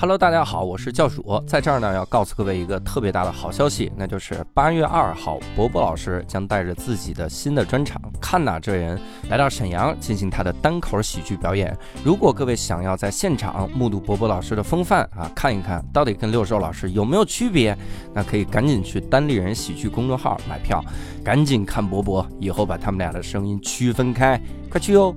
Hello，大家好，我是教主，在这儿呢要告诉各位一个特别大的好消息，那就是八月二号，伯伯老师将带着自己的新的专场《看哪这人》来到沈阳进行他的单口喜剧表演。如果各位想要在现场目睹伯伯老师的风范啊，看一看到底跟六兽老师有没有区别，那可以赶紧去单立人喜剧公众号买票，赶紧看伯伯，以后把他们俩的声音区分开，快去哟！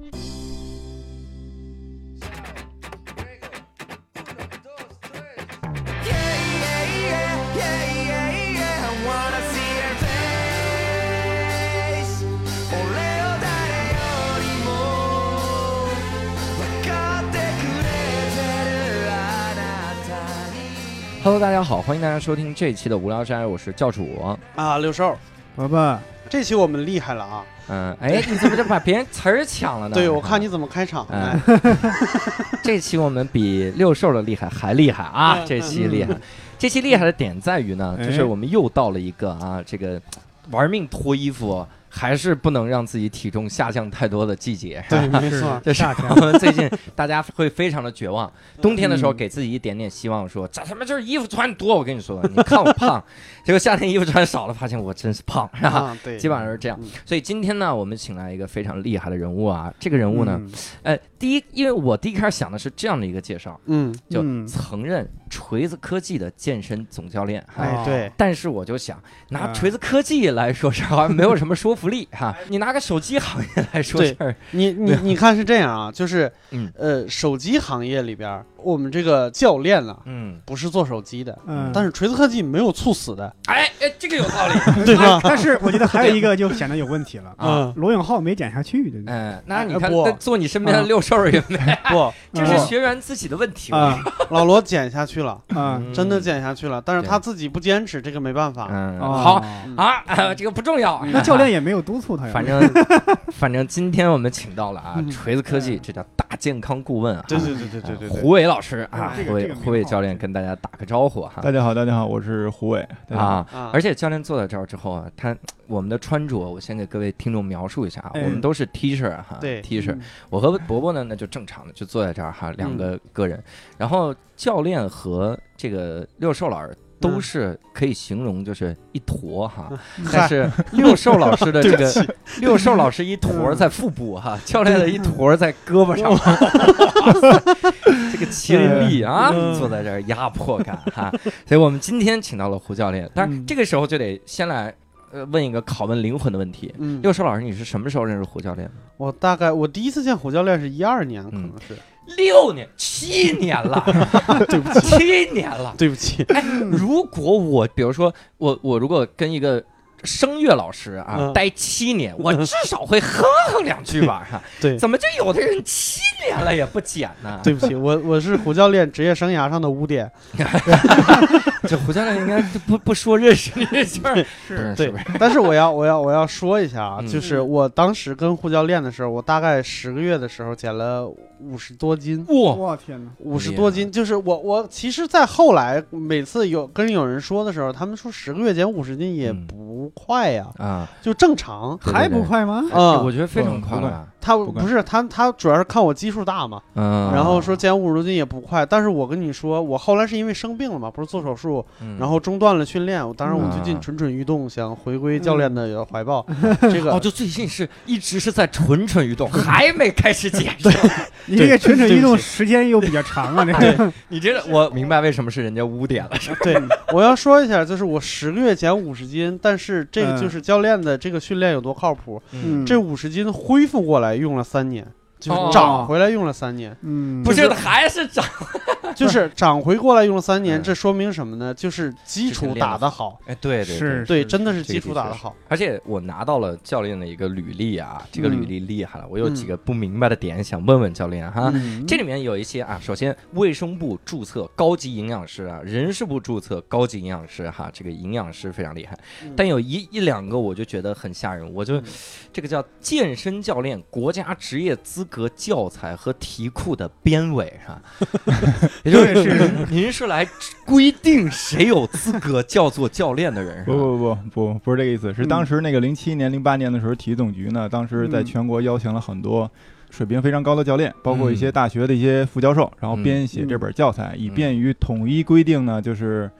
Hello，大家好，欢迎大家收听这一期的无聊斋，我是教主。啊，六兽，伯伯，这期我们厉害了啊！嗯，哎，你怎么就把别人词儿抢了呢？对，我看你怎么开场嗯的。这期我们比六兽的厉害还厉害啊！嗯这期厉害，这期厉害的点在于呢，哎就是我们又到了一个啊，这个玩命脱衣服，还是不能让自己体重下降太多的季 节。对，没错，这是 夏天我们最近大家会非常的绝望，冬天的时候给自己一点点希望说，这他妈就是衣服穿多，我跟你说，你看我 胖，结果夏天衣服穿少了，发现我真是胖， 是吧？啊，对，基本上是这样嗯。所以今天呢，我们请来一个非常厉害的人物啊，这个人物呢，嗯？呃，第一，因为我第一开始想的是这样的一个介绍，嗯，就嗯曾任锤子科技的健身总教练。哈哎，对，但是我就想，拿啊锤子科技来说事儿，好像没有什么说服力哈。你拿个手机行业来说事儿，你你你看是这样啊，就是嗯呃，手机行业里边儿，我们这个教练呢，嗯，不是做手机的，嗯，但是锤子科技没有猝死的，哎哎，这个有道理。 对吧？ 但是我觉得还有 一个就显得有问题了，啊嗯，罗永浩没减下去，对不对？嗯，那你哎看，不那坐你身啊边的六兽儿也没，不，这我是学员自己的问题。嗯哦啊老罗减下去了，啊，嗯真的减下去了，但是他自己不坚持，这个没办法。嗯，哦好，啊，啊这个不重要。那教练也没有督促他哎呀，反正 反正今天我们请到了啊，嗯锤子科哎技这叫大健康顾问啊，对对对 对对对对，胡伟老师啊，哎这胡个这伟个名胡伟号教练跟大家呃打个招呼哈大家好，大家好，我是胡伟。大家好，啊。啊，而且教练坐在这儿之后啊，他我们的穿着，我先给各位听众描述一下啊，哎我们都是 T 恤哈对嗯，T 恤。我和伯伯呢，那就正常的就坐在这儿哈，嗯两个个人。然后教练和这个六兽老师都嗯是可以形容就是一坨哈，但嗨，是六兽老师的这 对个不起，嗯六兽老师一坨儿在腹部哈，教练的一坨儿在胳膊上，这个麒麟臂啊，嗯坐在这儿压迫感哈，所以我们今天请到了胡教练，但是嗯这个时候就得先来呃问一个拷问灵魂的问题。嗯，六兽老师，你是什么时候认识胡教练的？我大概我第一次见胡教练是一二年，可嗯能是，六年、七年了， 对不起，七年了。对不起，哎，如果我比如说我我如果跟一个声乐老师啊、嗯待七年，我至少会哼哼两句吧，哈。对怎么就有的人七年了也不剪呢？对不起，我我是胡教练职业生涯上的污点。这胡教练应该就不不说认识你这事儿， 嗯是对不是？，但是我要我要我要说一下啊，嗯就是我当时跟护教练的时候，我大概十个月的时候减了五十多斤，哇，我天哪，五十多斤，就是我我其实，在后来每次有跟有人说的时候，他们说十个月减五十斤也嗯不快呀，啊，嗯就正 常。对还不快吗？啊我觉得非常快不了。他不快不是他他主要是看我基数大嘛，嗯，然后说减五十多斤也不快，但是我跟你说，我后来是因为生病了嘛，不是做手术，嗯，然后中断了训练，我当然我最嗯近蠢蠢欲动，想回归教练的怀 抱，这个哦，就最近是一直是在蠢蠢 欲动，还没开始解释。你这个蠢蠢欲对不动起时间又比较 长啊，这个你这个我明白为什么是人家污点了，是吧 对，我要说一下，就是我十个月减五十斤，但是这个嗯就是教练的这个训练有多靠谱。嗯这五十斤恢复过来用了三年，就是长回来用了三 年，嗯，不是是还是长就是长回过来用了三年。嗯这说明什么呢？就是基础打得好，哎，对对对是对，真的是这基个础的确打得是好。而且我拿到了教练的一个履历啊，这个履历厉害了，我有几嗯个不明白的点想问问教练哈。嗯啊这里面有一些啊，首先卫生部注册高级营养师啊，人事部注册高级营养师哈，这个营养师非常厉害，嗯但有一一两个我就觉得很吓人，我就、嗯这个叫健身教练国家职业资格教材和题库的编委哈， 也就是 对是您您是来规定谁有资格叫做教练的人是不吧？不不不不是这个意思，是当时那个零七年、零八年的时候，体育总局呢，当时在嗯嗯全国邀请了很多水平非常高的教练，包括一些嗯大学的一些副教授，然后编写嗯这本教材，以便于统一规定呢，就是。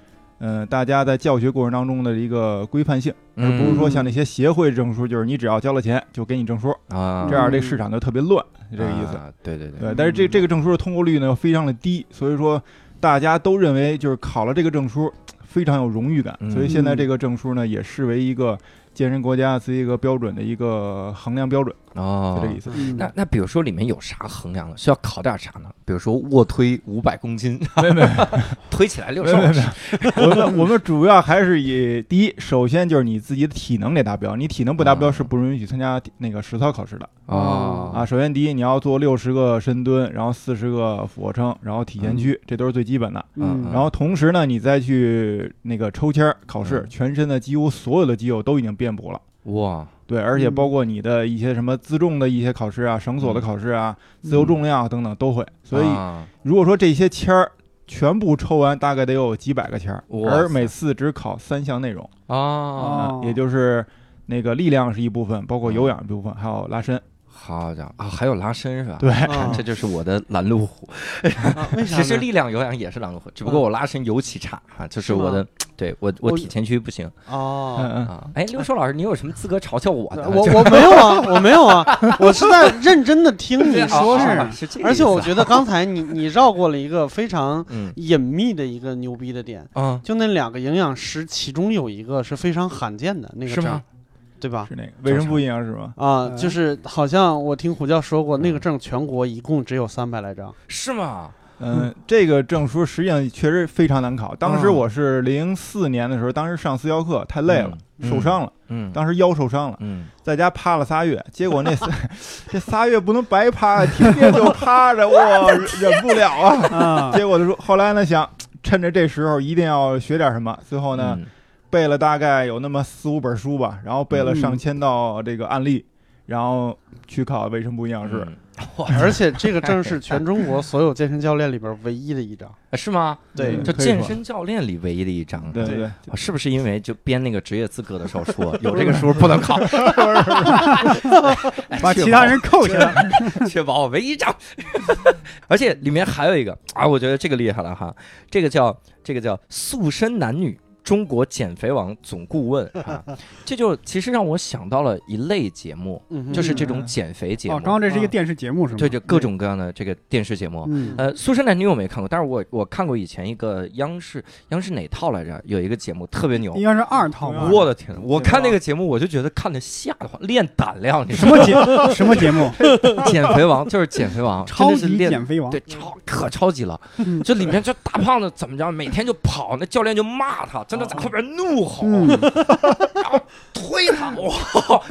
嗯，大家在教学过程当中的一个规范性，而不嗯是说像那些协会证书，就是你只要交了钱就给你证书，啊这样这个市场就特别乱，这个意思。啊对对对，对，但是这嗯这个证书的通过率呢非常的低，所以说大家都认为就是考了这个证书非常有荣誉感，嗯所以现在这个证书呢也视为一个健身国家是一个标准的一个衡量标准，哦就这个意思。嗯那那比如说里面有啥衡量的？需要考点啥呢？比如说卧推五百公斤，没有没有， 推起来六 没十有没二有，没有我们我们主要还是以第一，首先就是你自己的体能得达标，你体能不达标是不允许参加那个实操考试的哦啊啊。首先第一，你要做六十个深蹲，然后四十个俯卧撑，然后体前屈，这都是最基本的。嗯嗯，然后同时呢，你再去那个抽签儿考试嗯，全身的几乎所有的肌肉都已经遍布了。哇，对，而且嗯包括你的一些什么自重的一些考试啊、绳索的考试啊、自由重量啊等等都会。所以嗯啊如果说这些签儿全部抽完，大概得有几百个签儿，哇而塞每次只考三项内容哦，嗯啊哦，也就是那个力量是一部分，包括有氧一部分，还有拉伸。好家伙啊，还有拉伸是吧？对，啊 这就是我的拦路 虎。啊为啥其呢？实力量有氧也是拦路虎，只不过我拉伸尤其差啊，就是是吗我的，对我我我体前屈不行嗯 哦，嗯。啊。哎，刘硕老师，你有什么资格嘲笑我呢？我我没有啊，我没有啊，我是在认真的听 你说是事啊儿，是这个意思啊，而且我觉得刚才你你绕过了一个非常嗯隐秘的一个牛逼的点，啊，就那两个营养师，其中有一个是非常罕见的那个是吗证，对吧？是那个卫生部营养是吗？啊，嗯就是好像我听胡教说过，那个嗯证全国一共只有三百来张。是吗？嗯，这个证书实际上确实非常难考。当时啊嗯我是零四年的时候，当时上私教课太累了，嗯受伤了，嗯当时腰受伤了，嗯，在家趴了仨月。结果那仨 这仨月不能白趴，天天就趴着， 我忍不了啊。啊，结果就说，后来呢想趁着这时候一定要学点什么，最后呢、嗯背了大概有那么四五本书吧，然后背了嗯上千道这个案例，然后去考卫生部营养师。嗯而且这个证是全中国所有健身教练里边唯一的一张。啊是吗？对嗯就可以说健身教练里唯一的一张。对对嗯对，啊是不是因为就编那个职业资格的时候 说有这个书不能考， 哎把其他人扣下来， 确保我唯一张，而且里面还有一个啊，我觉得这个厉害了哈，这个叫这个叫塑身男女中国减肥网总顾问 啊，这就其实让我想到了一类节目，嗯哼，就是这种减肥节哦，目，刚刚这是一个电视节目是吗？啊对，就各种各样的这个电视节目。嗯，呃，塑身男女我没看过，但是我我看过以前一个央视央视哪套来着？有一个节目特别牛，应该是二套吧？我的天，我节目看那啊个节目，我就觉得看的吓得慌，练胆量，你知什道 吗？么节什么节目？减肥王就是减肥王，真超的是级练。减肥王，对，超可超级了嗯，这里面这大胖子怎么着，每天就跑，那教练就骂他，真的在后边怒吼、嗯，推他，哇！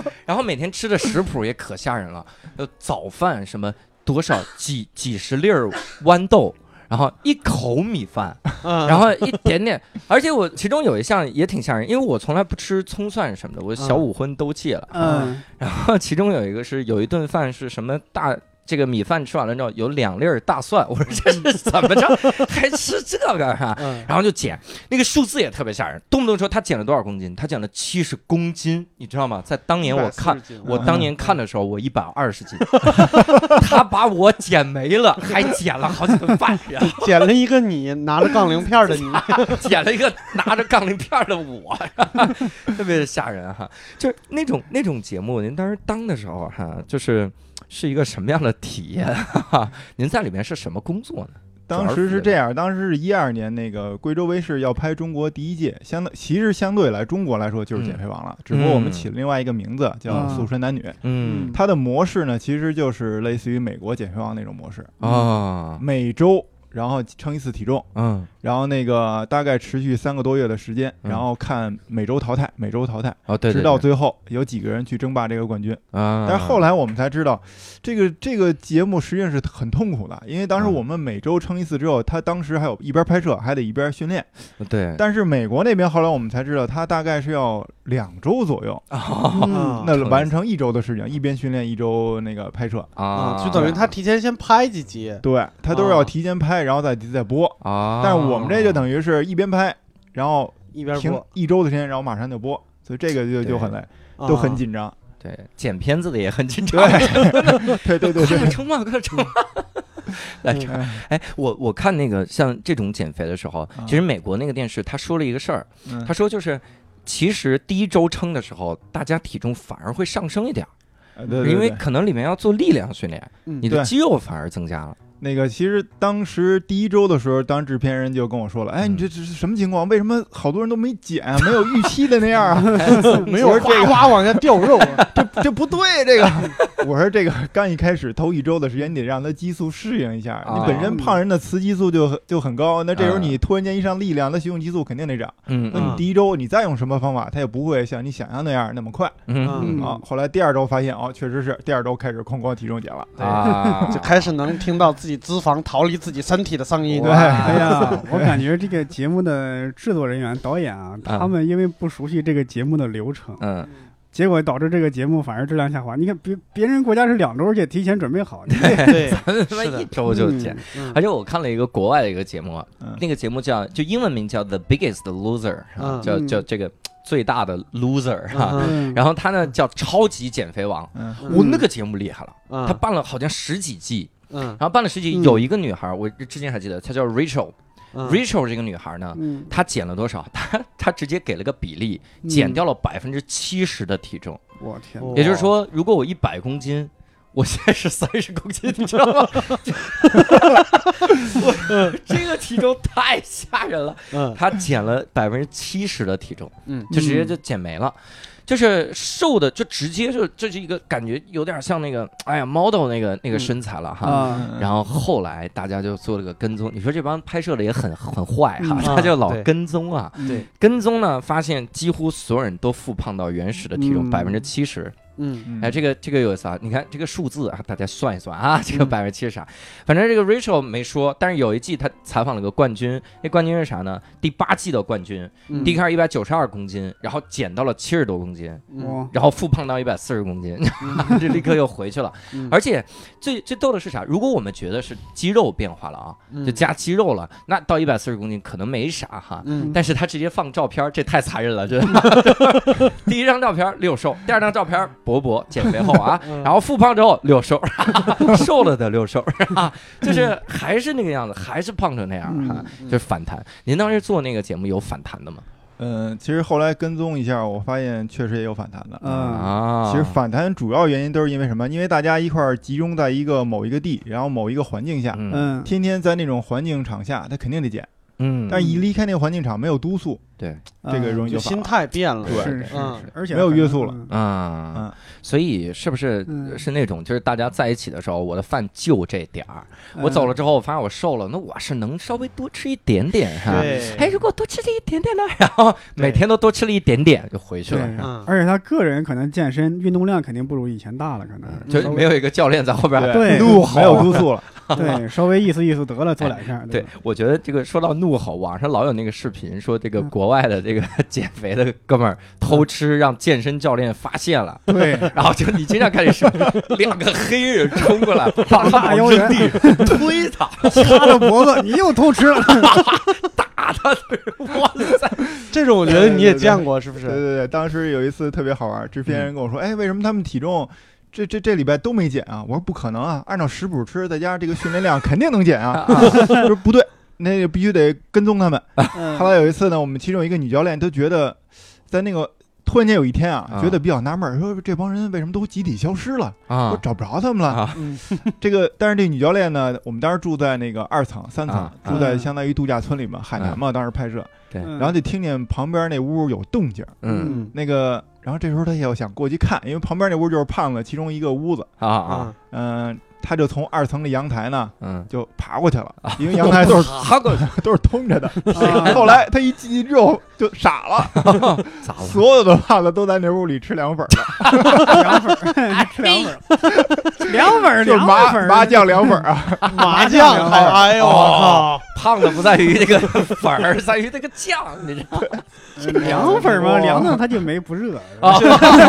然后每天吃的食谱也可吓人了，呃，早饭什么多少几几十粒儿豌豆，然后一口米饭，嗯，然后一点点，而且我其中有一项也挺吓人，因为我从来不吃葱蒜什么的，我小嗯五荤都戒了。嗯，然后 其中有一个是有一顿饭是什么大。这个米饭吃完了之后有两粒儿大蒜，我 说这是怎么着， 还吃这个啊？嗯，然后就减，那个数字也特别吓人，动不动说他减了多少公斤，他减了七十公斤，你知道吗？在当年我看140斤我 当年看的时候，我一百二十斤，他把我减没了，还减了好几顿饭，然后捡了一个你拿着杠铃 片的你，减了一个拿着杠铃片儿的我， 特别吓人哈、就是那种那种节目，您当时当的时候哈、就是是一个什么样的体验、哈哈， 您在里面是什么工作呢？当时是这样，当时是一二年那个贵州卫视要拍中国第一届，相当其实相对来中国来说就是减肥王了，只不过我们起了另外一个名字叫嗯《塑身男女》，嗯它的模式呢其实就是类似于美国减肥王那种模式，啊每周然后称一次体重，嗯然后那个大概持续三个多月的时间，嗯然后看每周淘汰，每周淘汰，哦对，直到最后有几个人去争霸这个冠军。啊，但是后来我们才知道，这个这个节目实际上是很痛苦的，因为当时嗯我们每周称一次之后，他当时还有一边拍摄还得一边训练。对，但是美国那边后来我们才知道，他大概是要两周左右，嗯那成完成一周的事情，一边训练一周那个拍摄。啊啊，，就等于他提前先拍几集，对他都是要提前拍，然后再再播。啊，但是我们这就等于是一边拍，然后一边停播，一周的时间，然后马上就播，所以这个就对就很累，啊 都很紧张。对，剪片子的也很紧张，对对对 对快点对，称吧，快点称吧， 来称。哎，我我看那个像这种减肥的时候，啊其实美国那个电视他说了一个事儿，嗯他说就是。其实第一周称的时候，大家体重反而会上升一点儿，呃对对因为对可能里面要做力量训练，嗯你的对肌肉反而增加了。那个其实当时第一周的时候，当时制片人就跟我说了，哎，嗯你这这是什么情况？为什么好多人都没减啊，没有预期的那样啊？ 没我说有这哗个哗往下掉肉啊，这这不对，这个我说这个 刚一开始头一周的时间，你得让他激素适应一下。啊你本身胖人的雌激素就很就很高，那这时候嗯你突然间一上力量，那雄性激素肯定得涨。嗯那你第一周你再用什么方法，它也不会像你想象那样那么快嗯嗯啊。后来第二周发现哦，确实是第二周开始哐哐体重减了。嗯啊， 就开始能听到自己脂肪逃离自己身体的声音。对哎呀，我感觉这个节目的制作人员、导演啊，他们因为不熟悉这个节目的流程，嗯，结果导致这个节目反而质量下滑。你看别别人国家是两周，而且提前准备好，你哎这对，他妈一周就减。嗯，而且我看了一个国外的一个节目啊，嗯那个节目叫就英文名叫 The Biggest Loser，啊嗯叫嗯叫这个最大的 loser 哈。嗯嗯然后他呢叫超级减肥王，嗯嗯我那个节目厉害了，嗯他办了好像十几季，嗯然后办了十几季，嗯有一个女孩，我至今还记得，她叫 Rachel，Rachel 嗯这个女孩呢，嗯她减了多少？ 她她直接给了个比例，减掉了嗯百分之七十的体重。嗯我天，嗯哦也就是说，如果我一百公斤， 我现在是三十公斤，你知道吗？ 我这个体重太吓人了，嗯他减了百分之七十的体重，嗯就直接就减没了。就是瘦的，就直接就这是一个感觉，有点像那个，哎呀，model 那个那个身材了哈。嗯啊，嗯然后后来大家就做了个跟踪，你说这帮拍摄的也很很坏哈，嗯他就老对跟踪啊，对，跟踪呢，发现几乎所有人都复胖到原始的体重嗯百分之七十，嗯嗯哎，这个这个有意思啊！你看这个数字啊，大家算一算啊， 嗯这个百分之七十啥？反正这个 Rachel 没说，但是有一季他采访了个冠军，那冠军是啥呢？第八季的冠军，嗯第一开始一百九十二公斤，然后减到了七十多公斤，哦嗯然后复胖到一百四十公斤， 这立刻又回去了。嗯而且最最逗的是啥？如果我们觉得是肌肉变化了啊，嗯就加肌肉了，那到一百四十公斤可能没啥哈。嗯但是他直接放照片儿，这 太残忍了，真的。第一张照片儿六瘦，第二张照片儿伯伯减肥后啊，嗯然后复胖之后六瘦， 瘦了的六瘦， 就是还是那个样子，还是胖成那嗯样嗯啊哈，嗯就是反弹。您当时做那个节目有反弹的吗？嗯，其实后来跟踪一下，我发现确实也有反弹的。嗯啊其实反弹主要原因都是因为什么？因为大家一块儿集中在一个某一个地，然后某一个环境下，嗯嗯，天天在那种环境场下，他肯定得减。嗯，但是一离开那个环境场，没有督促，对这个容易嗯就就反心了。态变了，对是是嗯嗯是，而且没有约束了嗯啊嗯，所以是不是嗯是那种，就是大家在一起的时候，我的饭就这点儿，我走嗯了之后，我发现我瘦了，那我是能稍微多吃一点点哈。对哎，如果多吃了一点点呢， 然后每天都多吃了一点点就回去对，了，嗯而且他个人可能健身运动量肯定不如以前大了，可能就没有一个教练在后边儿。对怒吼没有督促了。 对稍微意思意思得了，做两下，对吧，我觉得这个说到怒吼，网上老有那个视频，说这个嗯国外的这个 减肥的哥们儿偷吃，让健身教练发现了，对， 然后就你经常看见是两个黑人冲过来，把他膀大往腰扔圆地，推他，掐着脖子，你又偷吃了。打他，哇塞！这种我觉得你也见过，是不对是？对对，当时有一次特别好玩，制片人跟我说：“嗯哎，为什么他们体重这这这礼拜都没减啊？”我说：“不可能啊，按照食谱吃，再加上这个训练量，肯定能减啊。”他说：“不对，那就必须得跟踪他们。”嗯嗯后来有一次呢，我们其中一个女教练都觉得，在那个突然间有一天啊，啊觉得比较纳闷儿，说这帮人为什么都集体消失了，啊我 找不着他们了。啊嗯 这个，但是这女教练呢，我们当时住在那个二层、三层，啊嗯住在相当于度假村里嘛，海南嘛，当时拍摄，嗯然后就听见旁边那屋有动静儿，嗯嗯那个，然后这时候她也要想过去看，因为旁边那屋就是胖子其中一个屋子，啊啊啊嗯、她就从二层的阳台呢嗯，就爬过去了，因为阳 台都是爬过去都是通着的，啊 后来他一进去之后就傻了， 咋了？ 所有的胖子都在那屋里吃凉粉儿，凉粉儿，啊吃凉粉儿，凉粉 儿，就是凉麻粉儿，麻酱凉粉儿 啊，麻将还哎呦我靠，胖的不在于这个 粉儿，在于这个酱，你知道吗 哦凉粉儿嘛，凉的它就没不热。啊？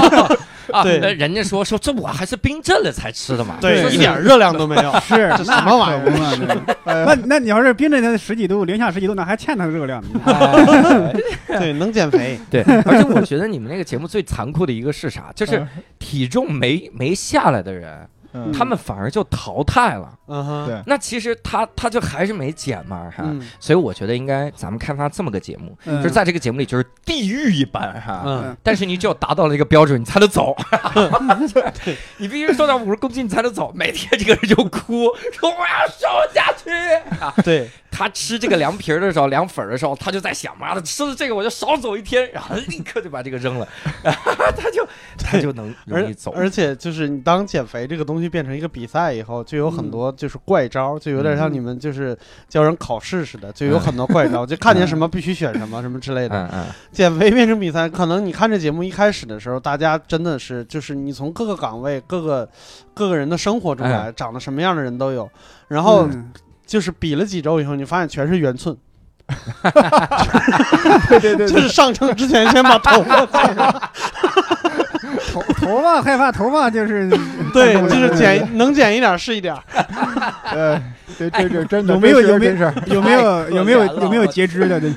啊，对那人家说说这我还是冰镇了才吃的嘛，对。一点热量都没 有是这什么玩意儿 儿？那那你要是冰镇它十几度，零下十几度，那还欠它热量呢。 哎对，能减肥。对，而且我觉得你们那个节目最残酷的一个是啥？就是体重没没下来的人，嗯他们反而就淘汰了。嗯哼，对那其实他他就还是没减嘛，哈。嗯所以我觉得应该咱们开发这么个节目，嗯就是在这个节目里就是地狱一般啊哈。嗯，但是你只有达到了一个标准，你才能走。 你必须瘦到五十公斤，你才能走。每天这个人就哭，说我要瘦下去。啊、对，他吃这个凉皮儿的时候，凉粉儿的时候，他就在想，妈的，吃了这个我就少走一天，然后立刻就把这个扔了， 他就他就能容易而走。而且就是你当减肥这个东西变成一个比赛以后，就有很多就是怪招，就有点像你们就是教人考试似的，就有很多怪招，就看见什么必须选什么什么之类的。嗯嗯，减肥变成比赛，可能你看这节目一开始的时候，大家真的是就是你从各个岗位、各个各个人的生活中来，长得什么样的人都有。然后嗯就是比了几周以后，你发现全是圆寸，对对对就对，是上秤之前先把头发剪了，头头发害怕头发就是 对，就是减能减一点是一点。呃，这这这真的有没有这是有没有真是有没有有没有太可怜了有没有截肢的？对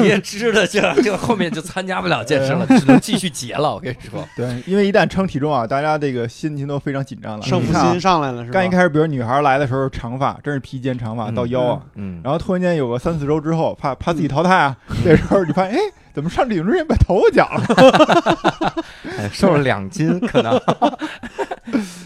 截肢了，这这后面就参加不了健身 了，只能继续截了。我跟你说，对，因为一旦称体重啊，大家这个心情都非常紧张了。胜你负看啊心上来了是吧？。刚一开始，比如女孩来的时候长发，真是披肩长发嗯到腰啊，嗯，然后突然间有个三四周之后，怕怕自己淘汰啊，这时候你发现，哎，怎么上领之前把头发 剪了？哎瘦了两斤，可能。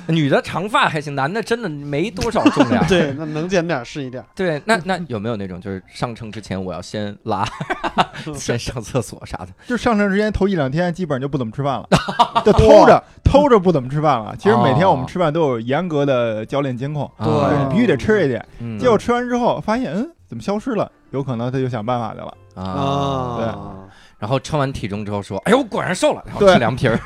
女的长发还行，男的真的没多少重量 对，那能减点是一点。对，那那有没有那种就是上秤之前我要先 拉， 先上厕所啥的？就上秤之前头一两天，基本上就不怎么吃饭了，就偷着偷着不怎么吃饭哦了。其实每天我们吃饭都有严格的教练监控，啊对对，必须得吃一点。嗯结果吃完之后发现，嗯，怎么消失了？有可能他就想办法去了。啊，啊，然后称完体重之后说：“哎呦，我果然瘦了。”然后吃对凉皮 儿，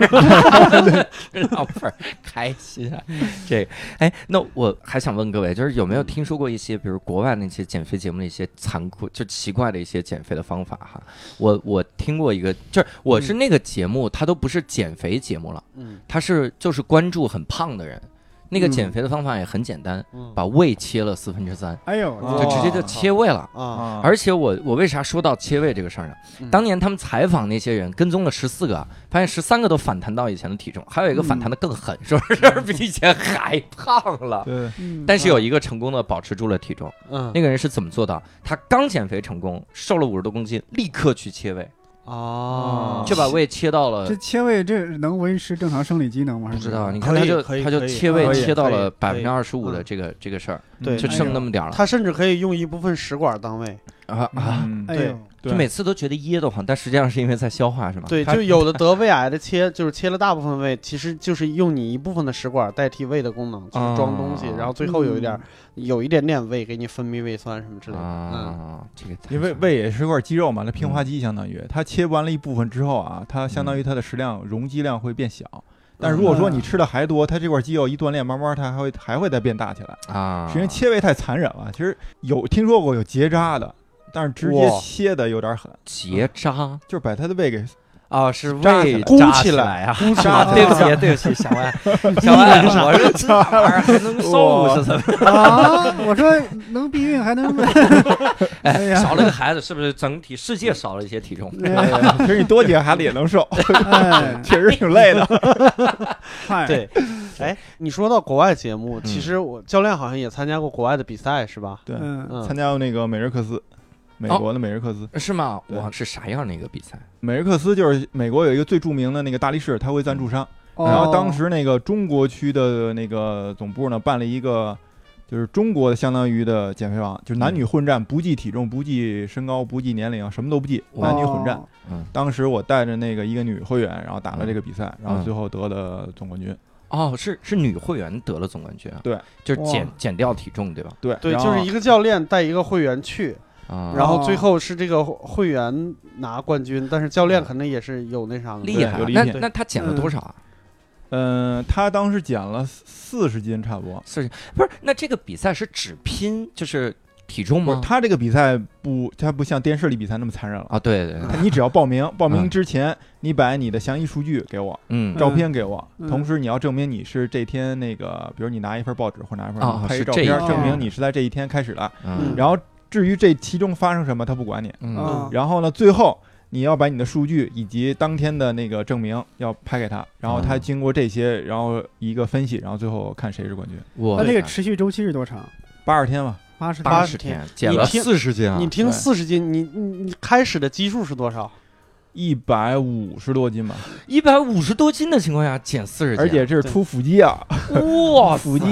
老粉儿开心啊！这个，哎，那我还想问各位，就是有没有听说过一些，比如国外那些减肥节目的一些残酷、就奇怪的一些减肥的方法哈？我我听过一个，就是我是那个节目，它都不是减肥节目了，嗯它是就是关注很胖的人。那个嗯减肥的方法也很简单，嗯把胃切了四分之三，哎呦，哦就直接就切胃了。啊，啊，而且我我为啥说到切胃这个事儿呢？嗯当年他们采访那些人，跟踪了十四个，发现十三个都反弹到以前的体重，还嗯有一个反弹的更狠，说是 比以前还胖了。对，嗯但是有一个成功的保持住了体重，嗯那个人是怎么做到？他刚减肥成功，瘦了五十多公斤，立刻去切胃，啊哦，就把胃切到了嗯这切胃这能维持正常生理机能吗？不还知是道，你看可以他就可以他就可以切胃可以切到了百可分以之二十五的嗯哎这个这个事儿，对就剩那么点儿了他甚至可以用一部分食管当胃，啊啊！嗯哎对呦，对就每次都觉得噎得慌，但实际上是因为在消化，是吗？对，他就有的得胃癌的切，就是切了大部分胃，其实就是用你一部分的食管代替胃的功能，就是装东西，哦然后最后有一嗯点，有一点点胃给你分泌胃酸什么之类的。嗯，啊，这个太因为伤胃也是块肌肉嘛，它平滑肌相当于，它切完了一部分之后啊，它相当于它的食量容积量会变小。但如果说你吃的还多，它这块肌肉一锻炼，慢慢它还会还会再变大起来。啊，实际上切胃太残忍了，其实有听说过有结扎的，但是直接哇切的有点狠，结扎就是把它的胃给啊，是扎胃起来鼓扎起来啊。嗯鼓起啊，来，对不起，对不起，小万，小万，我说这玩意儿还能瘦是怎么？啊！我说能避孕还能，哎 哎，呀，少了个孩子，是不是整体世界少了一些体重？哎呀其实你多几个孩子也能瘦，哎，确实挺累的。嗨，对，哎，你说到国外节目，其嗯实我教练好像也参加过国外的比赛，是吧？对，嗯，嗯参，加过那个美日克斯，美国的美日克斯， 是吗？对哇，是啥样的一个比赛？美日克斯就是美国有一个最著名的那个大力士，他会赞助商。哦哦然后当时那个中国区的那个总部呢，办了一个就是中国的相当于的减肥王，就是男女混战，不计体重，不计身高，不计年龄，什么都不计，哇男女混战。哦，当时我带着那个一个女会员，然后打了这个比赛，然嗯后最后得了总冠军。哦，是是女会员得了总冠军啊？对，就是减哇减掉体重对吧？对，对，然就后是一个教练带一个会员去，啊，然后最哦后是这个会员拿冠军，但是教练肯定也是有那啥的，啊厉害有啊。礼那品那他减了多少啊？嗯、他当时减了四十斤差不多。四十不是？那这个比赛是只拼就是体重嗯不是吗？他这个比赛不，他不像电视里比赛那么残忍了。啊，对对，对他你只要报名，报嗯名之前你把你的详细数据给我，嗯照片给我，嗯同时你要证明你是这天那个，比如你拿一份报纸或拿一份啊拍是一照这一片，天证明你是在这一天开始的。嗯然后至于这其中发生什么，他不管你。嗯啊，然后呢，最后你要把你的数据以及当天的那个证明要拍给他，然后他嗯经过这些，然后一个分析，然后最后看谁是冠军。我啊那这个持续周期是多长？八十天吧，八十八天。十天天减你了听四十斤啊！你听对四十斤，你你你开始的基数是多少？一百五十多斤吧，一百五十多斤的情况下减四十斤，而且这是出腹肌啊，哇，腹肌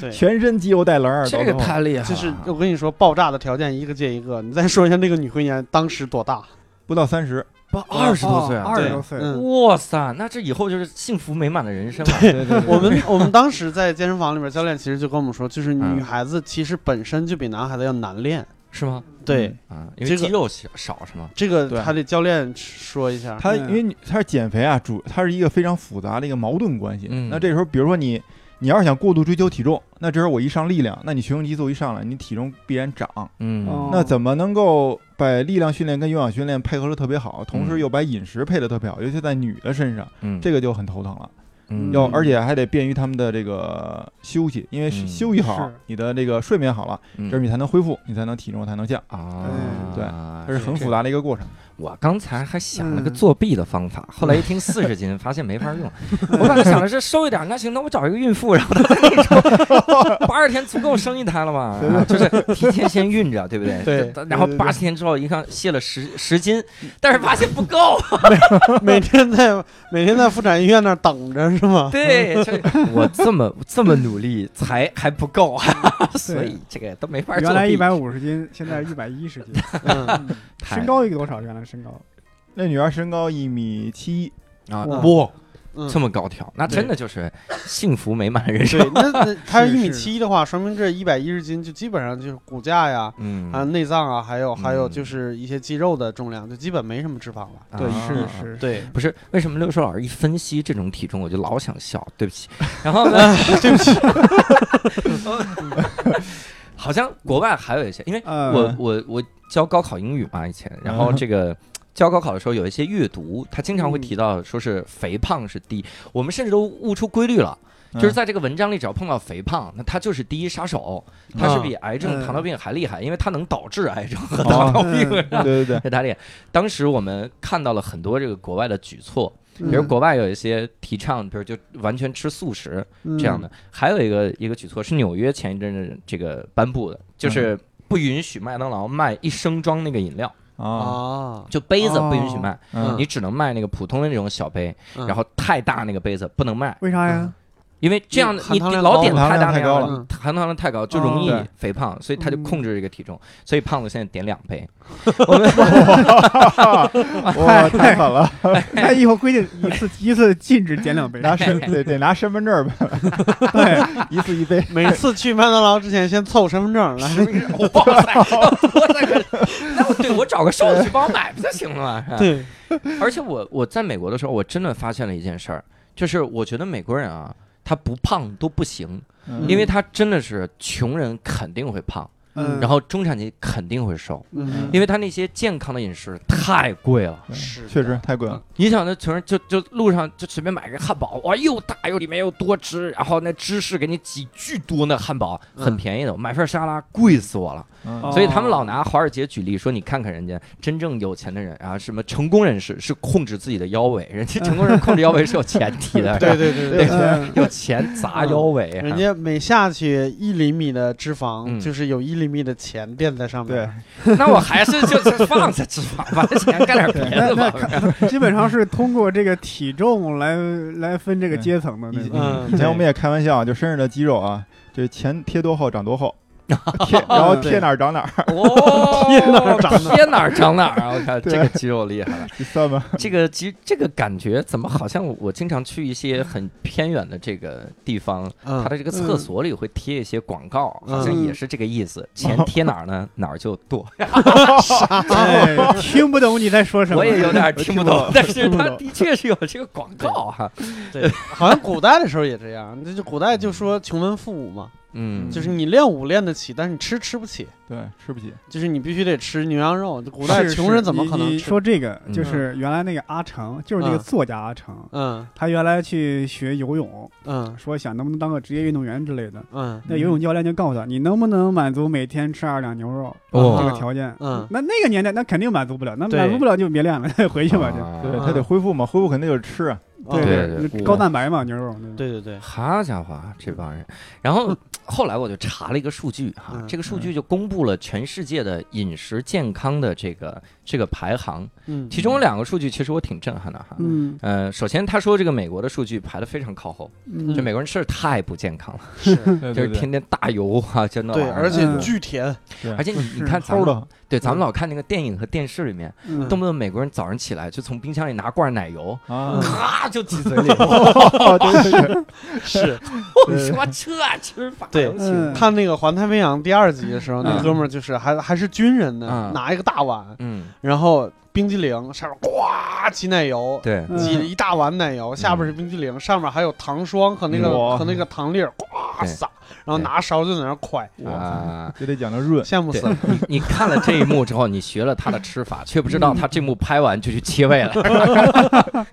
对， 全身肌肉带棱儿，这个到最后太厉害了，就是我跟你说，爆炸的条件一个接一个。你再说一下那个女会员当时多大？不到三十。不二十多岁啊，二十对多岁，嗯，哇塞，那这以后就是幸福美满的人生了。对对对，我们我们当时在健身房里边，教练其实就跟我们说，就是嗯女孩子其实本身就比男孩子要难练。是吗？对，嗯啊，因为这个肌肉少少是吗？这个对还得教练说一下。他嗯因为你他是减肥啊，主他是一个非常复杂的一个矛盾关系。嗯那这时候，比如说你，你要是想过度追求体重，那这时候我一上力量，那你雄性激素一上来，你体重必然涨。嗯哦那怎么能够把力量训练跟有氧训练配合的特别好，同时又把饮食配的特别好，尤其在女的身上，嗯这个就很头疼了。嗯要而且还得便于他们的这个休息，因为嗯休息好是，你的这个睡眠好了，嗯这时候你才能恢复，你才能体重才能降，啊，对它是是很这复杂的一个过程。我刚才还想了个嗯作弊的方法，后来一 听四十斤，发现没法用。我本来想的是收一点，那行，那我找一个孕妇，然后她再给你 抽，八十天足够生一胎了嘛？啊就是提前先孕着，对不对？对这然后对对对八十天之后一看卸了十十斤，但是发现不 够。每天在每天在妇产医院那儿等着是吗？对，这 我这么这么努力才还不够，啊所以这个都没法作原来弊一。百五十斤，现在一百一十斤。 嗯，嗯太身高一个多少？原来身高那女孩身高一米七一，啊，哇哇，嗯这么高挑，那真的就是幸福美满人生。对，那那他是一米是七的话，说明这一百一十斤就基本上就是骨架呀。嗯啊，内脏啊，还有还有嗯就是一些肌肉的重量，就基本没什么脂肪了。对啊是是，对，不是为什么六叔老师一分析这种体重，我就老想笑，对不起。然后呢， 对不起，好像国外还有一些，因为呃，我我我教高考英语嘛以前，然后这个。教高考的时候有一些阅读，他经常会提到说是肥胖是第一，我们甚至都悟出规律了，就是在这个文章里只要碰到肥胖，那它就是第一杀手，它是比癌症、嗯糖尿病还厉害，因为它能导致癌症和哦 糖尿病。嗯嗯对对 对，在打脸，当时我们看到了很多这个国外的举措，比比如国外有一些提倡，比如就完全吃素食，嗯这样的。还有一个一个举措是纽约前一阵子这个颁布的，就是不允许麦当劳卖一升装那个饮料，啊，啊，就杯子不允许卖，嗯你只能卖那个普通的那种小杯，嗯然后太大那个杯子不能卖，为啥呀？因为这样嗯你含糖量老高点了太大那含糖量太高样了了，含糖量太高就容易哦肥胖，所以他就嗯控制这个体重，所以胖子现在点两杯。哇，太狠 了， 那以后规定一次一次禁止减两杯。拿身得得拿身份 证儿吧，对，一次一杯。每次去麦当劳之前先凑身份证来。 哇塞，我在这，那我对我找个瘦子去帮我买不就行了吗？是吧对，而且我我在美国的时候，我真的发现了一件事儿，就是我觉得美国人啊，他不胖都不行，嗯因为他真的是穷人肯定会胖，嗯，然后中产阶级肯定会瘦，嗯，因为他那些健康的饮食太贵了。是确实太贵了，你想，那穷人就就路上就随便买个汉堡，哇，又大又里面又多汁，然后那芝士给你挤巨多，那汉堡很嗯便宜的，我买份沙拉贵死我了。嗯哦所以他们老拿华尔街举例，说你看看人家真正有钱的人啊，什么成功人士是控制自己的腰围，人家成功人控制腰围是有前提的， 对对对对 对，嗯有钱砸腰围，人家每下去一厘米的脂嗯肪，就是有一厘米的钱垫在上对面。，那我还是就是放下脂肪吧，钱干点别的吧。基本上是通过这个体重来来分这个阶层的以那前种。嗯以前我们也开玩笑，就身上的肌肉啊，这钱贴多厚长 多厚，贴然后贴哪儿长哪儿，哦，贴哪儿长哪儿贴哪儿长哪儿啊！我看对这个肌肉厉害了，你算吧。这个肌这个感觉怎么好像我我经常去一些很偏远的这个地方，嗯它的这个厕所里会贴一些广告，好像嗯也是这个意思。钱贴哪儿呢？哪儿就剁。哎，听不懂你在说什么。我也有点听不懂，但是听不它懂的确是有这个广告哈。好像古代的时候也这样，这就古代就说穷文富武嘛，嗯，就是你练武练得起，但是你吃吃不起， 对，吃不起，就是你必须得吃牛羊肉。古代是穷人怎么你可能你吃？说这个嗯就是原来那个阿成，就是那个嗯作家阿成，嗯他原来去学游泳，嗯说想能不能当个职业运动员之类的。嗯那游泳教练就告诉他，你能不能满足每天吃二两牛肉啊哦这个条件？嗯那那个年代那肯定满足不了，那对满足不了就别练了， 回去吧就。啊对他得恢复嘛，恢复肯定得吃啊，哦对对高蛋白嘛，牛肉。对吧对对对，好家伙啊，这帮人！然后后来我就查了一个数据哈、嗯这个数据就公布了全世界的饮食健康的这个这个排行，嗯其中有两个数据其实我挺震撼的哈。嗯，呃，首先他说这个美国的数据排得非常靠后，嗯就美国人吃的太不健康了，是对就对是对天天大油啊，就那玩对，意儿而且嗯巨甜， 对而且你是你看咱齁们的，对咱们嗯老看那个电影和电视里面，嗯动不动美国人早上起来就从冰箱里拿罐奶油，啊， 咔就挤嘴里，哦对对对，是我说这吃法对能行吗嗯看那个《环太平洋》第二集的时候，那嗯哥们儿就是还还是军人呢嗯，拿一个大碗，嗯，然后冰激凌上面呱挤奶油，对，嗯嗯挤了一大碗奶油，下边是冰激凌，上面还有糖霜和那个哇和那个糖粒儿，呱对撒，然后拿勺就在那儿蒯，啊，就得讲究润，羡慕死了。你你看了这一幕之后，你学了他的吃法，却不知道他这幕拍完就去切胃了，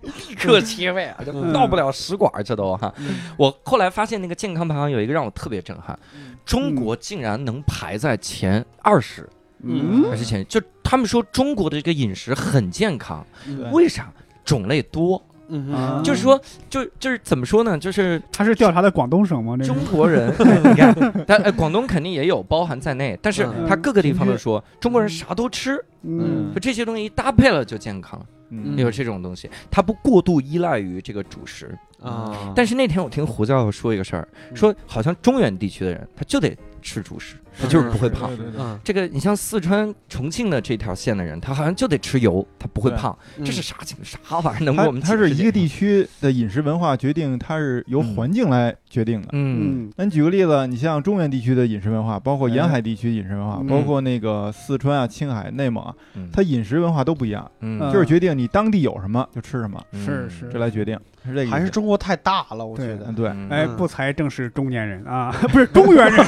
立刻切胃啊，就到不了食管儿这都哈。我后来发现那个健康排行有一个让我特别震撼，中国竟然能排在前二十嗯还是前，就他们说中国的这个饮食很健康，对为啥？种类多，嗯啊哼，就是说，就就是怎么说呢？就是他是调查的广东省吗？这中是国人， 你看，但哎，广东肯定也有包含在内，但是嗯他各个地方都说中国人啥都吃，嗯就这些东西一搭配了就健康，嗯有这种东西，它不过度依赖于这个主食。啊，但是那天我听胡教授说一个事儿，嗯说好像中原地区的人他就得吃主食，他就是不会胖。对对对嗯，这个你像四川、重庆的这条线的人，他好像就得吃油，他不会对胖。嗯这是啥情啥玩意儿？能给它我们它是一个地区，区的饮食文化决定，它是由环境来决定的。嗯嗯那你举个例子，你像中原地区的饮食文化，包括沿海地区饮食文化，嗯包括那个四川啊、青海、内蒙啊，嗯它饮食文化都不一样，嗯嗯就是决定你当地有什么就吃什么，是是这来决定，是这个意思。还是中国太大了，我觉对得嗯。对，嗯哎，嗯不才正是中年人啊， 不是中原人，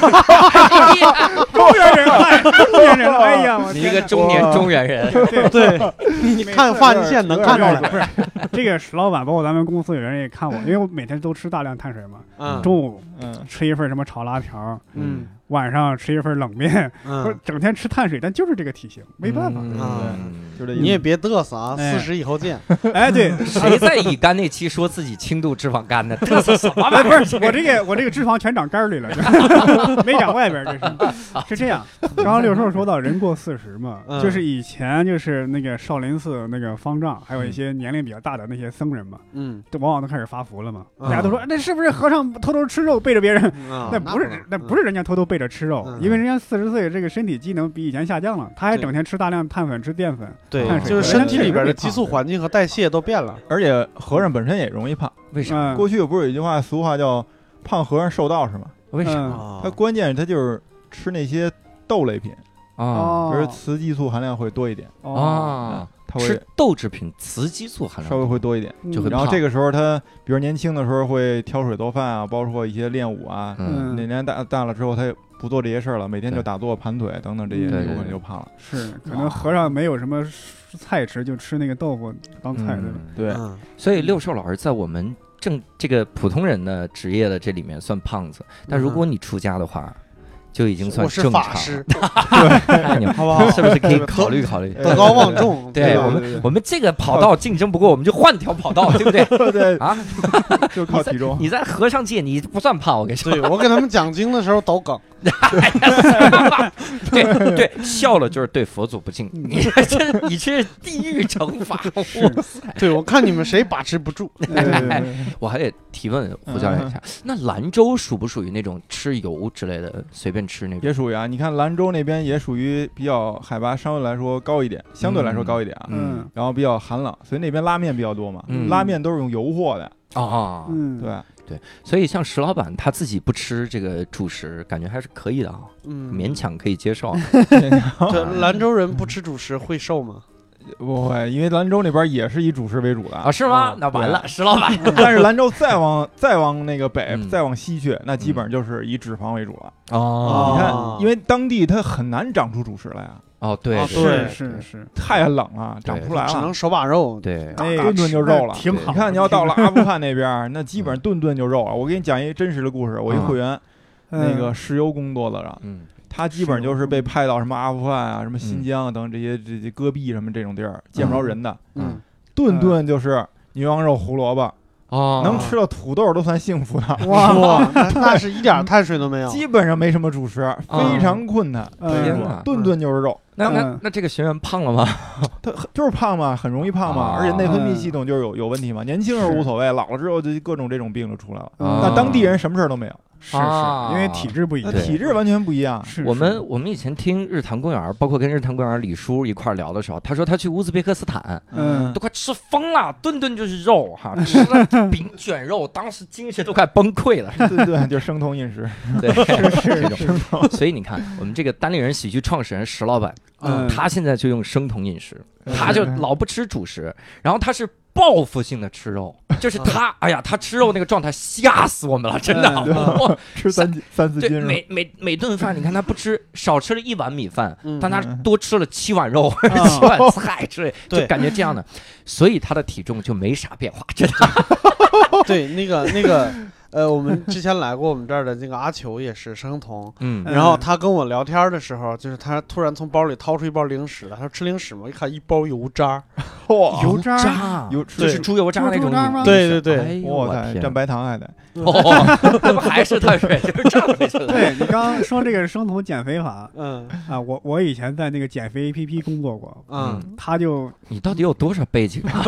中原人，哎中原人，哎呀，我你一个天哪中年中原人，对对，你没看事发际线能看出来。不是这个石老板，包括咱们公司有人也看我，因为我每天都吃大量碳水嘛，嗯中午嗯，吃一份什么炒拉条，嗯晚上吃一份冷面，不是嗯，整天吃碳水，但就是这个体型，没办法。嗯啊就这意思。你也别嘚瑟啊，哎四十以后 见。哎，对，谁在乙肝那期说自己轻度脂肪肝 呢？这是什么哎，玩意不儿？是我这个我这个脂肪全长肝儿里了，就没长外边，儿，这是是这样。刚刚六兽说到人过四十嘛，嗯就是以前就是那个少林寺那个方丈，还有一些年龄比较大的那些僧人嘛，嗯都往往都开始发福了嘛。嗯大家都说哎那是不是和尚偷偷吃肉背着别人？啊，那不是，那不是人家偷偷背着吃肉，嗯因为人家四十岁，这个身体机能比以前下降了，他还整天吃大量碳粉、吃淀粉，对碳，水就是身体里边的人激素环境和代谢都变了。而且和尚本身也容易胖。为啥？嗯，过去不是有一句话俗话叫“胖和尚瘦道士”吗？为啥嗯啊他关键是他就是吃那些豆类品，啊比如哦雌激素含量会多一点，哦，啊！他会吃豆制品，雌激素含稍微量会多一点。嗯就会然后胖这个时候他，比如年轻的时候会挑水做饭啊，包括一些练武啊。嗯，哪年大大了之后，他也不做这些事儿了，每天就对打坐、盘腿等等这些，嗯有对可对能就胖了。是可能和尚没有什么菜吃，就吃那个豆腐当菜，对吧？嗯对，嗯所以六兽老师在我们正这个普通人的职业的这里面算胖子，但如果嗯你出家的话，就已经算我是正常法师， 哎了。你们好不好？是不是 可以考虑考虑？德高望重，对吧我们我们这个跑道竞争不过，我们就换条跑道，对不对？ 对，啊， 就靠体重。 你在和尚界你不算胖，我跟你说。对我给他们讲经的时候抖 梗，对对，笑了就是对佛祖不敬。你这你这是地狱惩罚。我对我看你们谁把持不住。对对对 我还得提问胡教练一下，那兰州属不属于那种吃油之类的随便吃那种？也属于啊，你看兰州那边也属于比较海拔相对来说高一点，相对来说高一点啊，嗯然后比较寒冷，所以那边拉面比较多嘛，嗯拉面都是用油和的，啊，嗯，对，所以像石老板他自己不吃这个主食，感觉还是可以的啊，嗯，勉强可以接受啊。对兰州人不吃主食会瘦吗？不会，因为兰州那边也是以主食为主的啊？是吗？那完。了，石老板，对 但是兰州再往再往那个北嗯，再往西去，那基本上就是以脂肪为主了。哦你哦看，因为当地它很难长出主食来啊，哦，对啊对是对是是，太冷了，对长不出来啊只了能。手把肉。对，嘎哎嘎顿顿就肉了挺好。你看，你要到了阿富汗那边，那基本上顿顿就肉了。我给你讲一真实的故事，我一嗯会员嗯那个石油工作的人，嗯他基本上就是被派到什么阿富汗啊、什么新疆啊等这些这些戈壁什么这种地儿，见不着人的，嗯，顿顿就是牛羊肉、胡萝卜，哦，能吃到土豆都算幸福的。哇，那那是一点碳水都没有。基本上没什么主食，非常困难。嗯对天哪顿顿就是肉，那那嗯那这个学员胖了吗？他就是胖嘛，很容易胖嘛啊，而且内分泌系统就是有有问题嘛。年轻时候无所谓，老了之后就各种这种病就出来了。嗯那当地人什么事儿都没有，是啊是，因为体质不一那样，对呃体质完全不一 样。是我是们我们以前听日坛公园，包括跟日坛公园李叔一块儿聊的时候，他说他去乌兹别克斯坦嗯都快吃疯了，顿顿就是肉哈， 吃了饼卷肉，当时精神都快崩溃了。对对，就是生酮饮食。对， 是是所以你看，我们这个单立人喜剧创始人石老板，嗯他现在就用生酮饮食，他就老不吃主食，然后他是。报复性的吃肉，就是他，哎呀，他吃肉那个状态吓死我们了，真的，对 哇吃三斤三四对，斤肉，每每每顿饭，你看他不吃，少吃了一碗米饭，嗯但他嗯多吃了七碗肉、啊七碗菜之类，对就感觉这样的，所以他的体重就没啥变化，真的。 对，那个那个，呃，我们之前来过我们这儿的那个阿球也是生酮，嗯嗯然后他跟我聊天的时候，就是他突然从包里掏出一包零食来，他说吃零食吗？一看一包油渣，哇油渣儿，渣有就吃是猪油渣那种猪渣女。吗对对对哎呦哇我塞，天蘸白糖还得。哦，那不还是碳水，就是这样回去了。对嗯你刚刚说这个生酮减肥法嗯啊，我我以前在那个减肥 APP 工作过，嗯，他就你到底有多少背景啊？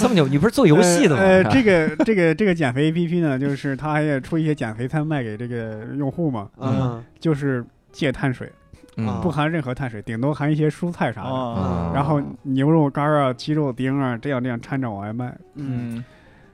这么牛，你不是做游戏的吗？呃，呃这个这个这个减肥 APP 呢，就是它还也出一些减肥餐卖给这个用户嘛，嗯就是戒碳水，嗯不含任何碳水，顶多含一些蔬菜啥的，哦嗯然后牛肉干啊、鸡肉丁啊，这样这样掺着往外卖，嗯，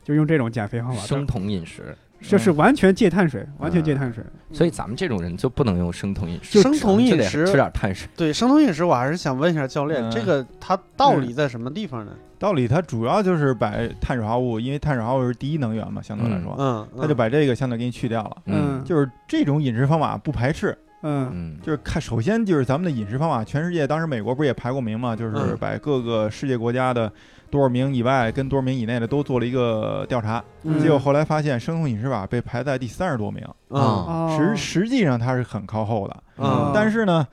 就用这种减肥方法，生嗯酮饮食，就是完全戒碳水，完全戒碳水。所以咱们这种人就不能用生酮饮食，就生酮饮食就得吃点碳水。对生酮饮食，我还是想问一下教练，嗯这个它道理在什么地方呢？道理它主要就是把碳水化合物，因为碳水化合物是第一能源嘛，相对来说，嗯，它就把这个相对给你去掉了。嗯就是这种饮食方法不排斥，嗯嗯就是看首先就是咱们的饮食方法，全世界当时美国不是也排过名嘛，就是嗯把各个世界国家的多少名以外跟多少名以内的都做了一个调查，嗯结果后来发现生酮饮食法被排在第三十多名，嗯哦实实际上它是很靠后的，嗯，但是呢。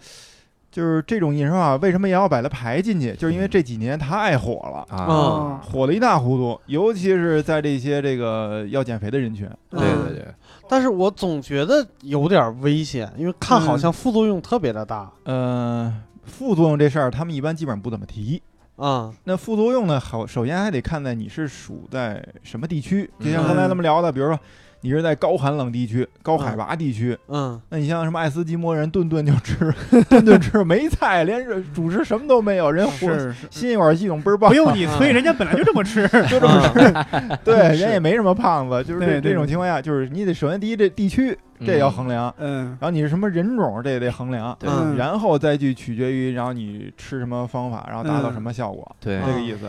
就是这种饮食方法为什么也要把它排进去？就是因为这几年太火了，啊，嗯哦，火了一塌糊涂，尤其是在这些这个要减肥的人群。对嗯对对，但是我总觉得有点危险，因为看嗯好像副作用特别的大。呃，副作用这事儿他们一般基本上不怎么提。嗯那副作用呢，好，首先还得看在你是属在什么地区，就像嗯刚才咱们聊的，比如说你是在高寒冷地区、高海拔地区，嗯那你像什么爱斯基摩人，顿顿就吃，顿顿吃没菜，连主食什么都没有，人活是是心血管系统倍儿棒不，用你催，人家本来就这么吃。就 这么嗯吃，对，人是家也没什么胖子，就是这对对这种情况下，就是你得首先第一这地区嗯这要衡量，嗯然后你是什么人种这也得衡量，对嗯然后再去取决于，然后你吃什么方法，然后达到什么效果，对这个意思。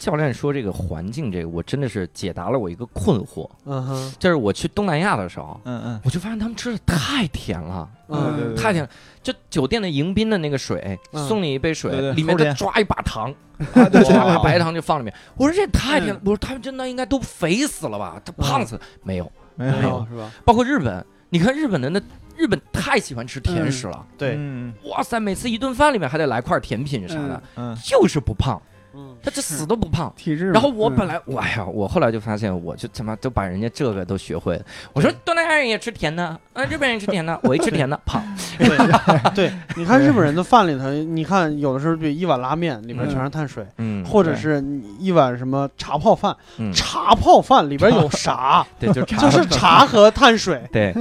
教练说这个环境这个，我真的是解答了我一个困惑，嗯哼，就是我去东南亚的时候，嗯嗯，我就发现他们吃的太甜了。嗯对对对太甜了，就酒店的迎宾的那个水，嗯送你一杯水，对对里面齁再甜抓一把糖， 啊对对哇对，白糖就放里面。我说这也太甜了，嗯我说他们真的应该都肥死了吧，都胖死了嗯没有？没没有有，是吧？包括日本，你看日本的那日本太喜欢吃甜食了，对，嗯哇塞，每次一顿饭里面还得来块甜品啥的，嗯就是不胖，嗯他就是死都不胖。体质。嗯然后我本来来，我哎呀，我后来就发现，我就他妈都把人家这个都学会了。我说东南亚人也吃甜的，啊，日本人也吃甜的，我一吃甜的胖。对对，你看日本人的饭里头，你看有的时候比如一碗拉面里边全是碳水，嗯，或者是你一碗什么茶泡饭，嗯，茶泡饭里边 有啥？对，就茶， 就是茶和碳水。对，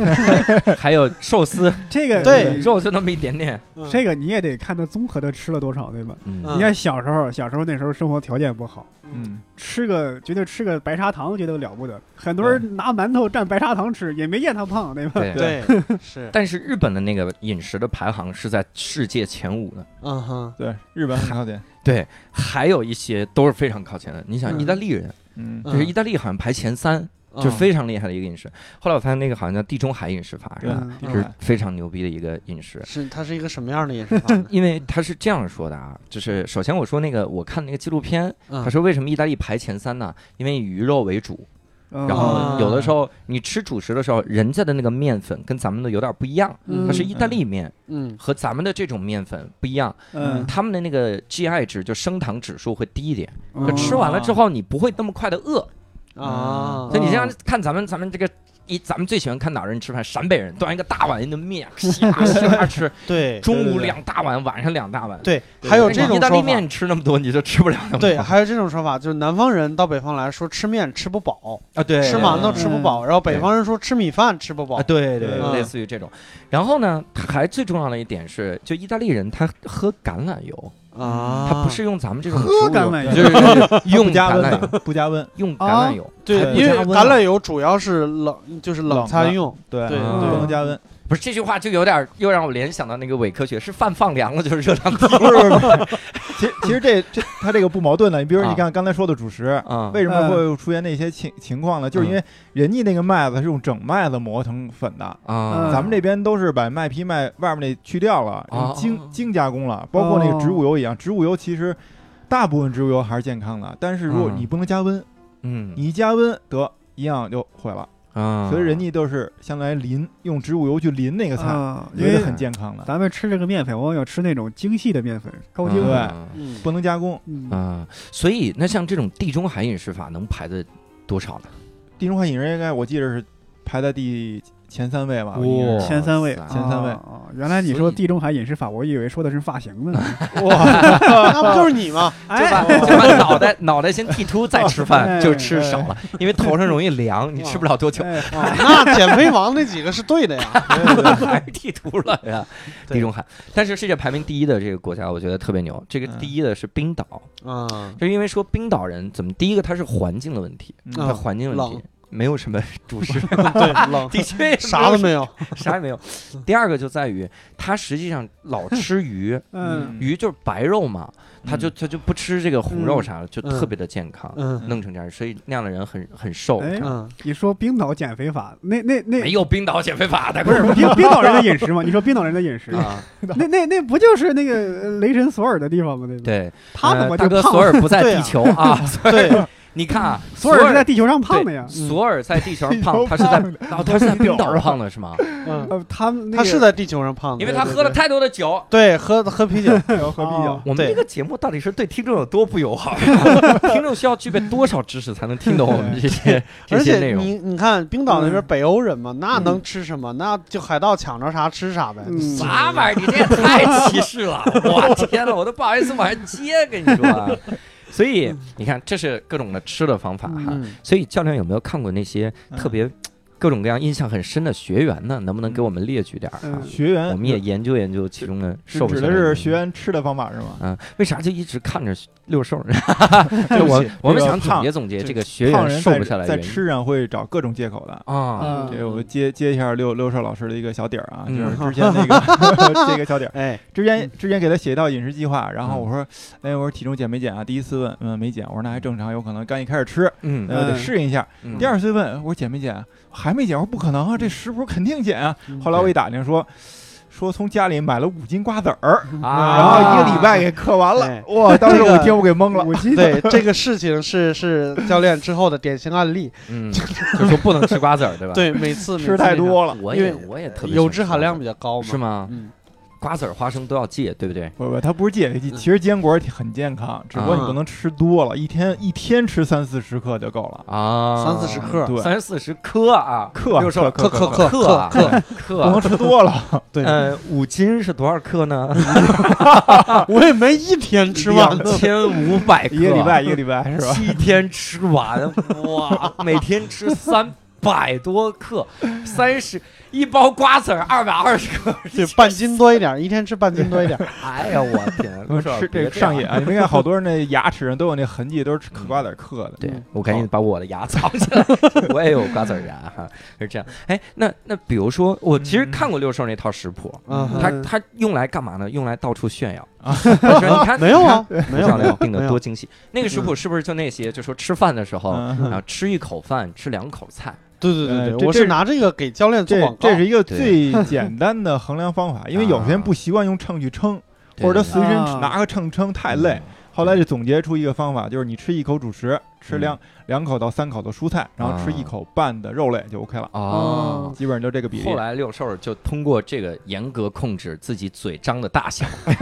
还有寿司，这个对肉就那么一点点。嗯这个你也得看他综合的吃了多少，对吧？嗯嗯你看小时候，小时候那时候生活条件不好，嗯，吃个觉得吃个白砂糖觉得了不得，很多人拿馒头蘸白砂糖吃，也没见他胖，对吧？嗯对。对 是，但是日本的那个饮食的排行是在世界前五的，嗯哼，对，日本很靠前，对，还有一些都是非常靠前的。你想，嗯意大利人，嗯嗯就是意大利好像排前三，嗯就是非常厉害的一个饮食。后来我发现那个好像叫地中海饮食法，是对吧？嗯地是中海非常牛逼的一个饮食。是它是一个什么样的饮食 法嗯呢？因为他是这样说的啊，就是首先我说那个，我看那个纪录片，他嗯他说为什么意大利排前三呢？因为以鱼肉为主，然然后啊有的时候你吃主食的时候，人家的那个面粉跟咱们的有点不一样，嗯它是意大利面嗯和咱们的这种面粉不一样，嗯，他们的那个 GI 值就升糖指数会低一点，嗯可吃完了之后你不会那么快的饿，嗯啊，嗯所以你这样看咱们咱们这个。一咱们最喜欢看哪儿人吃饭？陕北人端一个大碗的面， 啪啪吃，对中午对两大碗，晚上两大碗。对，还有这种意大利说法面，你吃那么多，你就吃不了那么多。对，还有这种说法，就是南方人到北方来说吃面吃不饱，啊，对，吃馒头吃不饱，然后北对方人说吃米饭吃不饱啊，，对对，嗯类似于这种。然后呢，还最重要的一点是，就意大利人他喝橄榄油，啊，他不是用咱们这种植喝物橄油，榄就油，是用不加橄温榄油，的，不加温，用橄啊榄油，对还不，因为加温啊橄呢榄油主要是冷，就是冷冷餐的用，对对不能嗯对加温，不是这句话就有点儿又让我联想到那个伪科学，是饭放凉了就是热量低不是不是，不 是其实其实这这它这个不矛盾的，你比啊如说你看刚才说的主食。啊为什么会出现那些情情况呢？就是嗯因为人家那个麦子是用整麦子磨成粉的，嗯啊，咱们这边都是把麦皮麦外面那去掉啊了，哦用精精加工了，包括那哦个植物油一样。植物油其实大部分植物油还是健康的，但是如果嗯你不能加温，嗯你一加温得一样就毁了。啊，所以人家都是相当于淋用植物油去淋那个菜，啊，因觉得为很健康的，咱们吃这个面粉，我要吃那种精细的面粉，高精嗯粉。对嗯， 不能加工。嗯啊，所以那像这种地中海饮食法能排在多少呢？地中海饮食应该我记着是排在第前三位吧，哦我记着哇是前三位，前三位哦哦原来你说地中海饮食法，我以为说的是发型 呢。那不就是你吗？就把就把脑袋脑袋先剃秃再吃饭，哎就吃少了，因为头上容易 凉，你吃不了多久，哎 啊，那减肥王那几个是对的 呀，还是剃秃了呀。对地中海，但是世界排名第一的这个国家，我觉得特别牛。这个第一的是冰岛，嗯，就因为说冰岛人怎么第一个他是环境的问题，嗯他环境问题冷没有什么主 食，对，冷，的确啥都 没有，啥也没有。第二个就在于他实际上老吃鱼，嗯，鱼就是白肉嘛，他就他就不吃这个红肉啥的，就嗯特别的健康。嗯弄成这样，所以那样的人很很瘦。哎嗯，你说冰岛减肥法，那那那没有冰岛减肥法的，不是冰冰岛人的饮食吗？你说冰岛人 的饮食， 啊，那那那不就是那个呃雷神索尔的地方吗？那个对，他怎么呃大就哥胖索了？尔不在对地啊球 啊？索对，尔，你看啊，索尔是在地球上胖的呀。嗯索尔在地球上胖，他地球是在哦，他是在冰岛地球上胖的是吗？嗯，呃，他们那他个是在地球上胖的，因为对他喝了，太多的酒。对对，喝喝啤酒，要喝啤酒哦。我们对这个节目到底是对听众有多不友好？ 听众需要具备多少知识才能听懂我们这些这而些且内容？嗯你你看冰岛那边嗯北欧人嘛，那能吃什么？那就海盗抢着啥吃啥呗，嗯啥玩意儿？你这也太歧视 了！我天呐，我都不好意思往上接，跟你说啊。 所以你看，这是各种的吃的方法哈。嗯所以教练有没有看过那些嗯特别各种各样印象很深的学员呢？能不嗯能给我们列举点儿啊？嗯学员，我们也研究研究其中的是瘦不指瘦的原是因学员吃的方法是 吗？啊，为啥就一直看着六兽 呢？ 对不我起我们这个想总胖结总结这这个学胖员人瘦在不下来的在原因吃上会找各种借口的。啊，嗯这个我接接一下六六少老师的一个小底儿啊，就嗯是之前 那个 这个小底儿，哎，之前之前给他写一套饮食计划，然后嗯我说，哎，我说体重减没减啊？第一次问，嗯，没减。我说那还正常，有可能刚一开始吃，嗯呃，得嗯适应一下。嗯第二次问，我说减没减啊？还没减。我说不可能啊，这食谱肯定减啊。后来我一打听说，说从家里买了五斤瓜子儿，啊，然后一个礼拜给嗑完哎了，哇！ 当时这个我一听我给懵了，我记得对，这个事情是是教练之后的典型案例，嗯，就说不能吃瓜子儿，对吧？，对，每次吃太，多了。我因也为我也特每次别那啥油喜欢脂吃含量瓜比较高子儿是？嘛，吗？嗯，瓜子儿、花生都要戒，对不对？不不，它不是戒，其实坚果挺很健康，只不过你不能吃多了，一天一天吃三四十克就够了。嗯啊，三四十克，对，三四十克啊，克六兽克克克克啊克不克能啊。吃多了，对，呃，五斤是多少克呢？ 我也没一天吃完，两千五百克，一个礼拜一个礼拜是吧？七天吃完，哇，每天吃三百多克，三十一包瓜子儿二百二十克，对，半斤多一点，一天吃半斤多一点。 哎呀，我天，嗯陆少 吃这个上瘾啊！你没看好多人那牙齿上都有那痕迹，都是嗑瓜子儿嗑的。对我赶紧把我的牙 藏起来，我也有瓜子儿牙哈，是这样。哎，那那比如说，我其实看过六兽那套食谱，嗯他嗯他用来干嘛呢？用来到处炫耀啊我说你看没有啊， 没有教没练有定没的有多精细。那个食谱是不是就那些？就说吃饭的时候，嗯然后吃一口饭，吃两口菜。对对对呃对，这我这是拿这个给教练做这广告这。是一个最简单的衡量方法，因为有些人不习惯用秤去称，或者他随身啊拿个秤称太嗯累。后来就总结出一个方法，就是你吃一口主食，吃嗯两两口到三口的蔬菜，然后啊吃一口半的肉类就 OK 了，哦。基本上就这个比例后。来六兽就通过这个严格控制自己嘴张的大小，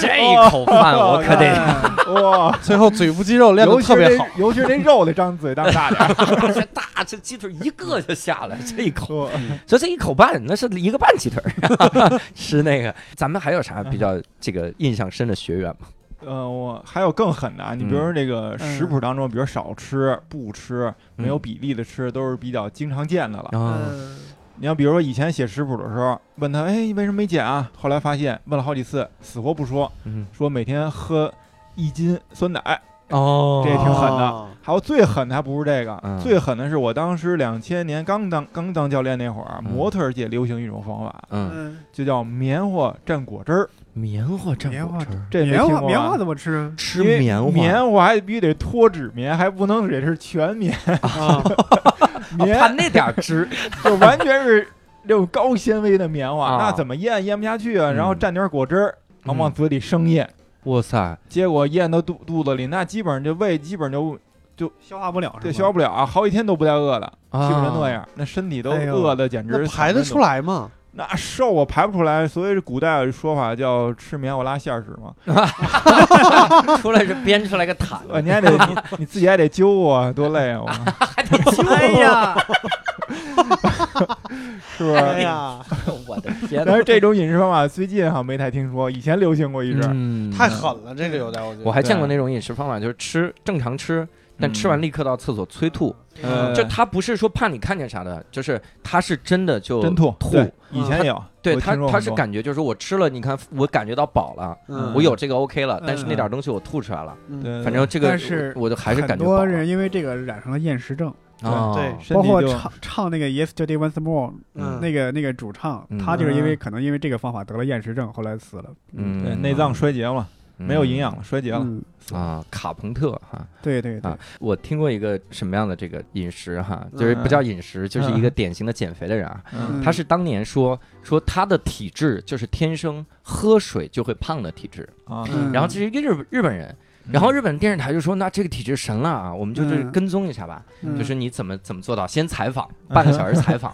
这一口饭我可哦得得哇，最后嘴部肌 肉练得尤其特是别那好，尤其是那肉得张嘴当大 点儿。这大这鸡腿一个就下来，这一口，哇所以这一口半那是一个半鸡腿儿， 吃那个。咱们还有啥比较这个印象深的学员吗？呃，我还有更狠的啊，你比如说这个食嗯谱当中，比如少吃、不吃、嗯没有比呃例的吃，都是比较经常见的了。啊，嗯你要比如说以前写食谱的时候，问他，哎，为什么没减啊？后来发现问了好几次，死活不说，嗯，说每天喝一斤酸奶，哦这也挺狠的哦。还有最狠的还不是这个，嗯最狠的是我当时两千年刚当刚当教练那会儿，嗯模特儿界流行一种方法，嗯，嗯，就叫棉花蘸果汁儿。棉花蘸棉果花汁儿，这没棉听花啊过棉吧花怎么吃？吃因为棉花，啊棉花还必须得脱脂棉，还不能也是全棉，啊，棉、怕那点儿汁，就完全是这种高纤维的棉花，啊那怎么咽咽不下去啊？嗯然后蘸点果汁儿，然后往嘴里生咽，哇塞， 结果咽到肚肚子里，那基本上这胃基本就消化不了是就吧？消化不了，啊好几天都不带饿的，基啊本上那样，那身体都哎呦饿的简直那排得出来。来吗？那瘦我排不出来，所以古代有一说法叫吃棉花拉馅儿屎 嘛，出来是编出来个毯啊，你还得你你自己还得揪啊，多 累啊，我哎呀，是不是？哎呀， 嗯我 的天但是这种饮食方法最近好像没太听说，以前流行过一阵儿。嗯太狠了，这个有点我觉我得。还见过那种饮食方法，就是吃正常吃，但吃完嗯立刻到厕所催吐。嗯呃就他不是说怕你看见啥的，就是他是真的就真吐吐。嗯对以前有，对我他听说他很是多感觉就是说我吃了，你看我感觉到饱了，嗯我有这个 OK 了，嗯但是那点东西我吐出来了，嗯对反正这个但是我我就还是很感觉多饱啊人了。因为这个染上了厌食症，啊，对身包体括就唱唱那个 Yesterday Once More 嗯那个那个主唱嗯，他就是因为可能因为这个方法得了厌食症，后来死了。嗯对内脏衰竭嘛，没有营养了，衰竭了。嗯，啊，卡朋特哈。对对对啊，我听过一个什么样的这个饮食哈，就是嗯不叫饮食，就是一个典型的减肥的人啊。嗯嗯他是当年说说他的体质就是天生喝水就会胖的体质，啊，嗯然后这是一个日日本人，然后日本电视台就说那这个体质神了啊，我们就是嗯跟踪一下吧，嗯就是你怎么怎么做到，先采访半个小时采 访，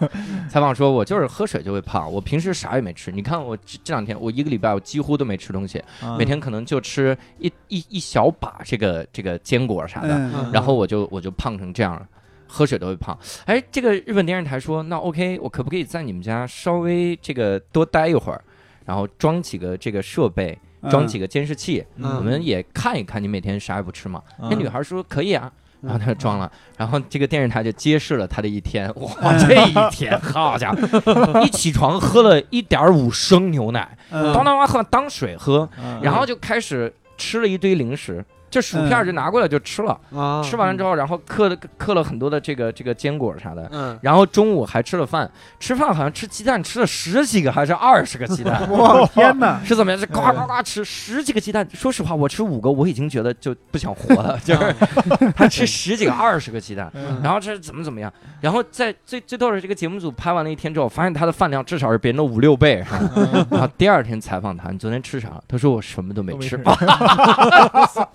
采访说我就是喝水就会胖，我平时啥也没吃，你看我这这两天我一个礼拜我几乎都没吃东西，嗯每天可能就吃一一一小把这个这个坚果啥的，啊嗯然后我就我就胖成这样了。喝水都会胖，哎，这个日本电视台说，那 OK，我可不可以在你们家稍微这个多待一会儿，然后装几个这个设备，嗯装几个监视器，嗯我们也看一看你每天啥也不吃嘛。嗯那女孩说可以啊，嗯然后她就装了，然后这个电视台就揭示了她的一天。哇，嗯这一天，好家伙，一起床喝了一点五升牛奶，嗯当当当喝当水喝，嗯然后就开始吃了一堆零食。这薯片儿就拿过来就吃了，啊，吃完了之后，然后嗑了嗑了很多的这个这个坚果啥的，嗯，然后中午还吃了饭，吃饭好像吃鸡蛋吃了十几个还是二十个鸡蛋，我天哪！是怎么样？是呱呱呱吃十几个鸡蛋。说实话，我吃五个我已经觉得就不想活了，就是 他吃十几个、二十个鸡蛋，嗯然后这怎么怎么样？然后在最最逗的是，这个节目组拍完了一天之后，发现他的饭量至少是别人的五六倍。嗯 然后第二天采访他，你昨天吃啥了？他说我什么都 没都没吃吃。嗯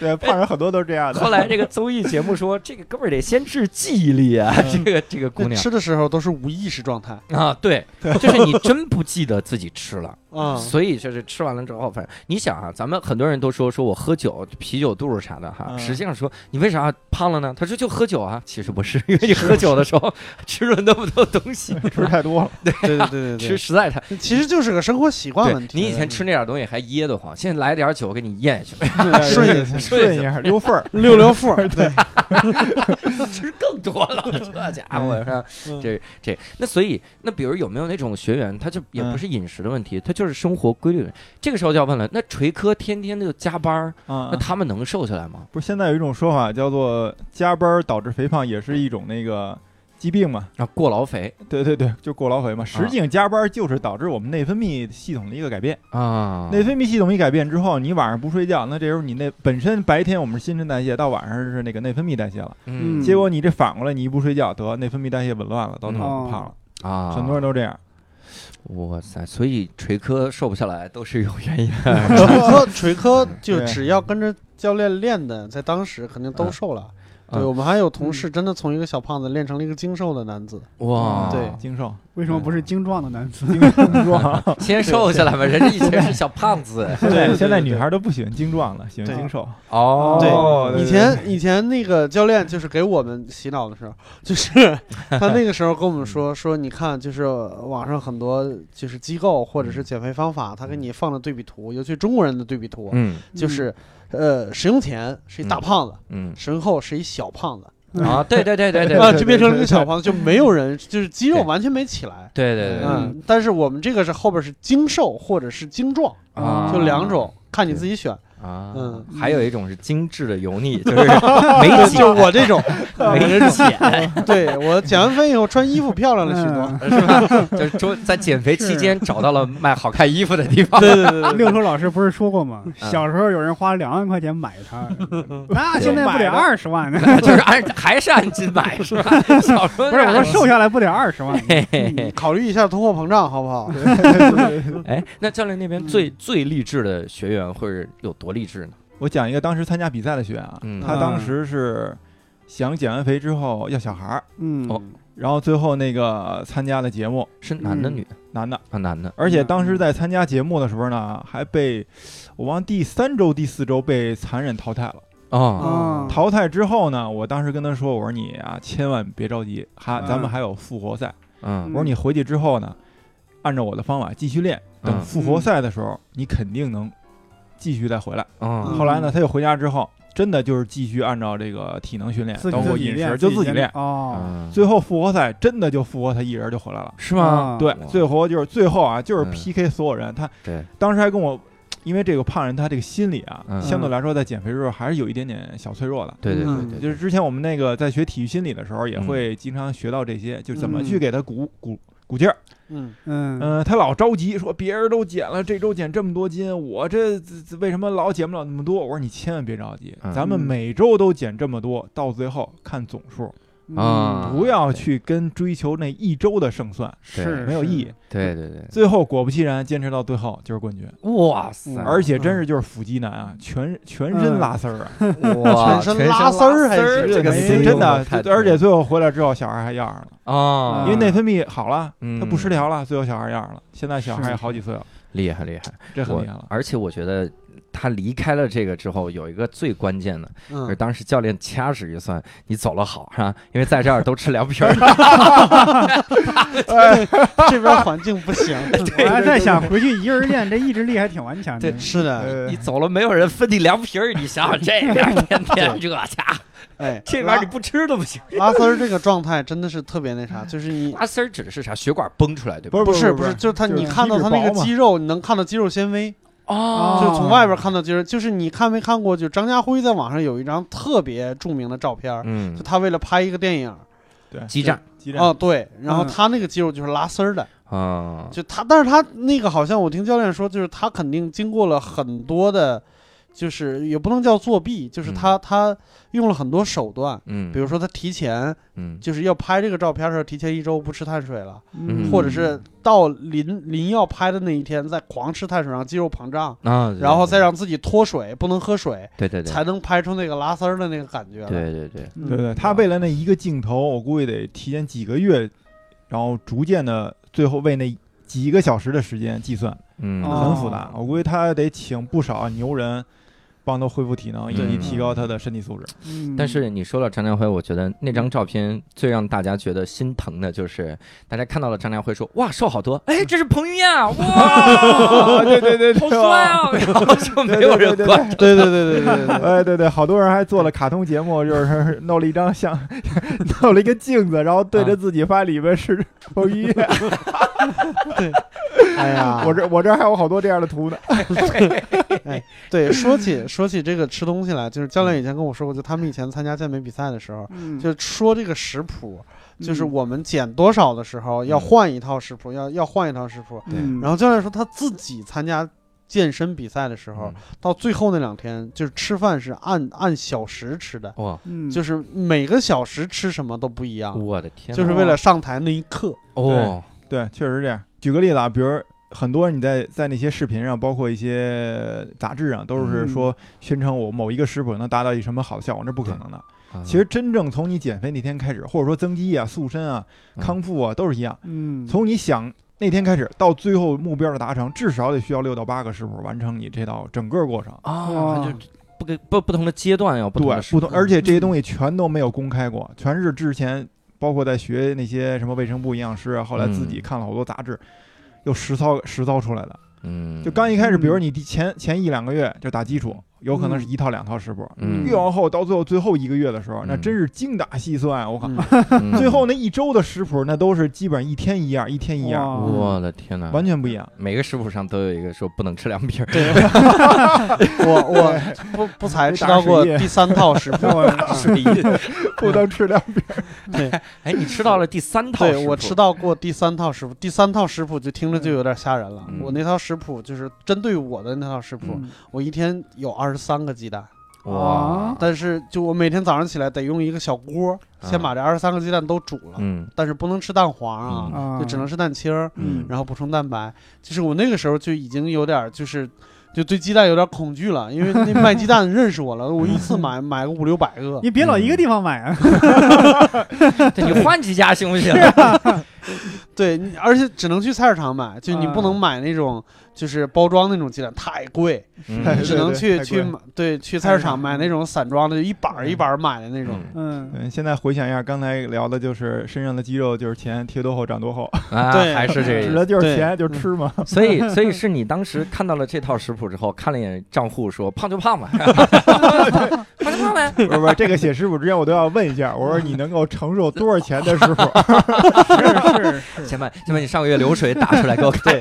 对胖人很多都是这样的。 后来这个综艺节目说，这个哥们儿得先治记忆力啊，这个这个姑那娘吃的时候都是无意识状态。啊，对，就是你真不记得自己吃了。 啊，所以就是吃完了之后，反正你想啊，咱们很多人都说说我喝酒啤酒肚儿啥的哈，嗯实际上说你为啥啊胖了呢？他说就喝酒啊，其实不是，因为你喝酒的时候吃了那么多东西， 吃太多 了，对对对对吃对实在太。其实就是个生活习惯对问题。嗯你以前吃那点东西还噎得慌，现在来点酒给你 咽下去，顺顺一一顺一下溜缝 儿，溜溜缝儿，对，吃更多了，这家伙是吧？嗯这这那所以那比如有没有那种学员，他就也不是饮食的问题，他就是生活规律。这个时候就要问了，那锤科天天就加班儿，啊嗯那，他们能瘦下来吗？不是现在有一种说法叫做加班儿导致肥胖，也是一种那个疾病嘛？啊，过劳肥对对对，就过劳肥嘛。啊实际上加班儿就是导致我们内分泌系统的一个改变。啊，内分泌系统一改变之后，你晚上不睡觉，那这时候你那本身白天我们是新陈代谢，到晚上是那个内分泌代谢了，嗯嗯结果你这反过来你一不睡觉，得内分泌代谢紊乱了，到头嗯就胖了。啊，很多人都这样，哇塞，所以锤科瘦不下来都是有原因。锤科 锤科就对只要跟着教练练的，在当时肯定都瘦了。嗯对我们还有同事真的从一个小胖子练成了一个精瘦的男子，哇，啊对啊精 瘦，为什么不是精壮的男子？精壮。先瘦下来吧，人家以前是小胖子 现对对在现在对女孩都不喜欢精壮了，喜欢对精瘦。哦嗯以前以前那个教练就是给我们洗脑的时候，就是 他那个时候跟我们说说，你看就是网上很多就是机构或者是减肥方法，他给你放的对比图，尤其中国人的对比图，啊嗯就是呃使用前是一大胖子，嗯使用后是一小胖子，嗯啊，对对对对对啊对就变成了一个对小对胖子，就没有人就是肌肉对完全没起来。对对对嗯，但是我们这个是后边是精瘦或者是精壮，啊，就两种，看你自己选。啊，嗯还有一种是精致的油腻，就是没就减就我这种，我没这种，减，对我减完肥以后穿衣服漂亮了许多。是吧？就是说在减肥期间找到了卖好看衣服的地方。对对对对对， 六叔老师不是说过吗？嗯小时候有人花两万块钱买它，那现在不得二十万呢？ 就是按还是按斤买是吧？小时候不是，我说瘦。瘦下来不得二十万呢？嗯考虑一下通货膨胀好不好？ 哎，那教练那边嗯最最励志的学员会是有多励志呢？ 我讲一个当时参加比赛的学员啊，嗯他当时是想减完肥之后要小孩儿，哦嗯，然后最后那个参加了节目，是男的嗯女的？男的，啊，男的。而且当时在参加节目的时候呢，还被我忘第三周、第四周被残忍淘汰了。哦，啊，嗯淘汰之后呢，我当时跟他说：“我说你啊，千万别着急，还嗯咱们还有复活赛。我嗯说你回去之后呢，按照我的方法继续练，等嗯复活赛的时候，你肯定能继续再回来。”嗯后来呢，他又回家之后，真的就是继续按照这个体能训练，自包括自己饮练食，就自己练。哦，啊最后复活赛真的就复活他一人就回来了。嗯是吗？对啊哇，最后就是最后啊，就是嗯 PK 所有人。他对，当时还跟我，因为这个胖人他这个心理啊，嗯相对来说在减肥时候还是有一点点小脆弱的。对对对嗯对，就是之前我们那个在学体育心理的时候，也嗯会经常学到这些，就怎么嗯去给他鼓鼓鼓劲儿。嗯，嗯，嗯，他老着急说别人都减了，这周减这么多斤，我这这这为什么老减不了那么多？我说你千万别着急嗯，咱们每周都减这么多，到最后看总数，嗯啊不要对去跟追求那一周的胜算，是没有意义。。对对对，最后果不其然，坚持到最后就是冠军。哇塞，嗯而且真是就是腹肌男啊，嗯全全身拉丝儿啊，哇，全身身拉丝儿还儿行这个没词真用得的太，就而对且最后回来之后，小孩还要上了，啊，因为内分泌好了，嗯他不失调了，最后小孩要上了，现在小孩是也好几岁了，厉害厉害，这很我厉害了。而且我觉得他离开了这个之后，有一个最关键的，就是嗯，当时教练掐指一算，你走了好是吧？因为在这儿都吃凉皮儿了， 这边环境不行。我还在想回去一个人练，这意志力还挺顽强的。对是的，呃你走了没有人分你凉皮儿，你想想这边天天这家伙，哎，这边你不吃都不行。拉拉丝儿这个状态真的是特别那啥，就是你 拉丝儿指的是啥？血管崩出来对吧？不是不是不不是，就是他就是你看到体他脂那个薄嘛肌肉，你能看到肌肉纤维。哦就从外边看到就是就是你看没看过？就张家辉在网上有一张特别著名的照片儿，嗯就，他为了拍一个电影儿，对，激战激哦战，对，然后嗯他那个肌肉就是拉丝儿的，啊，就他，但是他那个好像我听教练说，就是他肯定经过了很多的，就是也不能叫作弊，就是他、他用了很多手段。嗯，比如说，他提前嗯，就是要拍这个照片的时候，提前一周不吃碳水了，嗯或者是到临临要拍的那一天再狂吃碳水，让肌肉膨胀，啊，对然后再对让自己脱水，不能喝水，对对对才能拍出那个拉丝儿的那个感觉来。对对对，嗯对对，他为了那一个镜头，我估计得提前几个月，然后逐渐的，最后为那几个小时的时间计算，嗯哦很复杂。我估计他得请不少牛人帮他恢复体能，以及对提高他的身体素质。嗯但是你说到张家辉，我觉得那张照片最让大家觉得心疼的就是，大家看到了张家辉说：“哇，瘦好多！”哎，这是彭于晏啊，哇，对对对， 好帅啊！然后就没有人管。 对对对对对对，哎对对，好多人还做了卡通节目，就是弄了一张像，弄了一个镜子，然后对着自己发里边是彭于晏。 哎呀，我这我这还有好多这样的图呢。对，说起说起这个吃东西来，就是教练以前跟我说过，就他们以前参加健美比赛的时候，嗯就说这个食谱，就是嗯我们减多少的时候要换一套食谱，要要换一套食谱。嗯然后教练说他自己参加健身比赛的时嗯候，到最后那两天，就是吃饭是按按小时吃的，哇，嗯就是每个小时吃什么都不一样，我的天哪！啊就是为了上台那一刻。哦，对，确实是这样。举个例子啊，比如很多你在在那些视频上，包括一些杂志上，都是嗯说宣称我某一个食谱能达到一什么好的效果，那不可能的。啊其实真正从你减肥那天开始，或者说增肌啊、塑身啊、嗯康复啊，都是一样。嗯从你想那天开始到最后目标的达成，至少得需要六到八个食谱完成你这道整个过程。啊，哇就不跟不不同的阶段要不对同的，嗯时不同，刻而且这些东西全都没有公开过，全是之前包括在学那些什么卫生部营养师啊，后来自己嗯看了好多杂志，又实操实操出来的。嗯，就刚一开始，比如嗯你第前前一两个月就打基础，有可能是一套两套食谱，嗯越往后到最后最后一个月的时候，那嗯真是精打细算，我靠！嗯嗯最后那一周的食谱，那都是基本上一天一样，一天一样，嗯哇我的天哪，完全不一样。每个食谱上都有一个说不能吃凉皮儿。对，我我 不不才没吃打到水过印。第三套食谱 我 水印，不能吃凉皮， 哎，你吃到了第三套食谱，对我吃到过第三套食谱，第三套食谱就听着就有点吓人了。嗯我那套食谱就是针对我的那套食谱，嗯我一天有二十三个鸡蛋，哇啊，但是就我每天早上起来得用一个小锅，先啊把这二十三个鸡蛋都煮了，嗯但是不能吃蛋黄啊，啊就只能是蛋清儿，嗯然后补充蛋白。就是我那个时候就已经有点就是。就对鸡蛋有点恐惧了，因为那卖鸡蛋认识我了，我一次 买买个五六百个，啊你别老一个地方买啊，嗯 对你换几家行不行？对，你而且只能去菜市场买，就你不能嗯啊买那种就是包装那种鸡蛋，太贵，哎嗯你只能对去对去太贵买对去菜市场买那种散装的，就一板儿一板儿买的那种。嗯，嗯，现在回想一下，刚才聊的就是身上的肌肉就是钱，贴多厚长多厚，啊，对嗯还是这个意指思。的就是对钱，就是吃嘛。所以，所以是你当时看到了这套食谱之后，看了一眼账户，说胖就胖吧， 胖就胖呗。不是不是，这个写食谱之前我都要问一下，我说你能够承受多少钱的食谱，是是是，前面，前面你上个月流水打出来给我看。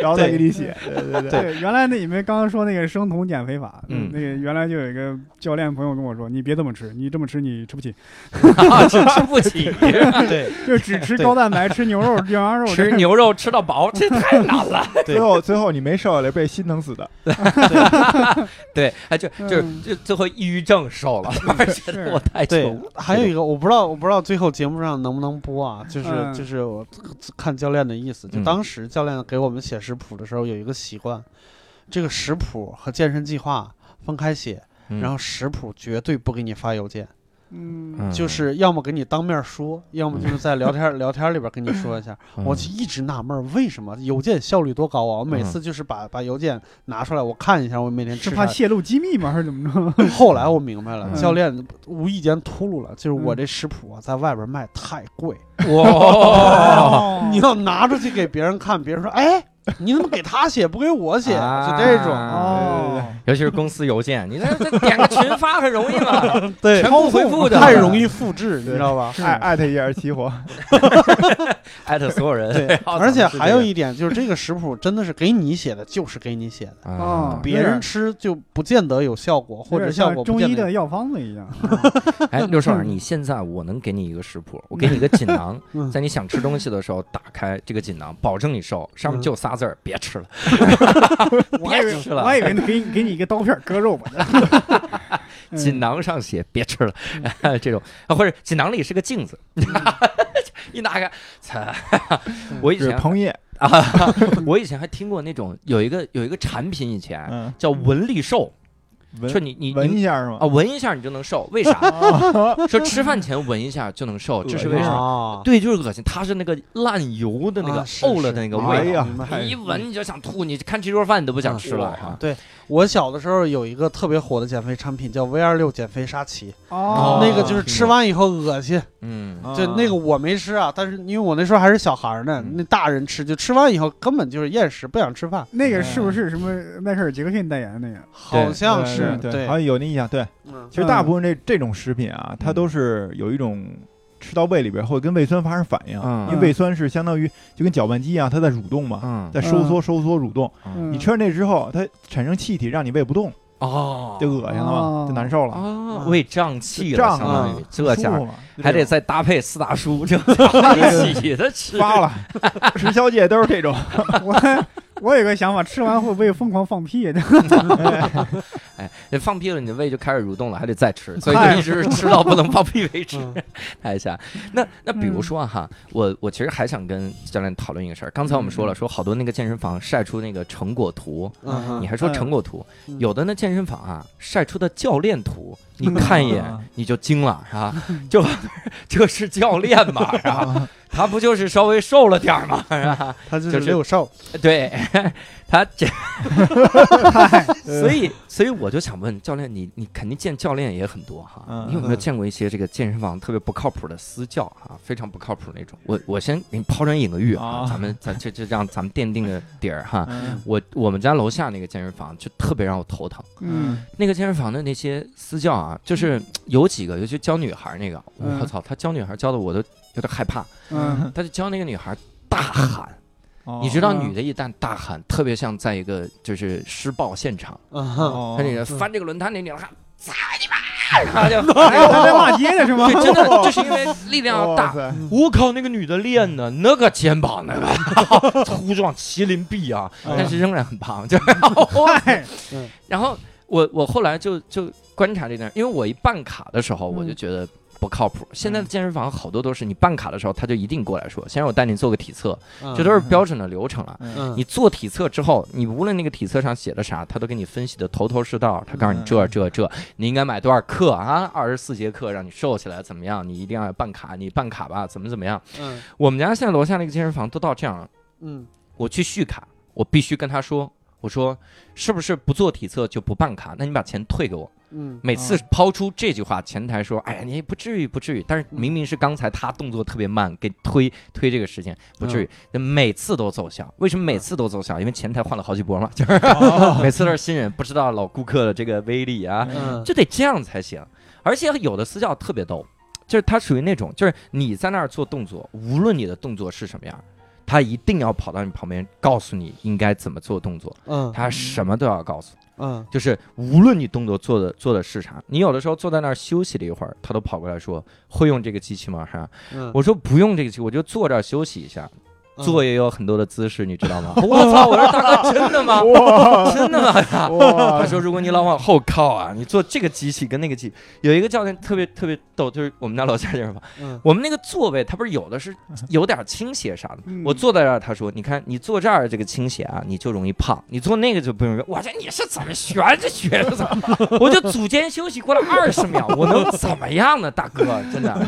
然后再给你写。对对对，对，哎原来那你们刚刚说那个生酮减肥法，嗯那个原来就有一个教练朋友跟我说，你别这么吃，你这么吃你吃不起， 啊，吃吃不起，对就只吃高蛋白，吃牛肉、牛羊肉，吃牛肉吃到饱，这太难了。最后最后你没瘦下来，被心疼死的。 对，哎，就就嗯就最后抑郁症瘦 了，我 觉得我太对穷。，还有一个我不知道，我不知道最后节目上能不能播啊？就是、嗯就是我看教练的意思，就嗯当时教练给我们写食谱的时候有一个习惯，这个食谱和健身计划分开写，嗯然后食谱绝对不给你发邮件。嗯就是要么给你当面说，要么就是在聊天、聊天里边跟你说一下。嗯我就一直纳闷儿，为什么邮件效率多高啊？我每次就是把、把邮件拿出来，我看一下，我每天是吃怕啥。泄露机密吗？还是怎么 着？后来我明白了，嗯教练无意间秃噜了，就是我嗯这食谱啊，在外边卖太贵， 哇，哦哦你要拿出去给别人看，别人说，哎，你怎么给他写不给我写？啊就这种，哦，尤其是公司邮件，你这 这点个群发很容易 嘛，对全部回复的， 太容易 复制，你知道吧？艾艾特一下 齐活，艾特所有人。对然，后而且咱们是还有这一点就是这个食谱真的是给你写的，就是给你写的。个哦啊，别人吃就不见得有效果，或有者点效像果不中见医得的药方子一 样，哎，六少，你现在我能给你一个食谱，我给你一个锦囊， 嗯在你想吃东西的时候打开这个锦囊，保证你瘦，上嗯面就仨字儿，别吃了，我还以为别吃我了还以为给你给你一个刀片割 肉吧，嗯锦囊上写别吃了， 这种，啊或者锦囊里是个镜子， 一拿开， 擦，我以是前彭于晏。啊，哎我以前还听过那种有一个有一个产品以前嗯，叫纹理瘦。闻说你你闻你一下是啊吗？闻一下你就能瘦，为 啥？哦说吃饭前闻一下就能瘦，这是为啥？啊，对，就是恶心，它是那个烂油的那个啊是呕了是的那个哎味道，呀明，白太你一闻你就想吐，你看这桌饭你都不想吃了嗯哈。我小的时候有一个特别火的减肥产品叫 V 二六减肥沙琪，哦那个就是吃完以后恶心，嗯，啊 就那个我没吃啊，但是因为我那时候还是小孩儿呢，嗯那大人吃就吃完以后根本就是厌食，不想吃饭，那个是不是什么迈克尔·杰克逊代言的那个？好像对是对，好像有那印象。对，嗯 其实大部分这这种食品啊，它都是有一种吃到胃里边会跟胃酸发生反应，嗯因为胃酸是相当于就跟搅拌机一样，它在蠕动嘛，嗯在收缩、收缩、蠕动。嗯你吃完这之后，它产生气体，让你胃不动，哦，就恶心了哦嘛，就难受了，啊，胃胀气了，胀相当于了这不家舒伙服嘛就还得这种再搭配四大 叔，这一起的吃。发 了，直销界都是这种。我我有个想法，吃完会不会疯狂放屁？啊哎，那放屁了，你的胃就开始蠕动了，还得再吃，所以就一直吃到不能放屁为 嗯止。看一下，那那比如说哈，我我其实还想跟教练讨论一个事儿。刚才我们说了，说好多那个健身房晒出那个成果图，嗯你嗯，还说成果图，嗯有的那健身房啊晒出的教练 图，你看一眼你就惊了，是 吧？就这是教练嘛，是 吧？他不就是稍微瘦了点儿嘛，是吧？他就就是是六瘦，对 他这， 所以所以我就想问教练，你你肯定见教练也很多哈，嗯你有没有见过一些这个健身房特别不靠谱的私教啊，非常不靠谱那种？我我先给你抛砖引个玉啊啊，咱们咱这这让咱们奠定个底儿哈。嗯我我们家楼下那个健身房就特别让我头疼， 嗯，那个健身房的那些私教啊，就是有几个，尤其教女孩那个，嗯我操，他教女孩教的我都有点害怕，嗯他就教那个女孩大喊。哦你知道，嗯女的一旦大喊，特别像在一个就是施暴现场，嗯哦她那个翻这个轮胎，那女的喊“操 你妈”，然后就哎，他在骂街呢是吗？对，真的就是因为力量要哇大。嗯塞我靠，那个女的练的那个肩膀， 那个粗壮麒麟臂啊，嗯嗯 但是仍然很胖，就是。 嗨，然后我我后来就就观察这件事，因为我一办卡的时嗯候，我就觉得不靠谱。现在的健身房好多都是你办卡的时候，他就一定过来说：“先让我带你做个体测。”嗯这都是标准的流程了。嗯你做体测之后，你无论那个体测上写的啥，他都给你分析的头头是道。他告诉你嗯这这这，你应该买多少克啊？二十四节课让你瘦起来怎么样？你一定要办卡，你办卡吧，怎么怎么样？嗯我们家现在楼下那个健身房都到这样了，嗯我去续卡，我必须跟他说，我说是不是不做体测就不办卡？那你把钱退给我。嗯每次抛出这句话，前台说：“哎呀，你不至于，不至于。”但是嗯明明是刚才他动作特别慢，给推推这个时间，不至嗯于。那每次都奏效，为什么每次都奏效？因为前台换了好几 波嘛，就是 每次都是新人，不知道老顾客的这个威力啊，哦嗯，就得这样才行。而且有的私教特别逗，就是他属于那种，就是你在那儿做动作，无论你的动作是什么样，他一定要跑到你旁边，告诉你应该怎么做动作，嗯他什么都要告诉。嗯就是无论你动作做的做的是啥，你有的时候坐在那儿休息了一会儿，他都跑过来说会用这个机器吗？哈，嗯，我说不用这个机器，我就坐这儿休息一下。嗯坐也有很多的姿势，你知道吗？我操！我说大哥，真的吗？真的吗？呀哇他说如果你老往后靠啊，你坐这个机器跟那个机，有一个教练特别特别逗，就是我们家楼下健身房，嗯我们那个座位它不是有的是嗯有点倾斜啥的嗯，我坐在这儿，他说你看你坐这儿这个倾斜啊，你就容易胖，你坐那个就不容易。我说你是怎么学这学的？怎么？ 我就组间休息过了二十秒，我能怎么样呢？大哥，真的。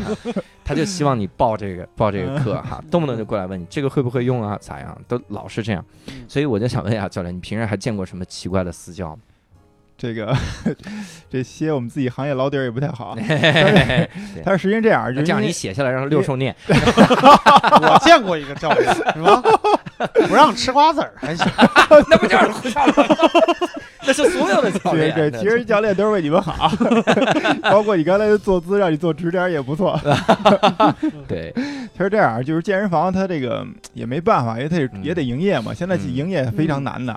他就希望你报这个报这个课哈，嗯动不动就过来问你这个会不会用啊，咋样，都老是这样。嗯所以我就想问一下教练，你平时还见过什么奇怪的私 教吗？，这个 这些我们自己行业老底儿也不太好那但是实际上这样，就是哎这样因你为写下来让六兽念，我见过一个教练，是 吧？不让吃瓜子儿，还行。那不就是胡说八道？ 那是所有的教对练。对，其实教练都是为你 们好，包括你刚才的坐姿，让你坐直点儿也不错。嗯 对，其实这样，就是健身房它这个嗯也没办法，因为它也嗯也得营业嘛。现在营业非常难的。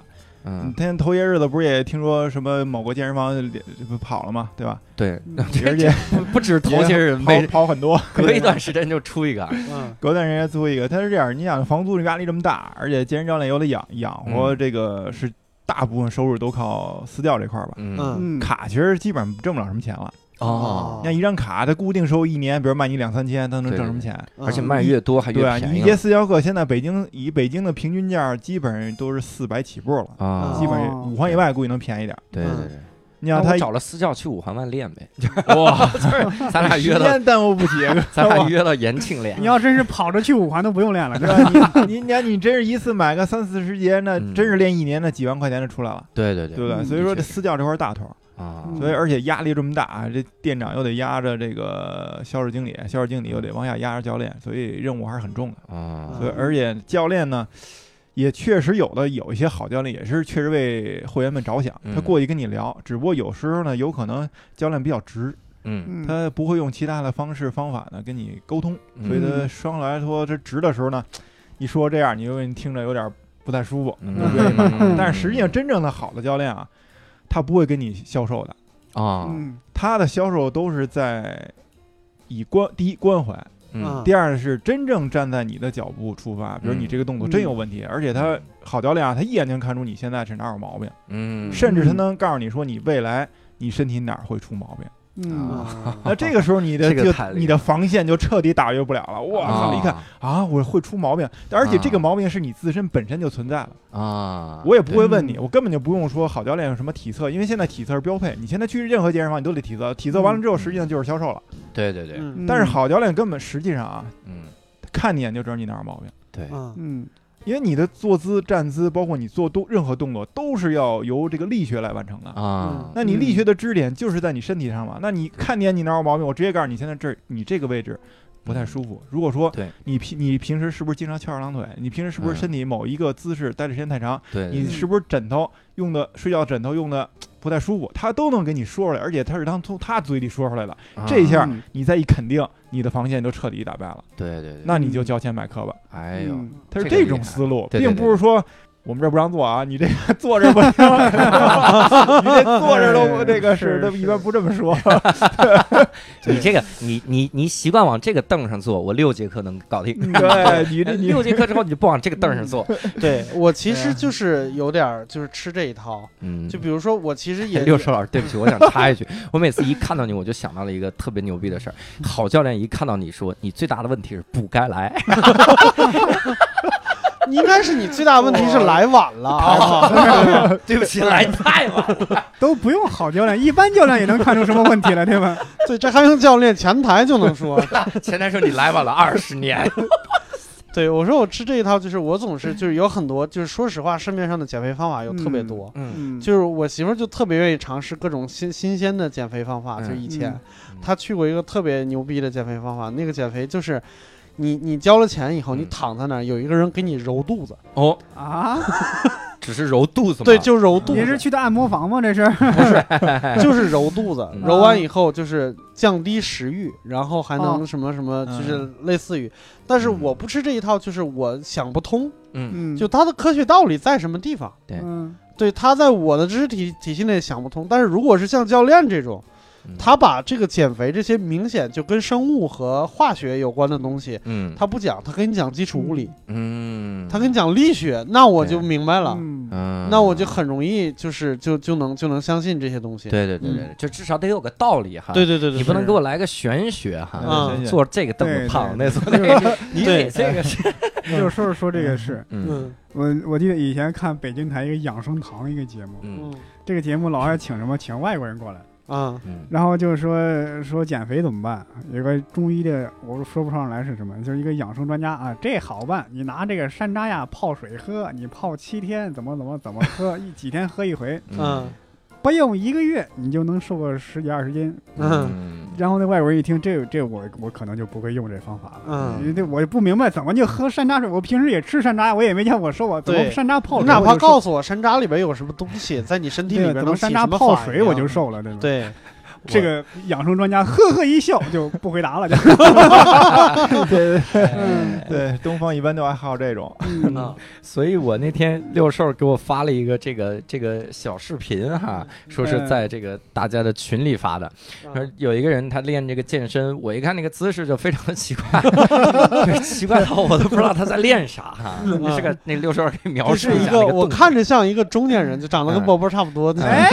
你嗯，天头些日子不是也听说什么某个健身房这不跑了吗？ 对吧？对，而且不不止头些人，跑每跑很多，隔一段时间就出一个。嗯隔段时间租一个。它是这样，你想房租压力这么大，而且健身教练有得养养嗯活，这个是大部分收入都靠私教这块儿吧。嗯，嗯嗯，卡其实基本上挣不了什么钱了。哦，那一张卡，它固定收一年，比如卖你两三千，它能对挣什么钱？嗯而且卖越多还越对啊，便你宜一节私教课，现在北京以北京的平均价，基本上都是四百起步了，啊基哦本上五环以外估计能便宜点儿。对对对，你想那他我找了私教去五环外练呗。 哇，就是咱俩约时到，间耽误不起。 咱俩约到延庆练你。要真是跑着去五环都不用练了，是这吧？你你看你真是一次买个三四十节，那嗯真是练一年，那几万块钱就出来了，对对对对不对？嗯所以说的确这是私教这块大头，啊，嗯所以而且压力这么大，这店长又得压着这个销售经理，销售经理又得往下压着教练，所以任务还是很重的。啊所以而且教练呢，也确实有的有一些好教练也是确实为会员们着想，嗯他过去跟你聊，只不过有时候呢，有可能教练比较直，嗯，嗯他不会用其他的方式方法呢跟你沟通，嗯所以他双来说这直的时候呢，一说这样，你就你听着有点不太舒服。嗯对吧嗯但是实际上真正的好的教练啊，他不会跟你销售的，啊，嗯他的销售都是在以关第一关怀，嗯第二是真正站在你的脚步出发，比如嗯你这个动作真有问题，而且他好教练啊，他一眼就能看出你现在是哪有毛病，嗯，甚至他能告诉你说你未来你身体哪儿会出 毛病。啊嗯，那啊这个时候你的这个就太厉害了你的防线就彻底打越不了了。我啊操！一看啊，我会出毛病，而且这个啊毛病是你自身本身就存在了，啊，我也不会问对嗯你，我根本就不用说好教练有什么体测，因为现在体测是标配，你现在去任何健身房你都得体测，体测完了嗯之后实际上就是销售了。对对对，嗯但是，好教练根本实际上啊，嗯看你一眼就知道你哪有毛病。对，嗯嗯因为你的坐姿、站姿，包括你做动任何动作，都是要由这个力学来完成的。啊，那你嗯力学的支点就是在你身体上嘛？那你看见你哪有毛病，我直接告诉你，现在这儿你这个位置不太舒服。如果说嗯对你平你平时是不是经常翘二郎腿？你平时是不嗯是呃身体某一个姿势待的时间太长？对，你是不是枕头用的睡觉枕头用的不太舒服？他都能给你说出来，而且他是他从他嘴里说出来的。这啊一下嗯你再一肯定，你的防线就彻底打败了。对对对，嗯那你就交钱买课吧。哎呦，嗯他是这个这厉种害思路，对对并对不是说我们这儿不让坐啊，你这个坐这儿不行，你这坐这儿 都这个是，是都是一般不这么说。你这个你你你习惯往这个凳上坐，我六节课能搞嗯定。 呃对你这你六节课之后你就不往这个凳上坐，对我其对实啊就是有点儿就是吃这一套，嗯，哎就比如说我其实也 六叔老师，对不起，我想插一句，我每次一看到你，我就想到了一个特别牛逼的事儿。嗯好教练一看到你说你最大的问题是不该来，你应该是你最大问题是来晚了，啊呃对不起， 来太晚 了。 都不用好教练，一般教练也能看出什么问题来，对吧？对，这还用教练前台就能说。前台说你来晚了二十年，对我说我吃这一套，就是我总是就是有很多，就是说实话，市面上的减肥方法有特别多。嗯嗯，就是我媳妇儿就特别愿意尝试各种新新鲜的减肥方法，嗯就以前、嗯她去过一个特别牛逼的减肥方法，那个减肥就是你你交了钱以后，嗯你躺在那儿，有一个人给你揉肚子，哦，啊，只是揉肚子吗？对，就揉肚你是子，去的按摩房吗？这是？ 就是揉肚子嗯，揉完以后就是降低食欲，然后还能哦什么什么，嗯就是类似于，但是嗯我不吃这一套，就是我想不通，嗯，嗯，就它的科学道理在什么地方。嗯对，他在我的知识体体系内想不通。但是如果是像教练这种，嗯他把这个减肥这些明显就跟生物和化学有关的东西，嗯他不讲，他跟你讲基础物理，嗯，他跟你讲力学，那我就对明白哎了，嗯嗯，那我就很容易就是就就能就能相信这些东西。对对对对，对就至少得有个道理哈。嗯对对对对，你不能是给我来个玄学哈，嗯坐这个凳子对胖，那对坐那个，你对得这个是，有时候说这个是嗯嗯我我记得以前看北京台一个养生堂一个节目，嗯嗯这个节目老爱请什么请外国人过来，啊嗯然后就是说说减肥怎么办？有个中医的，我说不上来是什么，就是一个养生专家啊，这好办，你拿这个山楂呀泡水喝，你泡七天，怎么怎么怎么喝，一几天喝一回，嗯不用一个月你就能瘦个十几二十斤。嗯嗯然后那外国人一听，这这我我可能就不会用这方法了。嗯，因为这我也不明白怎么就喝山楂水，我平时也吃山楂，我也没见我瘦啊，怎么对山楂泡水你我就瘦？哪怕告诉我山楂里边有什么东西，在你身体里对，边怎能么起山什楂么泡反水我应就瘦了，对吧？对，这个养生专家呵呵一笑就不回答了， 就对嗯对，东方一般都爱好这种。啊，所以我那天六兽给我发了一个这个这个小视频哈，嗯说是在这个大家的群里发的，说有一个人他练这个健身，我一看那个姿势就非常的奇 怪，就是奇怪到我都不知道他在练啥哈。你是个那六兽给描就述嗯是一下那个个我动作，看着像一个中年人，就长得跟嗯波波差不多的，哎，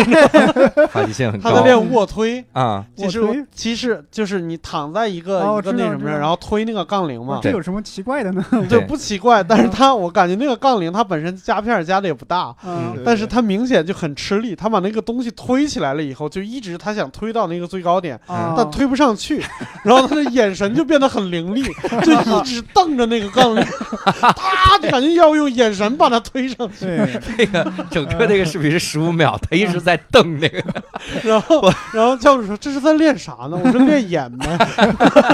好奇心很 他在高。练卧推。推， 啊，其实哦卧我推其实就是你躺在一个、哦一个知道那什么知上，道哦然后推那个杠铃嘛这，有什么奇怪的呢？对不奇怪。嗯但是它我感觉那个杠铃它本身加片儿加的也不大，啊嗯对但是它明显就很吃力，它把那个东西推起来了以后，就一直它想推到那个最高点，嗯啊，但推不上去，然后他的眼神就变得很凌厉，就一直瞪着那个杠铃，他就感觉要用眼神把它推上去，对，这个整嗯个这个视频是十五秒，他一直在瞪那个，然后然后教主说这是在练啥呢？我说练眼 呗，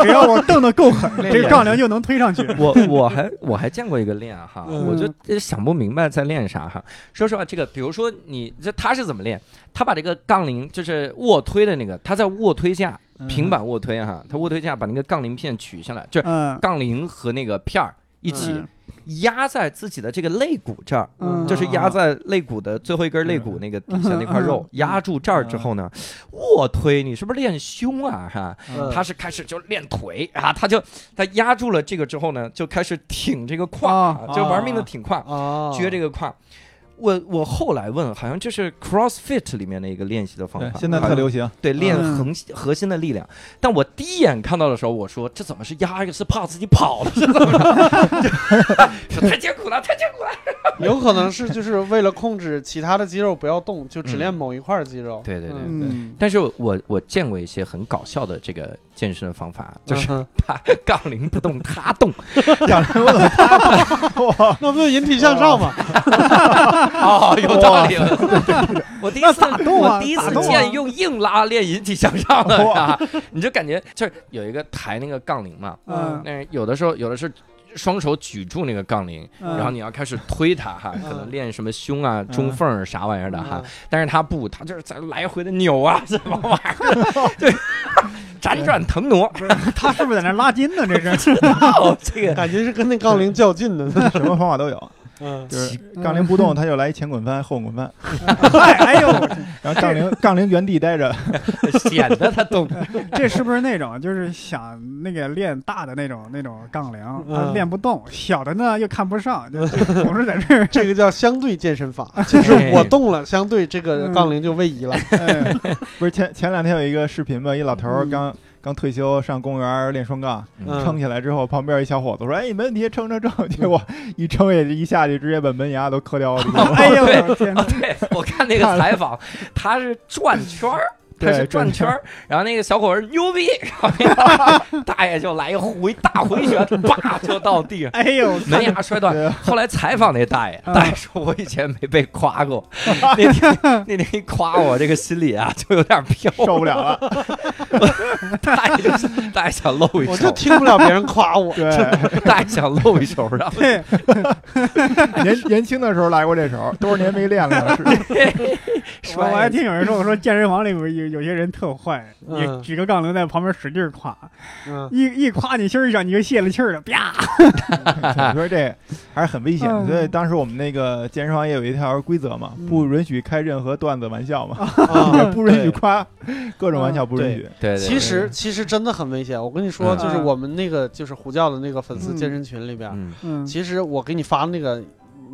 只要我蹬得够狠，练这眼个杠铃就能推上去。我我还我还见过一个练哈，嗯我就呃想不明白在练啥哈。说实话，这个比如说你这他是怎么练？他把这个杠铃就是卧推的那个，他在卧推架 嗯平板卧推哈，他卧推架把那个杠铃片取下来，就是嗯杠铃和那个片儿一起嗯压在自己的这个肋骨这儿。嗯，就是压在肋骨的最后一根肋骨那个底下那块嗯肉，压住这儿之后呢，卧推你是不是练胸啊？哈，嗯他是开始就练腿啊，他就他压住了这个之后呢，就开始挺这个胯，啊啊就玩命的挺胯，啊，撅这个胯。我我后来问，好像这是 CrossFit 里面的一个练习的方对 法，，现在特流行，对练嗯横核心的力量。但我第一眼看到的时候，我说这怎么是压一个是怕自己跑了是怎么 着？说太艰苦了，太艰苦了。有可能是就是为了控制其他的肌肉不要动，就只练某一块肌肉。嗯对对对。嗯，但是我我见过一些很搞笑的这个健身方法，就是嗯 他杠铃不动，他动。那不就引体向上吗？ 哦，有道理。我第一次动啊我第一打次动啊见用硬拉练引体向上的，啊、 你就感觉就是有一个抬那个杠铃嘛，嗯那有的时候有的是双手举住那个杠铃，嗯然后你要开始推它哈，可能练什么胸啊、中缝儿啥玩意儿的嗯哈，但 是他不，他就是在来回的扭啊，什么玩意儿 的，对， 辗转腾挪， 不是他是不是在那拉筋呢？这是 哦，这嗯个感觉是跟那杠铃较 劲的。什么方法都 有。嗯就是杠铃不动，他就来前滚翻、后滚翻，哎哎呦，我然后杠 铃杠铃原地待着，显得他动，这是不是那种就是想那个练大的那种那种杠铃，他嗯。练不动，小的呢又看不 上，就总是在这儿 这个叫相对健身法，就是我动了，相对这个杠铃就位移了。哎不是前前两天有一个视频吧，一老头儿嗯刚刚退休上公园练双杠，嗯撑起来之后，旁边一小伙子说：“哎，没问题，撑撑撑。”结果一撑也一下去，直接把门牙都磕掉了。 哎呦，我 的天哪！啊对我看那个采访，他是转圈儿。他对是转圈儿，然后那个小伙儿牛逼，然后那个大爷就来一回大回旋，叭就到地上，哎呦，门牙摔断。对后来采访那大爷，嗯大爷说：“我以前没被夸过，那天那天一夸我，这个心里啊就有点飘，受不了。 了，大爷就是大爷想露一我就手，听不了别人夸 我。对，大爷想露一手，然后对， 年年轻的时候来过这手，多少年没练了，是 我摔我还听有人说，我说健身房里边有有些人特坏，嗯你举个杠铃在旁边使劲儿挎，嗯，一一挎你心儿上你就泄了气儿了，啪！你说这还是很危险的。嗯所以当时我们那个健身房也有一条规则嘛，不允许开任何段子玩笑嘛， 也啊不允许夸各种玩笑，不允许。对，对其实其实真的很危险。我跟你说，嗯就是我们那个就是胡教的那个粉丝健身群里边，嗯，嗯，其实我给你发那个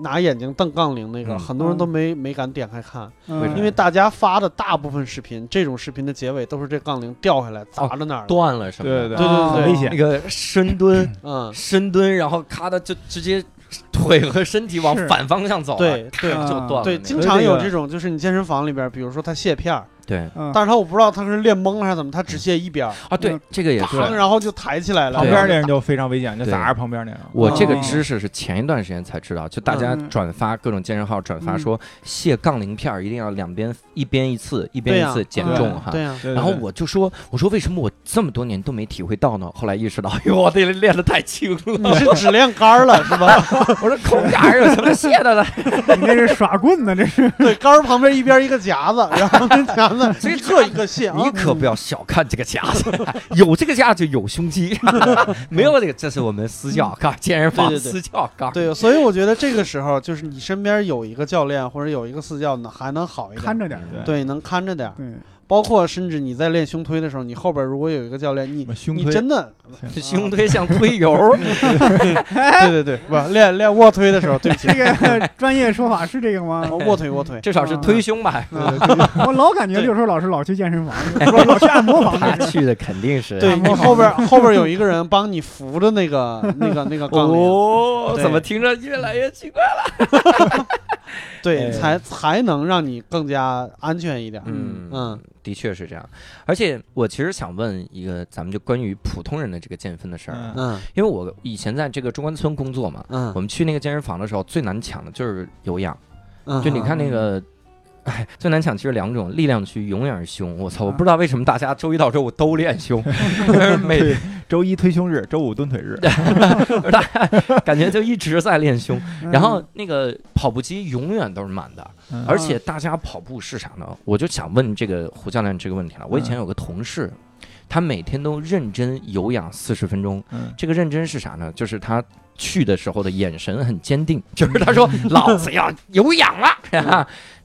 拿眼睛瞪杠铃那个，嗯很多人都没没敢点开看，为啥嗯因为大家发的大部分视频，这种视频的结尾都是这杠铃掉下来砸着哪儿了。断了什么的？嗯对对对对对啊很危险那个深蹲，嗯，深蹲，然后咔的就直接腿和身体往是反方向走了，对咔对就断了那个。对，经以常这有个这种，就是你健身房里边，比如说他卸片儿，对嗯 但是他我不知道他是练懵了还是怎么，他只卸一边儿，啊，对嗯这个也是。啪然后就抬起来了。旁对边那人就非常危险，就对砸着旁边那人。我这个哦知识是前一段时间才知道，就大家嗯转发各种健身号转发嗯说卸杠铃片儿一定要两边一边一次，一边对一呀次减嗯重哈。对啊呀，对然后对我就说，我说为什么我这么多年都没体会到呢？后来意识到，哎 呦，我得练得太轻了。 你是只练杆儿了是吧？我说空杆儿有什么卸的呢？ 你那是耍棍呢，这是。对，杆儿旁边一边一个夹子，然后那 夹子一个一个卸啊你。可不要小看这个架子，啊有这个架就有胸肌， 没有这个，这是我们私教杠，健身房嗯对对对私教杠。对，所以我觉得这个时候就是你身边有一个教练或者有一个私教呢，还能好一点，看着点儿。对 对，能看着点儿。对，包括甚至你在练胸推的时候，你后边如果有一个教练，你什么胸你推，真的胸推像推油 儿，对对对，不练练卧推的时候，对不起这，个专业说法是这个吗？嗯卧推卧推，至少是推胸 吧。嗯我老感觉六叔老师老去健身房，老老去按摩 房他那是。去的肯定是嗯对按你摩后边后边有一个人帮你扶着那个那个那个杠铃，哦，对怎么听着越来越奇怪？对，哎才才能让你更加安全一点。嗯嗯，的确是这样。而且我其实想问一个，咱们就关于普通人的这个健身的事儿，嗯嗯因为我以前在这个中关村工作嘛，嗯我们去那个健身房的时候，最难抢的就是有氧。嗯，就你看那嗯个，哎，最难抢其实两种，力量区永远是胸。我操，我不知道为什么大家周一到周五都练胸，每 对，周一推胸日，周五蹲腿日，大家感觉就一直在练胸。嗯然后那个跑步机永远都是满的，嗯而且大家跑步是啥呢？我就想问这个胡教练这个问题了。我以前有个同事，他每天都认真有氧四十分钟，嗯，这个认真是啥呢？就是他去的时候的眼神很坚定， 就是他 说老子要有氧了。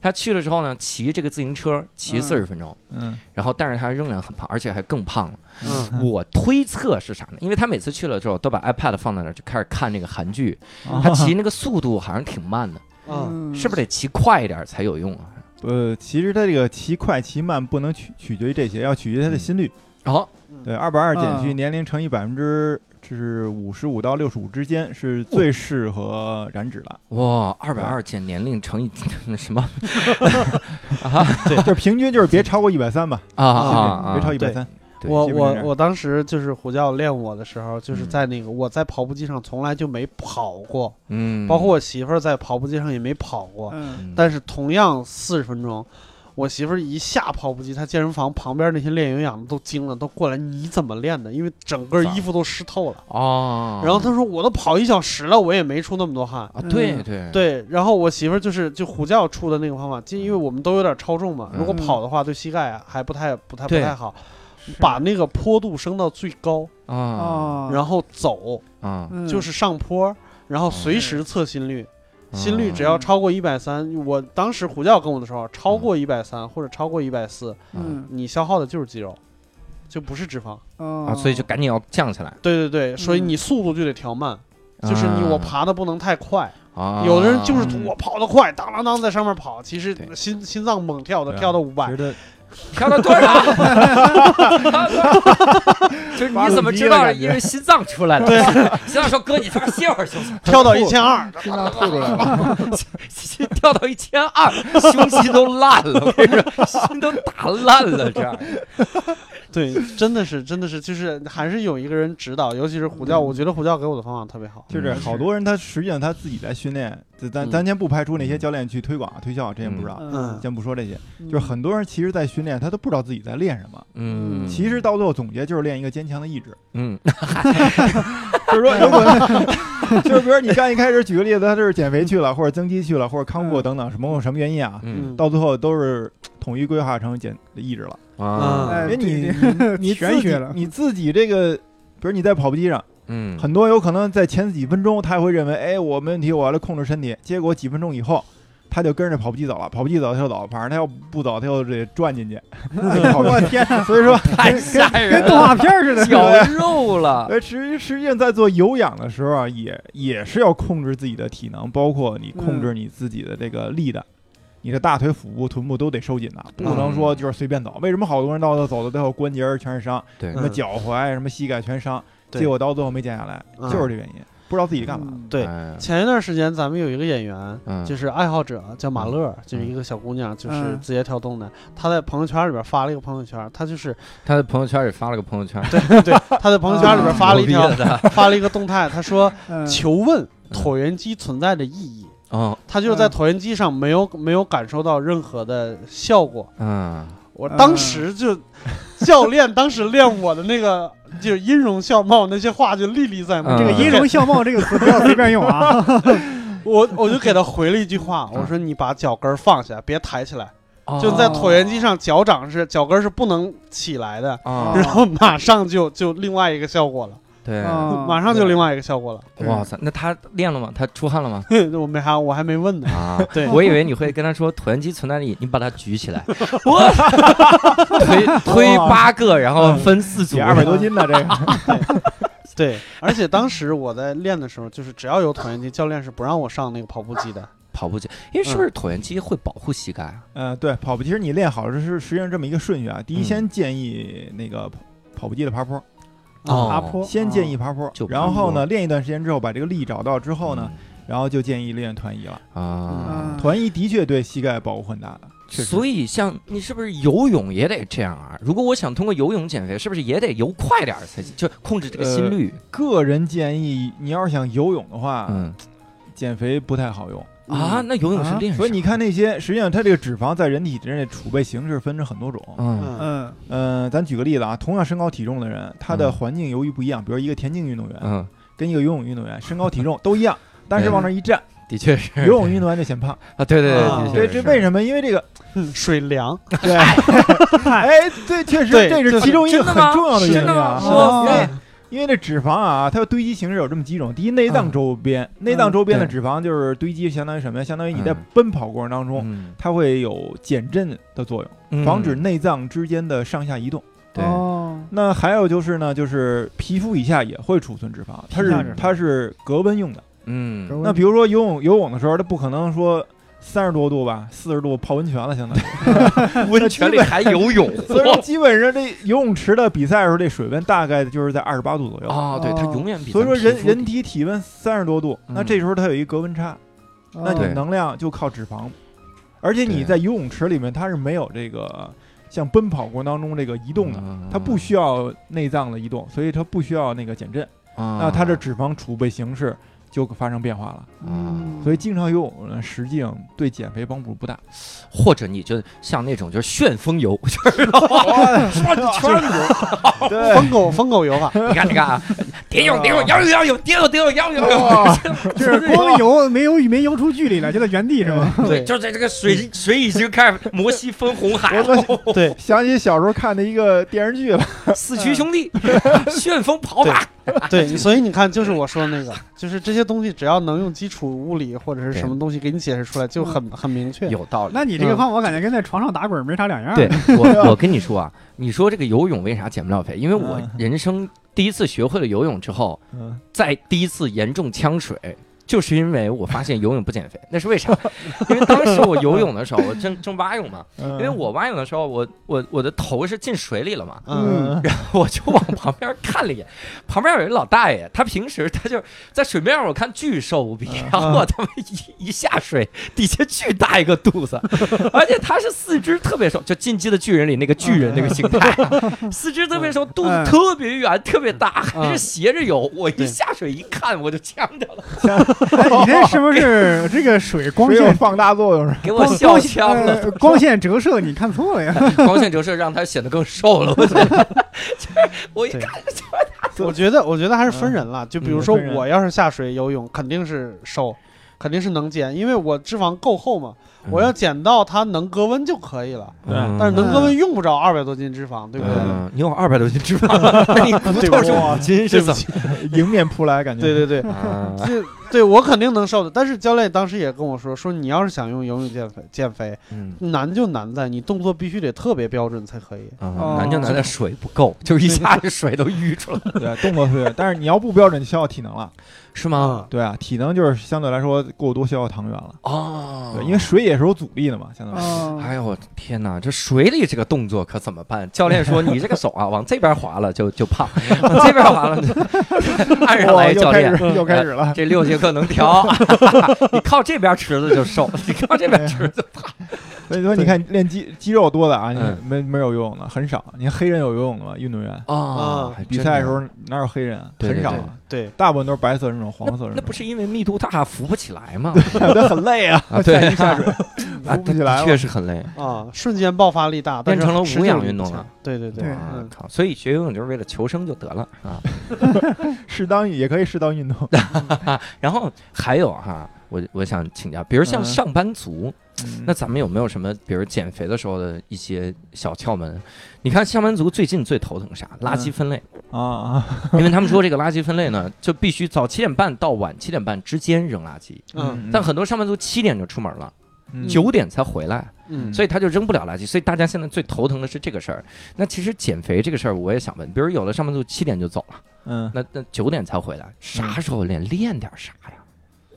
他去的时候呢，骑这个自行车骑嗯四十分钟，嗯然后但是他仍然很胖，而且还更胖了。嗯我推测是啥呢？因为他每次去了之后都把 iPad 放在那儿就开始看那个韩剧，他骑那个速度好像挺慢的，哦 嗯嗯是不是得骑快一点才有用啊？呃，其实他这个骑快骑慢不能取取决于这些，要取决于他的心率。哦，嗯对，二百二减啊去年龄乘以百分之就是五十五到六十五之间是最适合燃脂了。哇，二百二减年龄乘以那什么对， 就是平均就是别超过一百三吧，啊啊对啊别超一百三。对我基本上这我样我当时就是胡教练我的时候，就是嗯在那个我在跑步机上从来就没跑过，嗯，包括我媳妇儿在跑步机上也没跑过，嗯嗯但是同样四十分钟。我媳妇儿一下跑步机，她健身房旁边那些练有氧的都惊了，都过来，你怎么练的？因为整个衣服都湿透了。哦，然后她说，我都跑一小时了，我也没出那么多汗。啊，对嗯对，对，然后我媳妇儿就是就胡教出的那个方法，就因为我们都有点超重嘛，如果嗯跑的话对膝盖啊还不太不太不对太好，把那个坡度升到最高，嗯啊哦，然后走，啊，嗯就是上坡，然后随时测心率，心率只要嗯超过一百三，我当时胡教跟我的时候，超过一百三或者超过一百四，嗯你消耗的就是肌肉，就不是脂肪。啊，啊所以就赶紧要降下来。对对对，所以嗯你速度就得调慢。嗯就是你，我啊爬的不能太快。啊有的人就是嗯我跑得快，当当当在上面跑，其实对心心脏猛跳的，对啊跳到五百觉。得跳到多少？啊就是你怎么知道？因为心脏出来了。对，心脏说：“哥，你他妈歇会儿行不跳到一千二，心 脏吐出来了，行？” 跳到一千二，胸肌都烂了，我跟你说，心都打烂了，这样。对，真的是，真的是，就是还是有一个人指导，尤其是胡嗯教，我觉得胡教给我的方法特别好。就是好多人他实际上他自己在训练，咱咱嗯咱先不排除那些教练去推广啊推销啊，这些不知道，嗯先不说这些，就是很多人其实在训练，他都不知道自己在练什么。嗯，其实到最后总结就是练一个坚强的意志，嗯，就是说，如果 就是比如你刚一开始举个例子，他就是减肥去了，或者增肌去了，或者康嗯复等等，什么什么原因啊，嗯到最后都是统一规划成减的意志了。啊，嗯哎嗯因为你你你玄自己学了你自己这个，比如你在跑步机上，嗯，很多有可能在前几分钟他还会认为，哎，我没问题，我要来控制身体，结果几分钟以后。他就跟着跑步机走了，跑步机走他就走，反正他要不走他就得转进 去。我天！ 所以说，太吓人跟动了，画片似的。绞肉了。呃，实实际上在做有氧的时候啊，也也是要控制自己的体能，包括你控制你自己的这个力的，你的大腿、腹部、臀部都得收紧的，不能说就是随便走。为什么好多人到最后走到最后关节儿全是伤，对什么脚踝、什么膝盖全伤，对结果到最后没减下来，嗯就是这原因，不知道自己干嘛。嗯对前一段时间，咱们有一个演员，哎嗯就是爱好者叫马乐，就是一个小姑娘，就是嗯字节跳动的。她在朋友圈里边发了一个朋友圈，她就是他在朋友圈里发了个朋友圈，对她在朋友圈里边发了一 条牛逼啊了发了一个动态，她说嗯：“求问椭圆机存在的意义。”嗯她就是在嗯椭圆机上没有没有感受到任何的效果。嗯，我嗯当时就，教练当时练我的那个就是音容笑貌那些话就历历在目。嗯这个“音容笑貌”这个词不要随便用啊。我我就给他回了一句话，嗯我说你把脚跟儿放下，别抬起来。哦就在椭圆机上，脚掌是脚跟儿是不能起来的，啊然后马上就就另外一个效果了。 哦对，哦啊，马上就另外一个效果了。 对哇塞，那他练了吗？他出汗了吗？我没啥，我还没问呢。 啊，对我以为你会跟他说椭圆机存在力，你把它举起来， 我推推八个，然后分四组也，二百多斤呢，这嗯 个对，而且当时我在练的时候，就是只要有椭圆机，教练是不让我上那个跑步机的。跑步机，因为是不是椭圆机会保护膝盖啊？呃，对，跑步其实你练好这是实际上这么一个顺序啊。第一，嗯先建议那个跑跑步机的爬坡，哦爬坡，先建议爬坡就，然爬坡后呢，练一段时间之后把这个力找到之后呢，然后就建议练团一了。嗯啊嗯，团一的确对膝盖保护很大的，确实所以像你是不是游泳也得这样啊？如果我想通过游泳减肥，是不是也得游快点儿才行？就控制这个心率？个人建议，你要是想游泳的话，嗯减肥不太好用。啊，嗯那游泳是啊练啥？所以你看那些，实际上它这个脂肪在人体之内储备形式分成很多种。嗯嗯嗯嗯，咱举个例子啊，同样身高体重的人，他的嗯环境由于不一样，比如一个田径运动员嗯，跟一个游泳运动员身高体重 都一样，但是往那一站，的确是游泳运动员就显胖。啊，对对对，啊的确对，是这为什么？因 为这个，嗯，水凉，对，哎，对，确实对这是对其中一个很重要的原真因的啊吗？是真的的吗哇因为塞！因为这脂肪啊，它的堆积形式有这么几种：第一，内脏周边，内脏周边的嗯对脂肪就是堆积，相当于什么呀？相当于你在嗯奔跑过程当中，它会有减震的作用，嗯防止啊内脏之间的上下移动。对嗯哦，那还有就是呢，就是皮肤以下也会储存脂肪，它皮下脂是肪它是隔温用的。格 嗯温那比如说游泳游泳的时候，它不可能说三十多度吧，四十度泡温泉了，相当 于。温泉里还游泳 所以说基本上这游泳池的比赛的时候，这水温大概就是在二十八度左右。啊，对，它永远比所以说咱们人皮肤人体体温三十多度，那嗯哦这时候它有一个温差，那对你能量就靠脂肪，而且对你在游泳池里面它是没有这个像奔跑过程当中这个移嗯动的，它不需要内脏的移动，所以它不需要那个减震，那那它的脂肪储备形式就发生变化了。啊嗯所以经常游泳呢，实际上对减肥帮助不大。或者你就像那种就是旋风游， 就是圈子圈子，对，疯狗疯狗游法，你看你看啊，蝶泳蝶泳游泳游泳蝶泳蝶泳游泳游泳，就是光游没游没游出距离来，就在原地是吗？对就在这个嗯水水已经开始摩西分红海，对，想起小时候看的一个电视剧了，四驱兄 弟旋风跑对法，对，所以你看，就是我说的那个，就是这些东西，只要能用基础物理或者是什么东西给你解释出来，就很很明确。有道理。那你这个方法我感觉跟在床上打滚没啥两嗯样。对，我，我跟你说啊，你说这个游泳为啥减不了肥？因为我嗯人生第一次学会了游泳之后，嗯，在第一次严重呛水，就是因为我发现游泳不减肥，那是为啥？因为当时我游泳的时候，我正正蛙泳嘛，因因为我蛙泳的时候，我我我的头是进水里了嘛，嗯，嗯 我就往旁边看了一眼，旁边有一老大爷，他平时他就在水面上，我看巨瘦无比，嗯然后我他妈一一下水，底下巨大一个肚子，而且他是四肢特别瘦，就《进击的巨人》里那个巨人那个形嗯态，四肢特别瘦，肚子特别圆，特别大，还是斜着游。我一对下水一看，我就呛着了，哎你这是不是 这个水光只有线放大作用是吧？给我光笑光呛线了。呃光线折射，你看错了呀。 呃光线折射让他显得更瘦了，我觉得。 就是我一看，我觉得，我觉得还是分人了。就比如说嗯分，人我要是下水游泳，肯定是瘦，肯定是能减，因为我脂肪够厚嘛。嗯我要减到它能隔温就可以了，嗯但是能隔温用不着二百多斤脂肪，对不对？嗯，你有二百多斤脂肪，那你啊骨头是 五斤是怎么？迎面扑来，感觉嗯对对 对，啊这对我肯定能瘦的。但是教练当时也跟我说，说你要是想用游泳减肥减肥，嗯难就难在你动作必须得特别标准才可以。哦啊，难就难在水不 够，就是一下这水都淤出来了，对，动作特别，但是你要不标准，就消耗体能了。是吗？对啊，体能就是相对来说过多消耗糖原了。哦，对，因为水也是有阻力的嘛，相当于。哦哎呦我天哪，这水里这个动作可怎么办？教练说你这个手啊，往这边划了就就 胖，往这边划了就，岸上哇来哦又教开练。呃始又开始了。这六节课能 调， 你靠这边池子就瘦，你靠这边池子，所以说，你看练肌肌肉多的啊，你嗯没没有游泳的很少。你看黑人有游泳的吗？运动员啊啊还真哦比赛的有时候哪有黑人啊？对很对少对啊，对，大部分都是白色人种、黄色人种。那不是因为密度大浮不起来吗？ 那很累啊， 啊对下 一下水啊，浮不起来的了确。实很累。啊，瞬间爆发力大，但是变成了无持久力氧不运动强了。对对对，对啊嗯，靠！所以学游泳就是为了求生就得了嗯啊。适当也可以适当运动。然后还有哈、我我想请教，比如像嗯上班族，嗯那咱们有没有什么，比如减肥的时候的一些小窍门？你看上班族最近最头疼啥？垃圾分类，啊啊，因为他们说这个垃圾分类呢，就必须早七点半到晚七点半之间扔垃圾。嗯但很多上班族七点就出门了，嗯九点才回来，嗯所以他就扔不了垃圾。所以大家现在最头疼的是这个事儿。那其实减肥这个事儿，我也想问，比如有的上班族七点就走了，嗯那那九点才回来，啥时候练练点啥呀？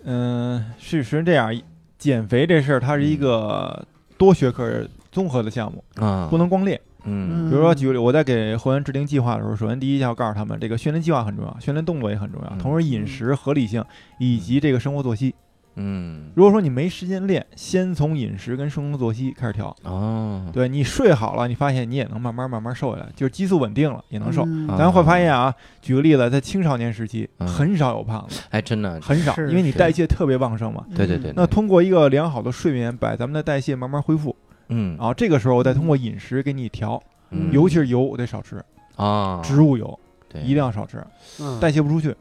嗯，是是这样，减肥这事儿它是嗯一个多学科综合的项目，啊，不能光练。嗯，比如说举个例，我在给会员制定计划的时候，首先第一要告诉他们，这个训练计划很重要，训练动作也很重要，嗯同时饮食合理性以及这个生活作息。嗯，如果说你没时间练，先从饮食跟生活作息开始调。哦，对你睡好了，你发现你也能慢慢慢慢瘦下来，就是激素稳定了也能瘦。嗯啊咱会发现啊，举个例子，在青少年时期嗯很少有胖子，哎，真的，很少，是因为你是代谢特别旺盛嘛。嗯对对对，那通过一个良好的睡眠，把咱们的代谢慢慢恢复，嗯然后这个时候再通过饮食给你调，嗯尤其是油，我得少吃，啊，植物油对一定要少吃，嗯代谢不出去，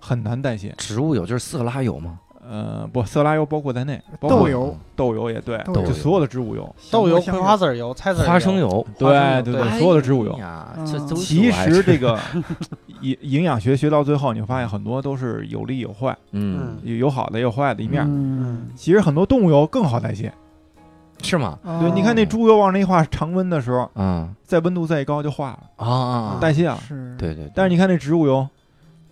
很难代谢。植物油就是色拉油哦嘛，呃，不，色拉油包括在内，包豆括油、豆油也对，豆就油所有的植物油，豆油、香葵花籽儿油、菜籽儿油、花生油，对对对对，所有的植物油哎。呀，嗯这都啊是其我爱吃实这个营 营养学学到最后，你会发现很多都是有利有坏， 嗯有有好的也有坏的一面儿。嗯，其实很多动物油更好代谢，是吗？对，你哦看那猪油往那一化，常温的时候，嗯再温度再一高就化了，啊啊，代谢哦了。是，对对，但是你看那植物油，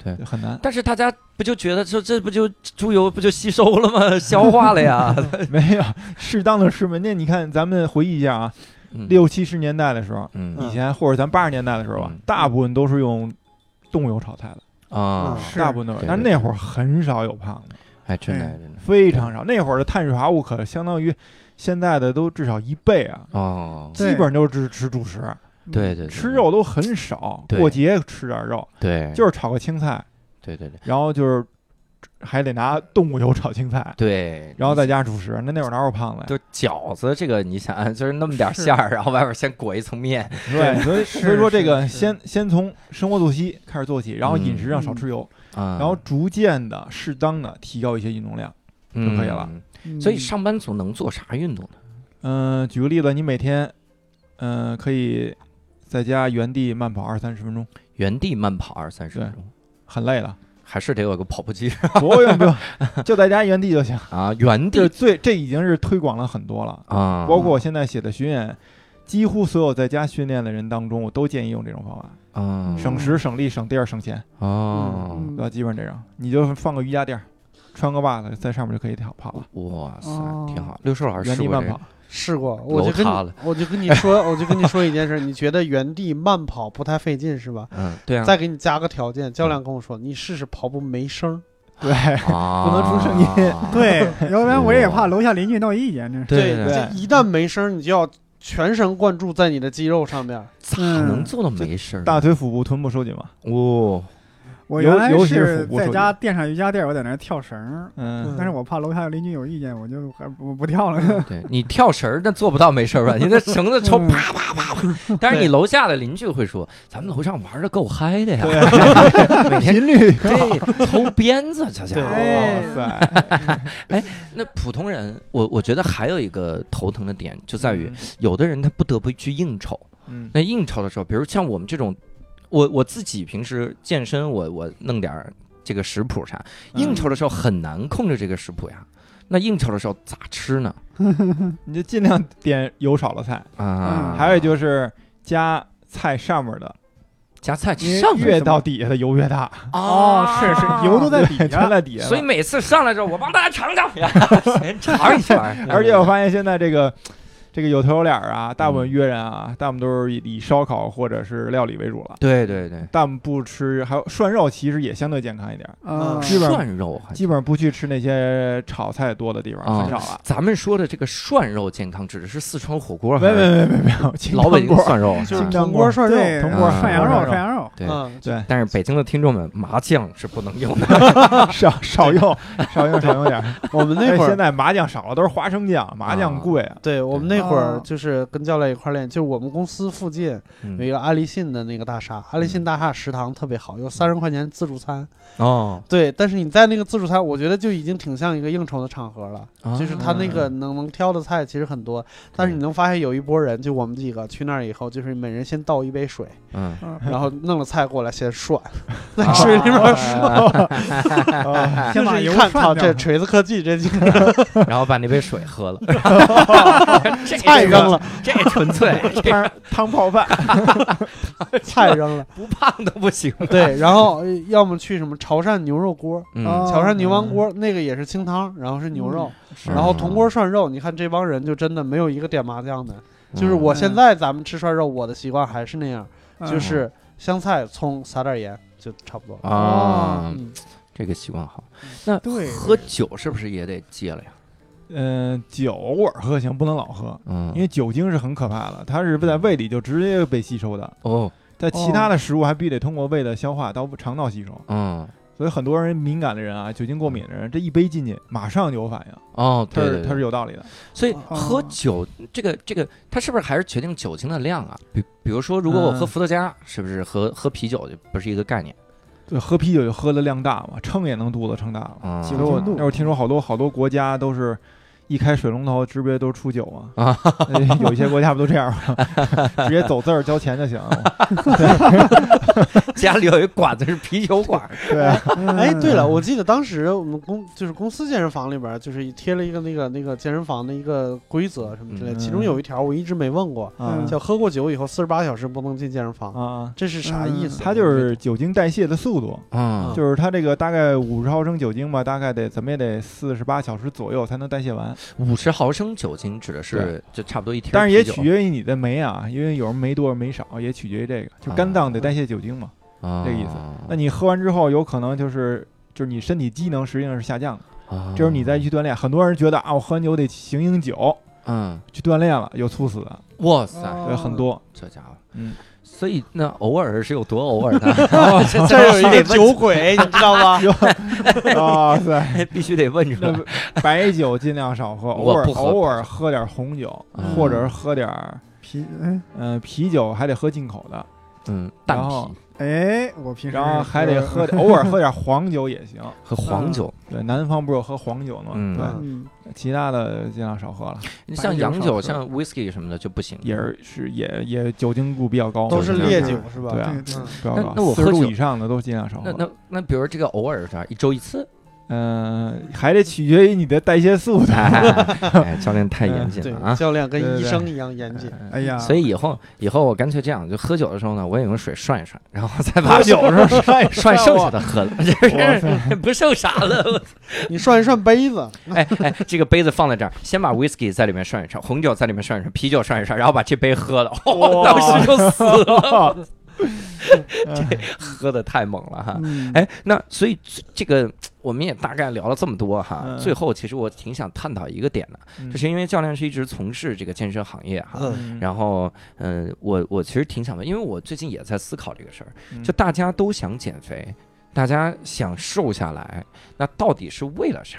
对，很难 但是大家不就觉得这这不就猪油不就吸收了 吗？消化了呀？没有适当的吃嘛。那你看，咱们回忆一下啊，嗯六七十年代的时候，嗯以前或者咱八十年代的时候吧嗯，大部分都是用动物油炒菜的，啊，是大部分都是对。但对那会儿很少有胖的，哎，真的嗯哎真的非常少。那会儿的碳水化合物可相当于现在的都至少一倍啊，哦，基对本上都是只吃主食，对对，对吃，肉都很少，对过节吃点肉，对，就是炒个青菜，对对对然后就是还得拿动物油炒青菜，对，然后再加主食。那那会儿哪有胖子呀？就饺子这个，你想就是那么点儿馅儿，然后外边先裹一层面，对，所以是所以说这个是是先先从生活作息开始做起，然后饮食上少吃油，然 然后逐渐的适当的提高一些运动量。就可以了。嗯所以上班族能做啥运动呢？嗯、举个例子，你每天，嗯、可以在家原地慢跑二三十分钟，原地慢跑二三十分钟，很累了，还是得有个跑步机 不用不用，就在家原地就行。啊？原地这是最这已经是推广了很多了，啊，包括我现在写的巡演。几乎所有在家训练的人当中，我都建议用这种方法，啊省时、省力、省地儿、省钱，哦，对嗯吧？ 基本这样，你就放个瑜伽垫儿，穿个袜子，在上面就可以跑跑了。哇塞，哦挺好。六兽老师嗯原试地过慢这个跑，试过，我楼就跟塌了你我就跟你说，我就跟你说一件事儿，你觉得原地慢跑不太费劲是吧？嗯，对啊，再给你加个条件，教练跟我说，你试试跑步没声儿。对，啊 不能出声音， 对，要不然我也怕楼下邻居闹意见，这是。对对这一旦没声儿，你就要全神贯注在你的肌肉上面。咋嗯能做到没事儿？大腿、腹部、臀部收紧嘛。哦，我尤原来尤其是是腹部在手机家垫上瑜伽垫儿，我在那儿跳绳儿，嗯，但是我怕楼下邻居有意见，我就还我不跳了。 对你跳绳儿那做不到没事儿吧？你那绳子嗯抽啪啪啪啪，但是你楼下的邻居会说，咱们楼上玩的够嗨的呀， 每天啊频率，对抽鞭子，这家伙。哎哇塞，那普通人，我我觉得还有一个头疼的点就在于，有的人他不得不去应酬。嗯，那应酬的时候，比如像我们这种，我我自己平时健身我，我弄点儿这个食谱啥，嗯应酬的时候很难控制这个食谱呀。那应酬的时候咋吃呢？嗯你就尽量点油少的菜，啊，嗯还有就是加菜上面的，夹菜因为上面越到底下的油越大，哦，是是，油都在底对全下。在底下了。所以每次上来之后，我帮大家尝尝，哎先尝一圈 儿。而且我发现现在这个这个有头有脸儿啊，大部分约人啊，大部分都是以以烧烤或者是料理为主了，对对对，大部分不吃，还有涮肉其实也相对健康一点儿， 啊基本上涮肉还基本上不去吃那些炒菜多的地方，啊很少了。咱们说的这个涮肉健康指的是四川火锅，没没没没没有，清老北京汤锅涮肉，就是清汤铜锅涮肉对铜锅啊涮羊涮肉肉，涮羊肉，对嗯，对，但是北京的听众们，麻将是不能用的。 少少用，少用，少用点儿。我们那哎会现儿，在麻将少了，都是花生酱，麻啊将贵啊。对我们那会儿哦就是跟教练一块儿练，就是我们公司附近有嗯一个阿里信的那个大厦，阿里信大厦食堂特别好，有三十块钱自助餐。 哦，对，但是你在那个自助餐，我觉得就已经挺像一个应酬的场合了。啊就是他那个能能挑的菜其实很多，但是你能发现有一波人，就我们几个去那儿以后，就是每人先倒一杯水，嗯，然后弄了菜过来先涮，在水里面涮，先把哎就是一油看，涮操，掉这。锤子科技这就是嗯然后把那杯水喝了，这菜扔了， 这纯粹， 这汤汤泡饭，菜扔了，不胖都不行。对，然后呃要么去什么潮汕牛肉锅、嗯哦潮汕牛丸锅，那个也是清汤，然后是牛肉，嗯然后铜锅涮肉，你看这帮人就真的没有一个点麻将的，嗯就是我现在咱们吃涮肉，我的习惯还是那样，嗯就是香菜、葱撒点盐就差不多了。哦啊，嗯，这个习惯好。 对，喝酒是不是也得戒了呀？嗯，酒偶尔喝行，不能老喝，嗯因，为酒精是很可怕的，它是在胃里就直接被吸收的，哦，在其他的食物还必须得通过胃的消化到肠道吸收。嗯，所以很多人敏感的人啊，酒精过敏的人，这一杯进去马上就有反应，哦，它对是对它对是有道理的。所以哦喝酒这个这个，它是不是还是决定酒精的量啊？比比如说，如果我喝嗯伏特加，是不是和喝啤酒就不是一个概念？对，喝啤酒就喝的量大嘛，撑也能肚子撑大了。啊其实我酒精度那会儿听说好多好多国家都是。一开水龙头直接都出酒啊！啊呃有一些国家不都这样吗？ 直接走字儿交钱就行。 家里有一馆子是啤酒馆， 对啊，嗯哎，对了，我记得当时我们公就是公司健身房里边儿，就是贴了一个那个那个健身房的一个规则什么之类的，嗯其中有一条我一直没问过，啊叫喝过酒以后四十八小时不能进健身房，啊，这是啥意思？它就是酒精代谢的速度，嗯就是它这个大概五十毫升酒精吧，大概得怎么也得四十八小时左右才能代谢完。五十毫升酒精指的是就差不多一瓶啤酒，但是也取决于你的酶啊，因为有人酶多人酶少，也取决于这个，就肝脏得代谢酒精嘛。这这个意思啊那你喝完之后，有可能就是就是你身体机能实际上是下降的，啊这时候你再去锻炼。很多人觉得啊，我喝完酒得醒醒酒，嗯，去锻炼了，有猝死啊的，哇塞，哦对，很 多。这家伙，嗯，所以那偶尔是有多偶尔呢？ 这这有一个酒鬼，你知道吗？哇塞，必须得问出来那啊白酒尽量 少喝，偶我尔不喝偶尔喝点红酒，嗯或者是喝点儿啤，哎嗯、呃啤酒，还得喝进口的，嗯，然淡后啤哎，我 平时然后还得喝，喝点，偶尔喝点黄酒也行。和黄酒，对，南方不是有喝黄酒吗？嗯对，嗯，其他的尽量少喝了，你像白酒洋少酒、喝像 whisky 什么的就不行。也是是也也酒精度比较高嘛，都是烈酒是吧？ 对啊，对对，不要那高，那我四喝十度酒以上的都尽量少那喝。那那，比如这个偶尔是吧？一周一次，嗯，还得取决于你的代谢速 度。哎，教练太严谨对了，啊！教练跟对对医对生一样嗯严谨。哎呀，所以以后以后我干脆这样，就喝酒的时候呢，我也用水涮一涮，然后再把喝酒的时候涮涮剩下的喝了，这哇是 不剩啥了。我你涮一涮杯子，哎哎，这个杯子放在这儿，先把 whisky 在里面涮一涮，红酒在里面涮一涮，啤酒涮一涮，然后把这杯喝了，哦、当时就死了，喝的太猛了哈。嗯，哎，那所以这这个我们也大概聊了这么多哈，嗯最后其实我挺想探讨一个点的，嗯就是因为教练是一直从事这个健身行业哈，嗯，嗯然后，嗯、我我其实挺想问，因为我最近也在思考这个事儿，嗯就大家都想减肥，大家想瘦下来，那到底是为了啥？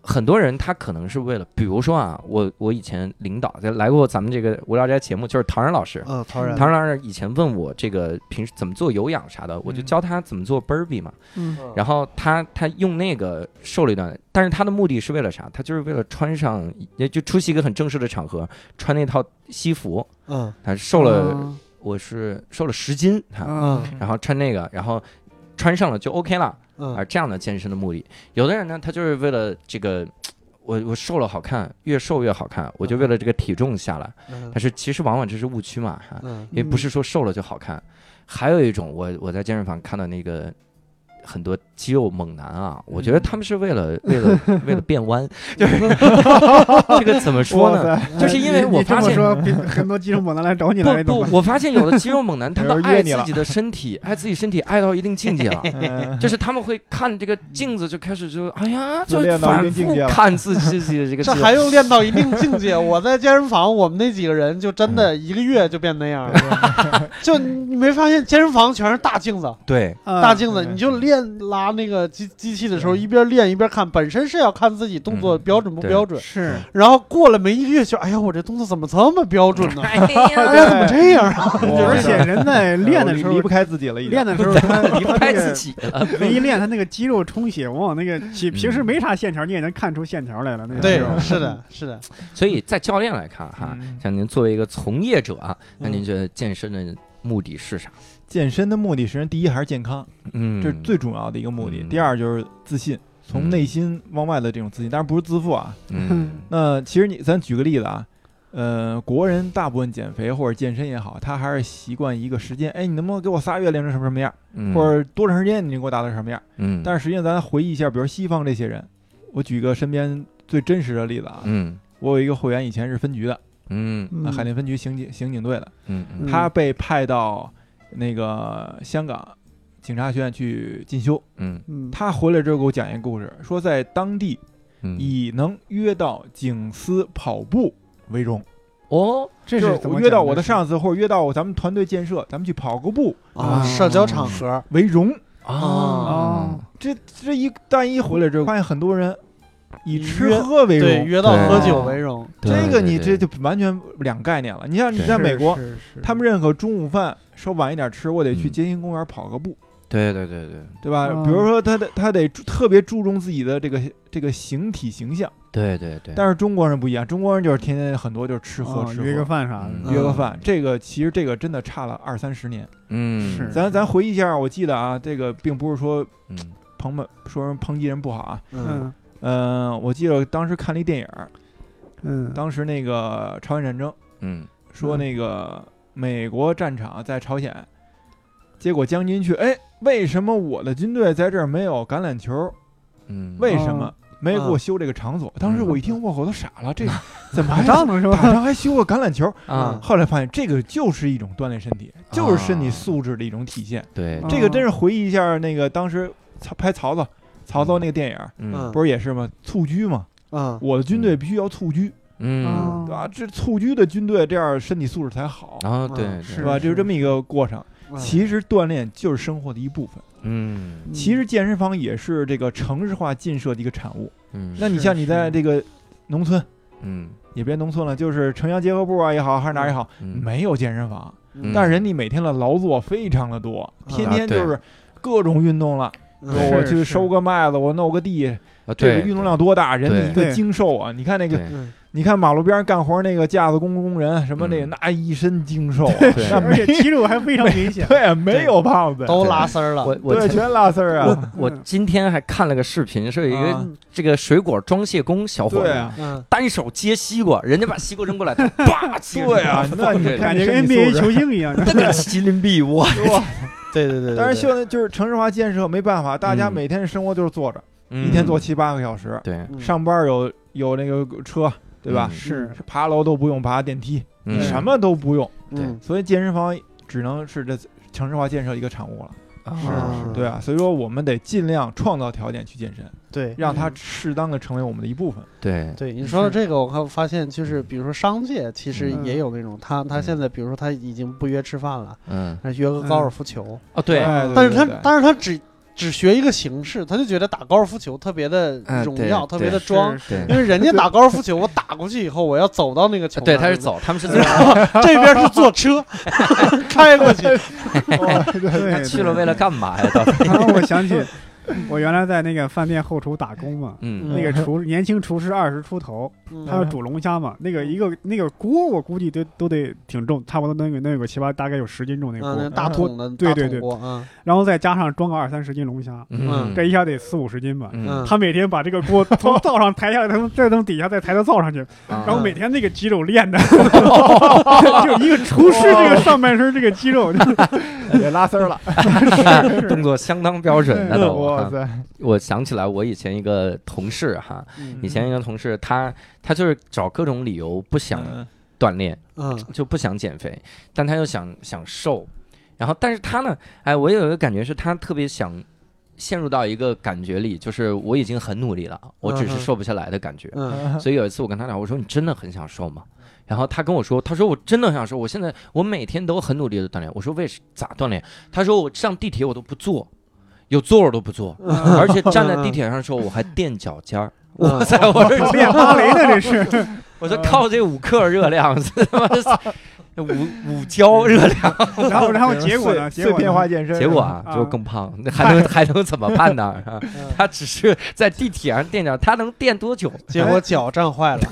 很多人他可能是为了，比如说啊，我我以前领导就来过咱们这个无聊斋节目，就是唐然老师，嗯，陶然，唐然老师以前问我这个平时怎么做有氧啥的，我就嗯教他怎么做 burpee 嘛，嗯然后他他用那个瘦了一段，但是他的目的是为了啥？他就是为了穿上，也就出席一个很正式的场合，穿那套西服，嗯他瘦了，我是瘦了十斤，他、嗯嗯然后穿那个，然后穿上了就 OK 了，啊，嗯这样的健身的目的。有的人呢，他就是为了这个，我我瘦了好看，越瘦越好看，我就为了这个体重下来。嗯但是其实往往这是误区嘛，哈、嗯也不是说瘦了就好看。还有一种，我我在健身房看到那个很多肌肉猛男啊，我觉得他们是为了为了为了变弯，就是 这个怎么说呢？ 哇塞就是因为我你这发么现说，比很多肌肉猛男来找你来不懂吗？不，我发现有的肌肉猛男，他有们人约爱你了。自己的身体，爱自己身体爱到一定境界了嗯就是他们会看这个镜子，就开始就哎呀，自就恋到一反定境复界了看自己自己 的这个肌这肉。还用练到一定 境界？我在健身房，我们那几个人就真嗯的一个月就变那样了， 就你没发现健身房全是大镜子，对，啊大镜子，嗯你就练拉那个机机器的时候，一边练一边看，本身是要看自己动作嗯标准不对标准，是然后过了没一个月就，哎呀，我这动作怎么这么标准呢？哎呀，嗯哎呀，怎么这样啊？而且人在嗯练的哎我离时候离不，开自己了，已经练的时候他离不开自个己。唯一练他那个肌肉充血，往往那个嗯其平时没啥线条，你也能看出线条来了。那个对肌肉，是的，是的，所以在教练来看哈，嗯像您作为一个从业者啊，那嗯您觉得健身的目的是啥？健身的目的，实际上第一还是健康，嗯，这是最重要的一个目的。嗯第二就是自信，从内心往外的这种自信，当然不是自负啊。嗯那其实你咱举个例子啊，呃，国人大部分减肥或者健身也好，他还是习惯一个时间，哎，你能不能给我仨月练成什么什么样，嗯， 或者多长时间你能给我达到什么样？嗯，但是实际上，咱回忆一下，比如西方这些人，我举个身边最真实的例子啊，嗯我有一个会员以前是分局的，嗯嗯啊海淀分局刑警刑警队的，嗯嗯他被派到那个香港警察学院去进修。嗯嗯，他回来之后给我讲一个故事，说在当地嗯，以能约到警司跑步为荣，哦，这就是是怎我么约到讲我的是上司或者约到我咱们团队建设，咱们去跑个步啊，社交场合，为荣。嗯哦，这这一但一回来之后，发现很多人以以吃约喝为对，荣，约到喝对酒为荣，对这个你这对就完全两概念了。你像你对在美国，是是他们认可中午饭说晚一点吃，我得去嗯街心公园跑个步，对对对对对吧？嗯比如说他得他得注特别注重自己的这个这个形体形象，对对对，但是中国人不一样，中国人就是天天很多就是吃喝哦吃约个喝。饭啥的，嗯约个饭，这个其实这个真的差了二三十年。嗯是咱咱回忆一下，我记得啊，这个并不是说嗯抨们说人抨击人不好啊。嗯嗯嗯、我记得当时看了一电影，嗯，当时那个朝鲜战争，嗯说嗯那个美国战场在朝鲜，结果将军去，哎，为什么我的军队在这儿没有橄榄球？嗯，为什么哦嗯没给我修这个场所？当时我一听，我我都傻了，这个怎么打还仗呢是打吧？仗还修个橄榄球？啊？后来发现这个就是一种锻炼身体，就是身体素质的一种体现。对，啊这个真是回忆一下那个当时曹拍曹操，曹操那个电影。嗯不是也是吗？蹴鞠嘛，嗯，我的军队必须要蹴鞠，嗯，哦对吧？这蹴鞠的军队这样身体素质才好，然后哦对对对吧？是啊就是这么一个过程。嗯其实锻炼就是生活的一部分，嗯其实健身房也是这个城市化建设的一个产物。嗯，那你像你在这个农村，嗯也别农村了，就是城乡结合部啊也好，还是哪儿也好，嗯没有健身房，嗯但是人家每天的劳作非常的多，嗯天天就是各种运动了。嗯说我是去是收个麦子，我弄个地，啊这对个运动量多大？人家一对个精瘦啊！你看那个，对嗯你看马路边干活那个架子工工人，什么那个嗯那一身精瘦啊，对那而没且肌肉还非常明 显，对啊没有胖子，都拉丝儿了，我我啊对前全拉丝儿啊！我我今天还看了个视频，是有一个啊这个水果装卸工小伙对子啊，嗯，单手接西瓜，人家把西瓜扔过 来，他叭接对啊，那你感觉身跟体素 NBA 质球星一样。那个麒麟臂，我哇对对对，对但是对现在就是城市化建设没办法，大家嗯每天生活就是坐着，一一天坐七八个小时，嗯对，嗯上班有有那个车，对吧？是爬楼都不用爬电梯，嗯什么都不用，嗯所以健身房只能是这城市化建设一个产物了。啊是对啊，所以说我们得尽量创造条件去健身，对让它适当的成为我们的一部分。对，对你说到这个，我看发现就是，比如说商界其实嗯也有那种，他他嗯现在比如说他已经不约吃饭了，嗯，他约个高尔夫球，哦对，哎但是他对对但是他只只学一个形式，他就觉得打高尔夫球特别的嗯荣对耀，特别对的装。对因为人家打高尔夫球，我打过去以后，我要走到那个球，啊对，他是，走，他们是 走，这边是坐车开过去，哦对，去了为了干嘛呀？到 底然后我想起，我原来在那个饭店后厨打工嘛，嗯那个厨年轻厨师二十出头，他要嗯煮龙虾嘛，那个一个那个锅我估计都都得挺重，差不多能有能有个七八，大概有十斤重那嗯，那锅，大桶的对大对桶对锅啊，然后再加上装个二三十斤龙虾，嗯，这一下得四五十斤吧。嗯他每天把这个 锅从灶上抬下来，从再从底下再抬到灶嗯上去，然然后每天 那个肌肉练的，就一个厨师这个上半身这个肌肉，就是也哎拉丝儿了。动作相当标准，那都 哇啊。塞，我想起来，我以前一个同事哈，嗯以前一个同事，他他就是找各种理由不想嗯锻炼，嗯就不想减肥，但他又想想瘦，然后但是他呢，哎，我有一个感觉是他特别想陷入到一个感觉里，就是我已经很努力了，我只嗯是哼瘦不下来的感觉。嗯嗯所以有一次我跟他聊，我说你真的很想瘦吗？然后他跟我说，他说我真的很想瘦，我现在我每天都很努力的锻炼。我说为啥咋锻炼？他说我上地铁我都不坐，有座儿都不坐，嗯而且站在 地铁上的时候我还垫脚尖儿。嗯 哇塞！我说这练芭蕾的 这是，我说靠这五克热嗯量，这他妈是 五五焦热量，然后然后结果呢？碎结碎果片呢化健身，结果 啊啊就更胖，那还能还能怎么办呢？啊嗯他只是在地铁上垫脚，他能垫多久？ 结果脚站坏了，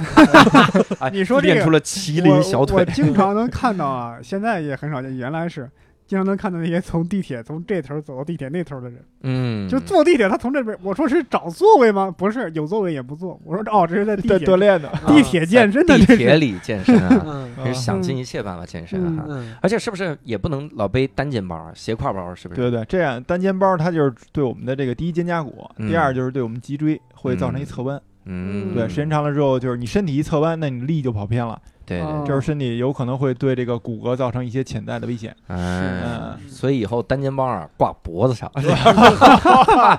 哎你说这个练出了麒麟小我。腿我，经常能看到啊，现在也很少见，原来是。经常能看到那些从地铁从这头走到地铁那头的人，嗯，就坐地铁，他从这边，我说是找座位吗？不是，有座位也不坐。我说哦，这是在地在铁锻炼呢。啊地铁健身的地这是铁里健身啊，嗯可是想尽一切办法健身啊。 嗯而且是不是也不能老背单肩包啊、斜挎包啊？是不是？对对，这样单肩包它就是对我们的这个第一肩胛骨，嗯第二就是对我们脊椎会造成一侧弯。嗯，对，时间长了之后，就是你身体一侧弯，那你力就跑偏了，对对哦这时候身体有可能会对这个骨骼造成一些潜在的危险。啊嗯，嗯，所以以后单肩包啊挂脖子上，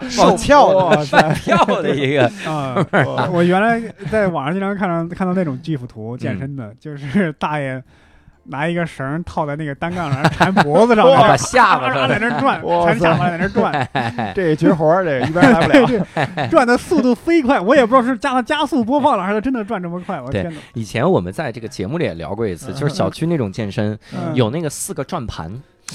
售票的哇塞，跳的一个，啊、哦我原来在网上经常看到看到那种 GIF 图，嗯健身的，就是大爷拿一个绳儿套在那个单杠上，缠脖子上，哇然啊把后下巴然后上在那儿转，哇缠下巴在那儿转，这绝活儿，这一般人来不了。转的速度飞快，我也不知道是加了加速播放了，还是真的转这么快，我对天哪！以前我们在这个节目里也聊过一次，就是小区那种健身，嗯有那个四个转盘，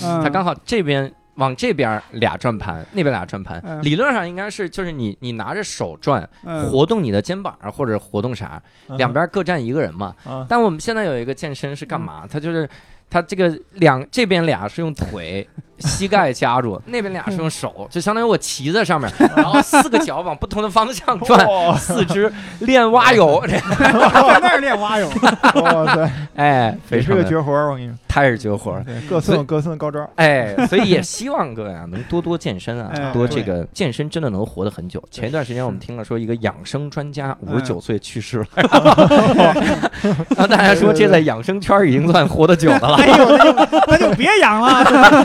嗯、它刚好这边往这边俩转盘，那边俩转盘，嗯理论上应该是就是你你拿着手转，嗯活动你的肩膀啊或者活动啥， 嗯两边各站一个人嘛。啊，但我们现在有一个健身是干嘛？它就是它这个两这边俩是用腿。膝盖夹住，那边俩是用手，就相当于我骑在上面，然后四个脚往不同的方向转，哇四肢练蛙泳，这在那儿练蛙泳，哇 塞，哎，也非是常个的绝活儿，我跟你说，太是绝活儿了。对各所以送各送高招。哎，所以也希望各位啊，能多多健身啊，哎多这个健身真的能活得很久。前一段时间我们听了说一个养生专家五十九岁去世了， 然后然后大家说这在养生圈儿已经算活得久的 了，哎呦，那就那就别养了，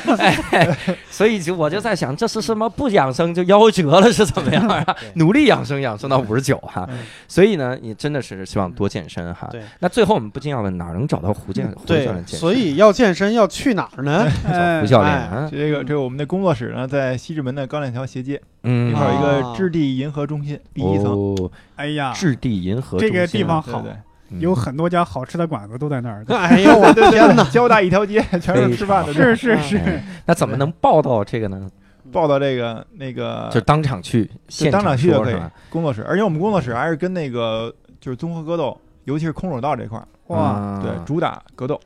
所以就我就在想，这是什么不养生就夭折了是怎么样啊？努力养生，养生到五十九哈嗯。所以呢，也真的是希望多健身哈对。那最后我们不禁要问，哪能找到胡健胡教练对，健身？所以要健身要去哪儿 呢？胡哎教练哎啊，这个这个我们的工作室呢，在西直门的高链桥斜街，嗯一会儿有一哦个置地银河中心第一层，哦哎呀，置地银河这个中心地方啊好，对嗯有很多家好吃的馆子都在那儿。 哎呦我的天哪！对，交大一条街全是吃饭的地儿。是是嗯是，那怎么能报道这个呢？报到这个那个就当场去，呃就现当场去就说可是以吧？，工作室，而且我们工作室还是跟那个就是综合格斗，尤其是空手道这块儿，哇，嗯对，主打格斗，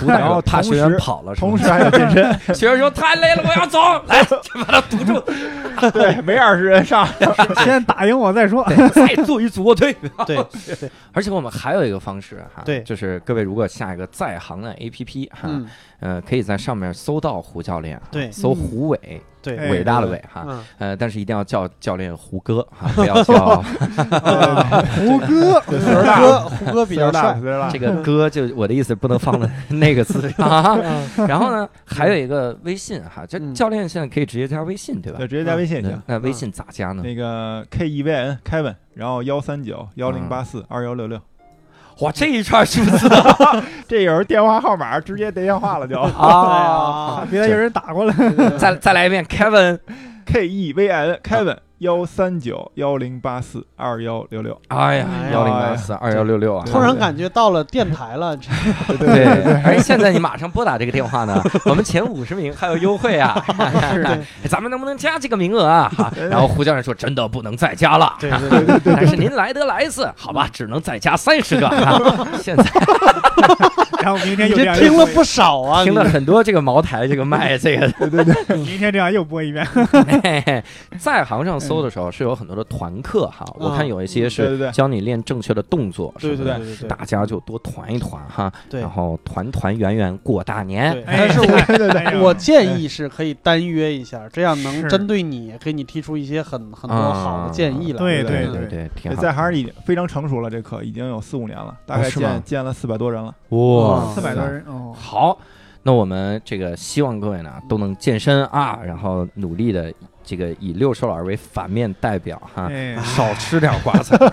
主然后啊怕同学员时跑了，是吧同时还有健身， 学员说太累了，我要走，来就把他堵住， 对，没二十人上，先打赢我再说。 再做一左推。对，而且我们还有一个方式哈，对就是各位如果下一个在行的 APP 哈， 嗯，呃，可以在上面搜到胡教练，对搜胡伟，对，哎伟大的伟哈，嗯，呃，但是一定要叫教练胡哥哈，不要叫胡歌，对，岁嗯数胡大歌，了，胡歌比岁数较大 了，岁帅，数大了这。个哥，就我的意思不能放在那个字上啊。然后呢，还有一个微信哈，这嗯教练现在可以直接加微信，对吧对，？直接嗯加微信也行。那微信咋加呢？那个 K E V N Kevin，然后幺三嗯九幺零八四二幺六六，哇，这一串数字 这有人电话号码，直接得电话了就。啊！别的有人打过来。啊 再再来一遍，Kevin K E V N Kevin 幺三九幺零八四二幺六六，哎呀，哎幺呀零八四二幺六六啊！对突然感觉到了电台了， 对对对，而且现在你马上拨打这个电话呢， 我们前五十名还有优惠啊！咱们能不能加这个名额啊？哈然后胡教练说：“真的不能再加了，对对 对，但是您来得来一次，好吧，只能再加三十个。哈”现在，然后明天你又这这样，听了不少啊，听了你很多这个茅台，这个卖这个。明天这样又播一遍。 在行上搜的时候是有很多的团课哈，我看有一些对对是对教你练正确的动作，对是对不是对对对大家就多团一团哈，对然后团团圆圆过大年对，。 但是我对我建议是可以单约一下，这样能是针对你给你提出一些很很多好的建议来。对对对嗯对对，挺好。在行里非常成熟了，这课已经有四五年了，大哦概是建、吗建了四百多人了。哇，四百多人哦，好，那我们这个希望各位呢都能健身啊，然后努力的这个以六兽老师为反面代表哈，哎，少吃点瓜子儿，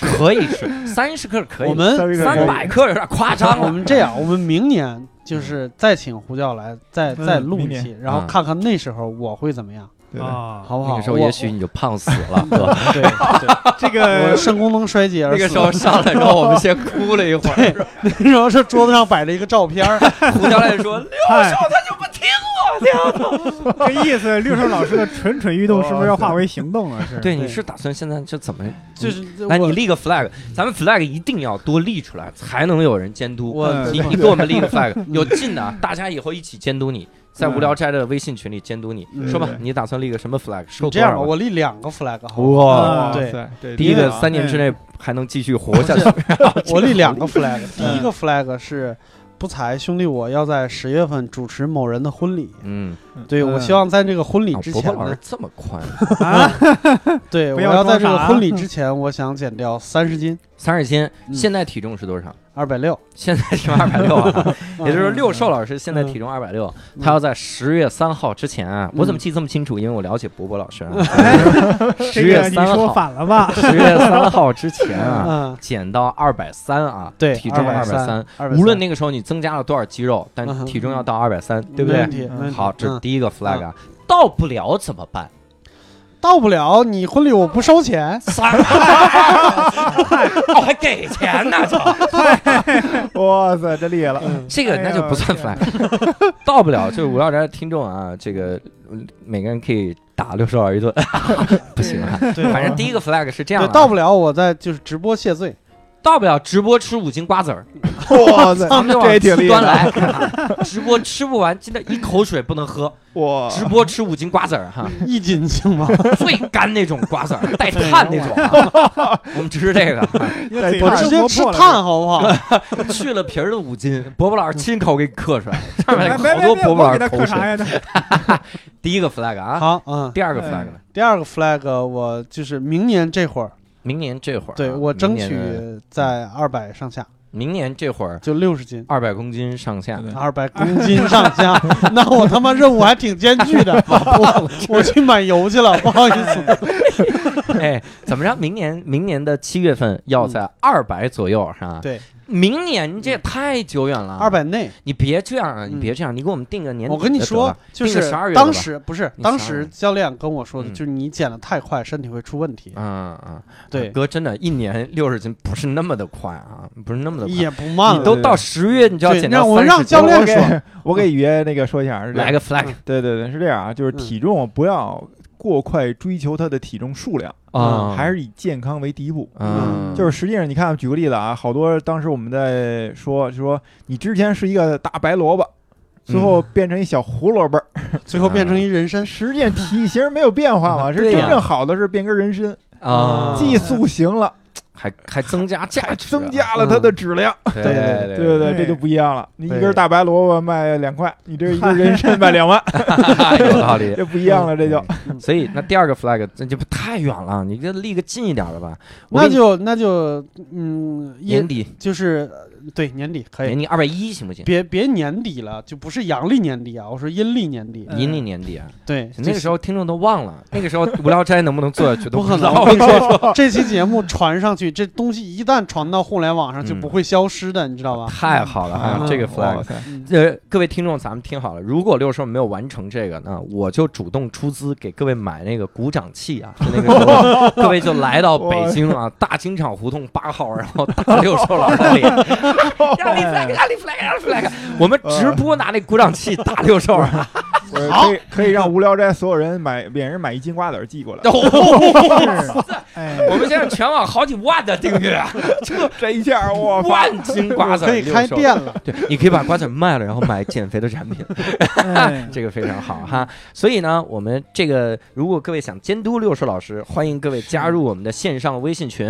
可以吃三十克可以，我们300嗯个三人百克有点夸张我了。们这样，我们明年就是再请胡教来，再嗯再录明一年期，然后嗯看看那时候我会怎么样，对哦对啊，好不好？那个时候我也许你就胖死了，哥。对，对这我个肾功能衰竭而那个死时候 上来之后，我们先哭了一会儿。对，那时候是桌子上摆着一个照 片儿，胡教练 说嗨，他就不听我的。这意思，六兽老师的蠢蠢欲动是不是要化为行动 了？：“是，对，你是打算现在就怎么？就是来，我你立个 flag，咱们 flag 一定要多立出来，才能有人监督。我嗯你你给我们立个 flag，有劲的啊，大家以后一起监督你，在嗯无聊斋的微信群里监督你。嗯说吧对，你打算立个什么 flag？你说这样吧，我立两个 flag 好吧，哇哇对塞，这啊第一这个啊三年之内还能继续活下去。 我立两个 flag，第嗯一个 flag 是不才兄弟，我要在十月份主持某人的婚礼。 嗯，对，嗯我希望在这个婚礼啊之伯前伯老呢师，这么宽，啊对不我要要在这装个傻啊婚礼之前，我想减掉三十斤，三十斤，嗯现在体重是多少？二百六，现在是二百六 啊， 也就是说六瘦老师现在嗯体重二百六，嗯他要在十月三号之前啊，我怎么嗯记这么清楚？因为我了解伯伯老师啊， 这十个月你三说号，反了 吧？十月三号之前啊，嗯， 减到二百三啊，对体重二百230三，二百无论那个时候你增加了多少肌肉，但嗯哼体重要到二百三，对不没对问？题，没问题好，这是嗯第一个 flag 啊，到不了怎么办？到不了你婚礼我不收钱，三，哦我还给钱呢，操！哇塞，这厉害了！这个哎那就呦不算天 flag，到 不了。就是无聊斋的听众啊，这个嗯每个人可以打六十二一顿， 不行啊。对反正第一个 flag 是这样对，的啊，到不了我在就是直播谢罪，到不了直播吃五斤瓜子儿， 哇塞，咱们就这往也挺极厉害端的。哦来。 直播吃不完，今天一口水不能喝，哇，直播吃五斤瓜子儿哈，一斤 行吗？最干那种瓜子儿，带碳那种啊。我们吃这个啊，你嘴我巴直直都接磨吃破了碳好 不好？去了皮儿的五斤，伯伯老师亲口给刻出来，上面哎好别别多别伯伯我老给师他口扣啥水。 呀？他第一个 flag 啊，好，嗯，第二个 flag 呢？第二个 flag 我就是明年这会儿，明年这会儿啊，对我争明年的取在二百上下，明年这会儿就六十斤。二百公斤上下，对二百公斤上下， 那我他妈任务还挺艰巨 的，我我去买油去了，不好意思。 哎，怎么着？明年明年的七月份要在二百左右，是吧？嗯对，明年这也太久远了，二。百内，你别这样啊！嗯你别这样，你给我们定个年底我的得了。跟你说，就定个是12月的吧当时不是你当12时月教练跟我说的，嗯就是你减的太快，身体会出问题。嗯，嗯对，哥真的，一年六十斤不是那么的快啊，不是那么的快。也不慢你了。都到十月，你就要对减让到我三让十斤教了，练我给说，我给雨爷那个说一下，是这样来个 flag 对对对，是这样啊，就是嗯体重不要过快追求它的体重数量，嗯啊，还是以健康为第一步。嗯，就是实际上，你看，举个例子啊，好多当时我们在说，就说你之前是一个大白萝卜，最嗯后变成一小胡萝卜，最后变啊成一人参。实际上体型没有变化嘛，是对呀真正好的是变根人参，啊，既塑形了，还还增加价还值啊，增加了它的质量，对对对嗯对对对对，对这就不一样了。你一对根大白萝卜卖两块，你这一根人参卖两万，对，有道理。这不一样了，这就哎嗯所以那第二个 flag 这就不太远了，你这离个近一点的吧。我那给你就那就嗯，也年底，就是呃对年底可以年，底二百一行不行？别别年底了，就不是阳历年底啊，我说阴历年底。阴历年底啊，对，那个时候听众都忘了，那个时候无聊斋能不能 做下去都不可知能。道我跟你说，这期节目传上去，这东西一旦传到互联网上就嗯啊不会消失的，你知道吧？ 太好了，还有这个啊哇 flag。塞嗯呃，各位听众，咱们听好了，如果六兽没有完成这个，那我就主动出资给各位买那个鼓掌器啊。就那 个时候，各位就来到北京啊，大金厂胡同八号，然后打六兽老师 的脸，呃让你 flag，让你 flag，让你 flag。我们直播拿那鼓掌器打六兽啊，就是呃可以可以让无聊斋所有人买每人买一金瓜子儿寄过来，哎，哦我们现在全网好几万的订阅 啊，这这一下我发万斤瓜子儿啊可以开六店了售，，对，你可以把瓜子儿卖了，然后买减肥的产品。 哎 这个非常好哈。所以呢，我们这个如果各位想监督六叔老师，欢迎各位加入我们的线上微信群。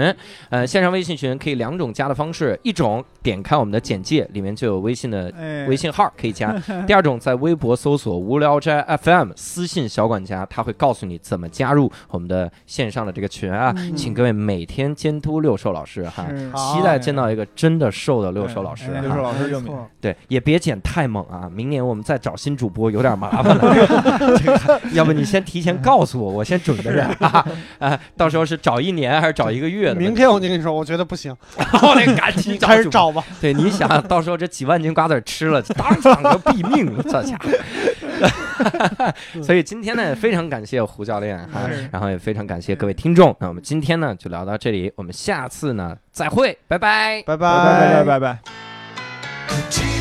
呃，线上微信群可以两种加的方式，一种点开我们的简介，里面就有微信的。哎， 微信啊号可以 加，第二种在微博搜索“无聊斋 FM”，私信小管家，他会告诉你怎么加入我们的线上的这个群啊。嗯请各位每天监督六兽老师哈，是好期待见到一个真的瘦的六兽老师哎哈。六兽老师就没错对，也别剪太猛啊！明年我们再找新主播有点麻烦 了，这个要不你先提前告诉我，我先准备着 啊！啊，到时候是找一年还是找一个月的？明天我就跟你说，我觉得 不行，我得赶紧你开始主播。找吧。对，你想到时候这几万斤瓜子儿吃了，当场就毙命，这家伙。 所以今天呢，非常感谢胡教练哈是，然后也非常感谢各位听众。那我们今天呢就聊到这里，我们下次呢再会，拜拜。拜拜拜拜拜拜。 Jesus.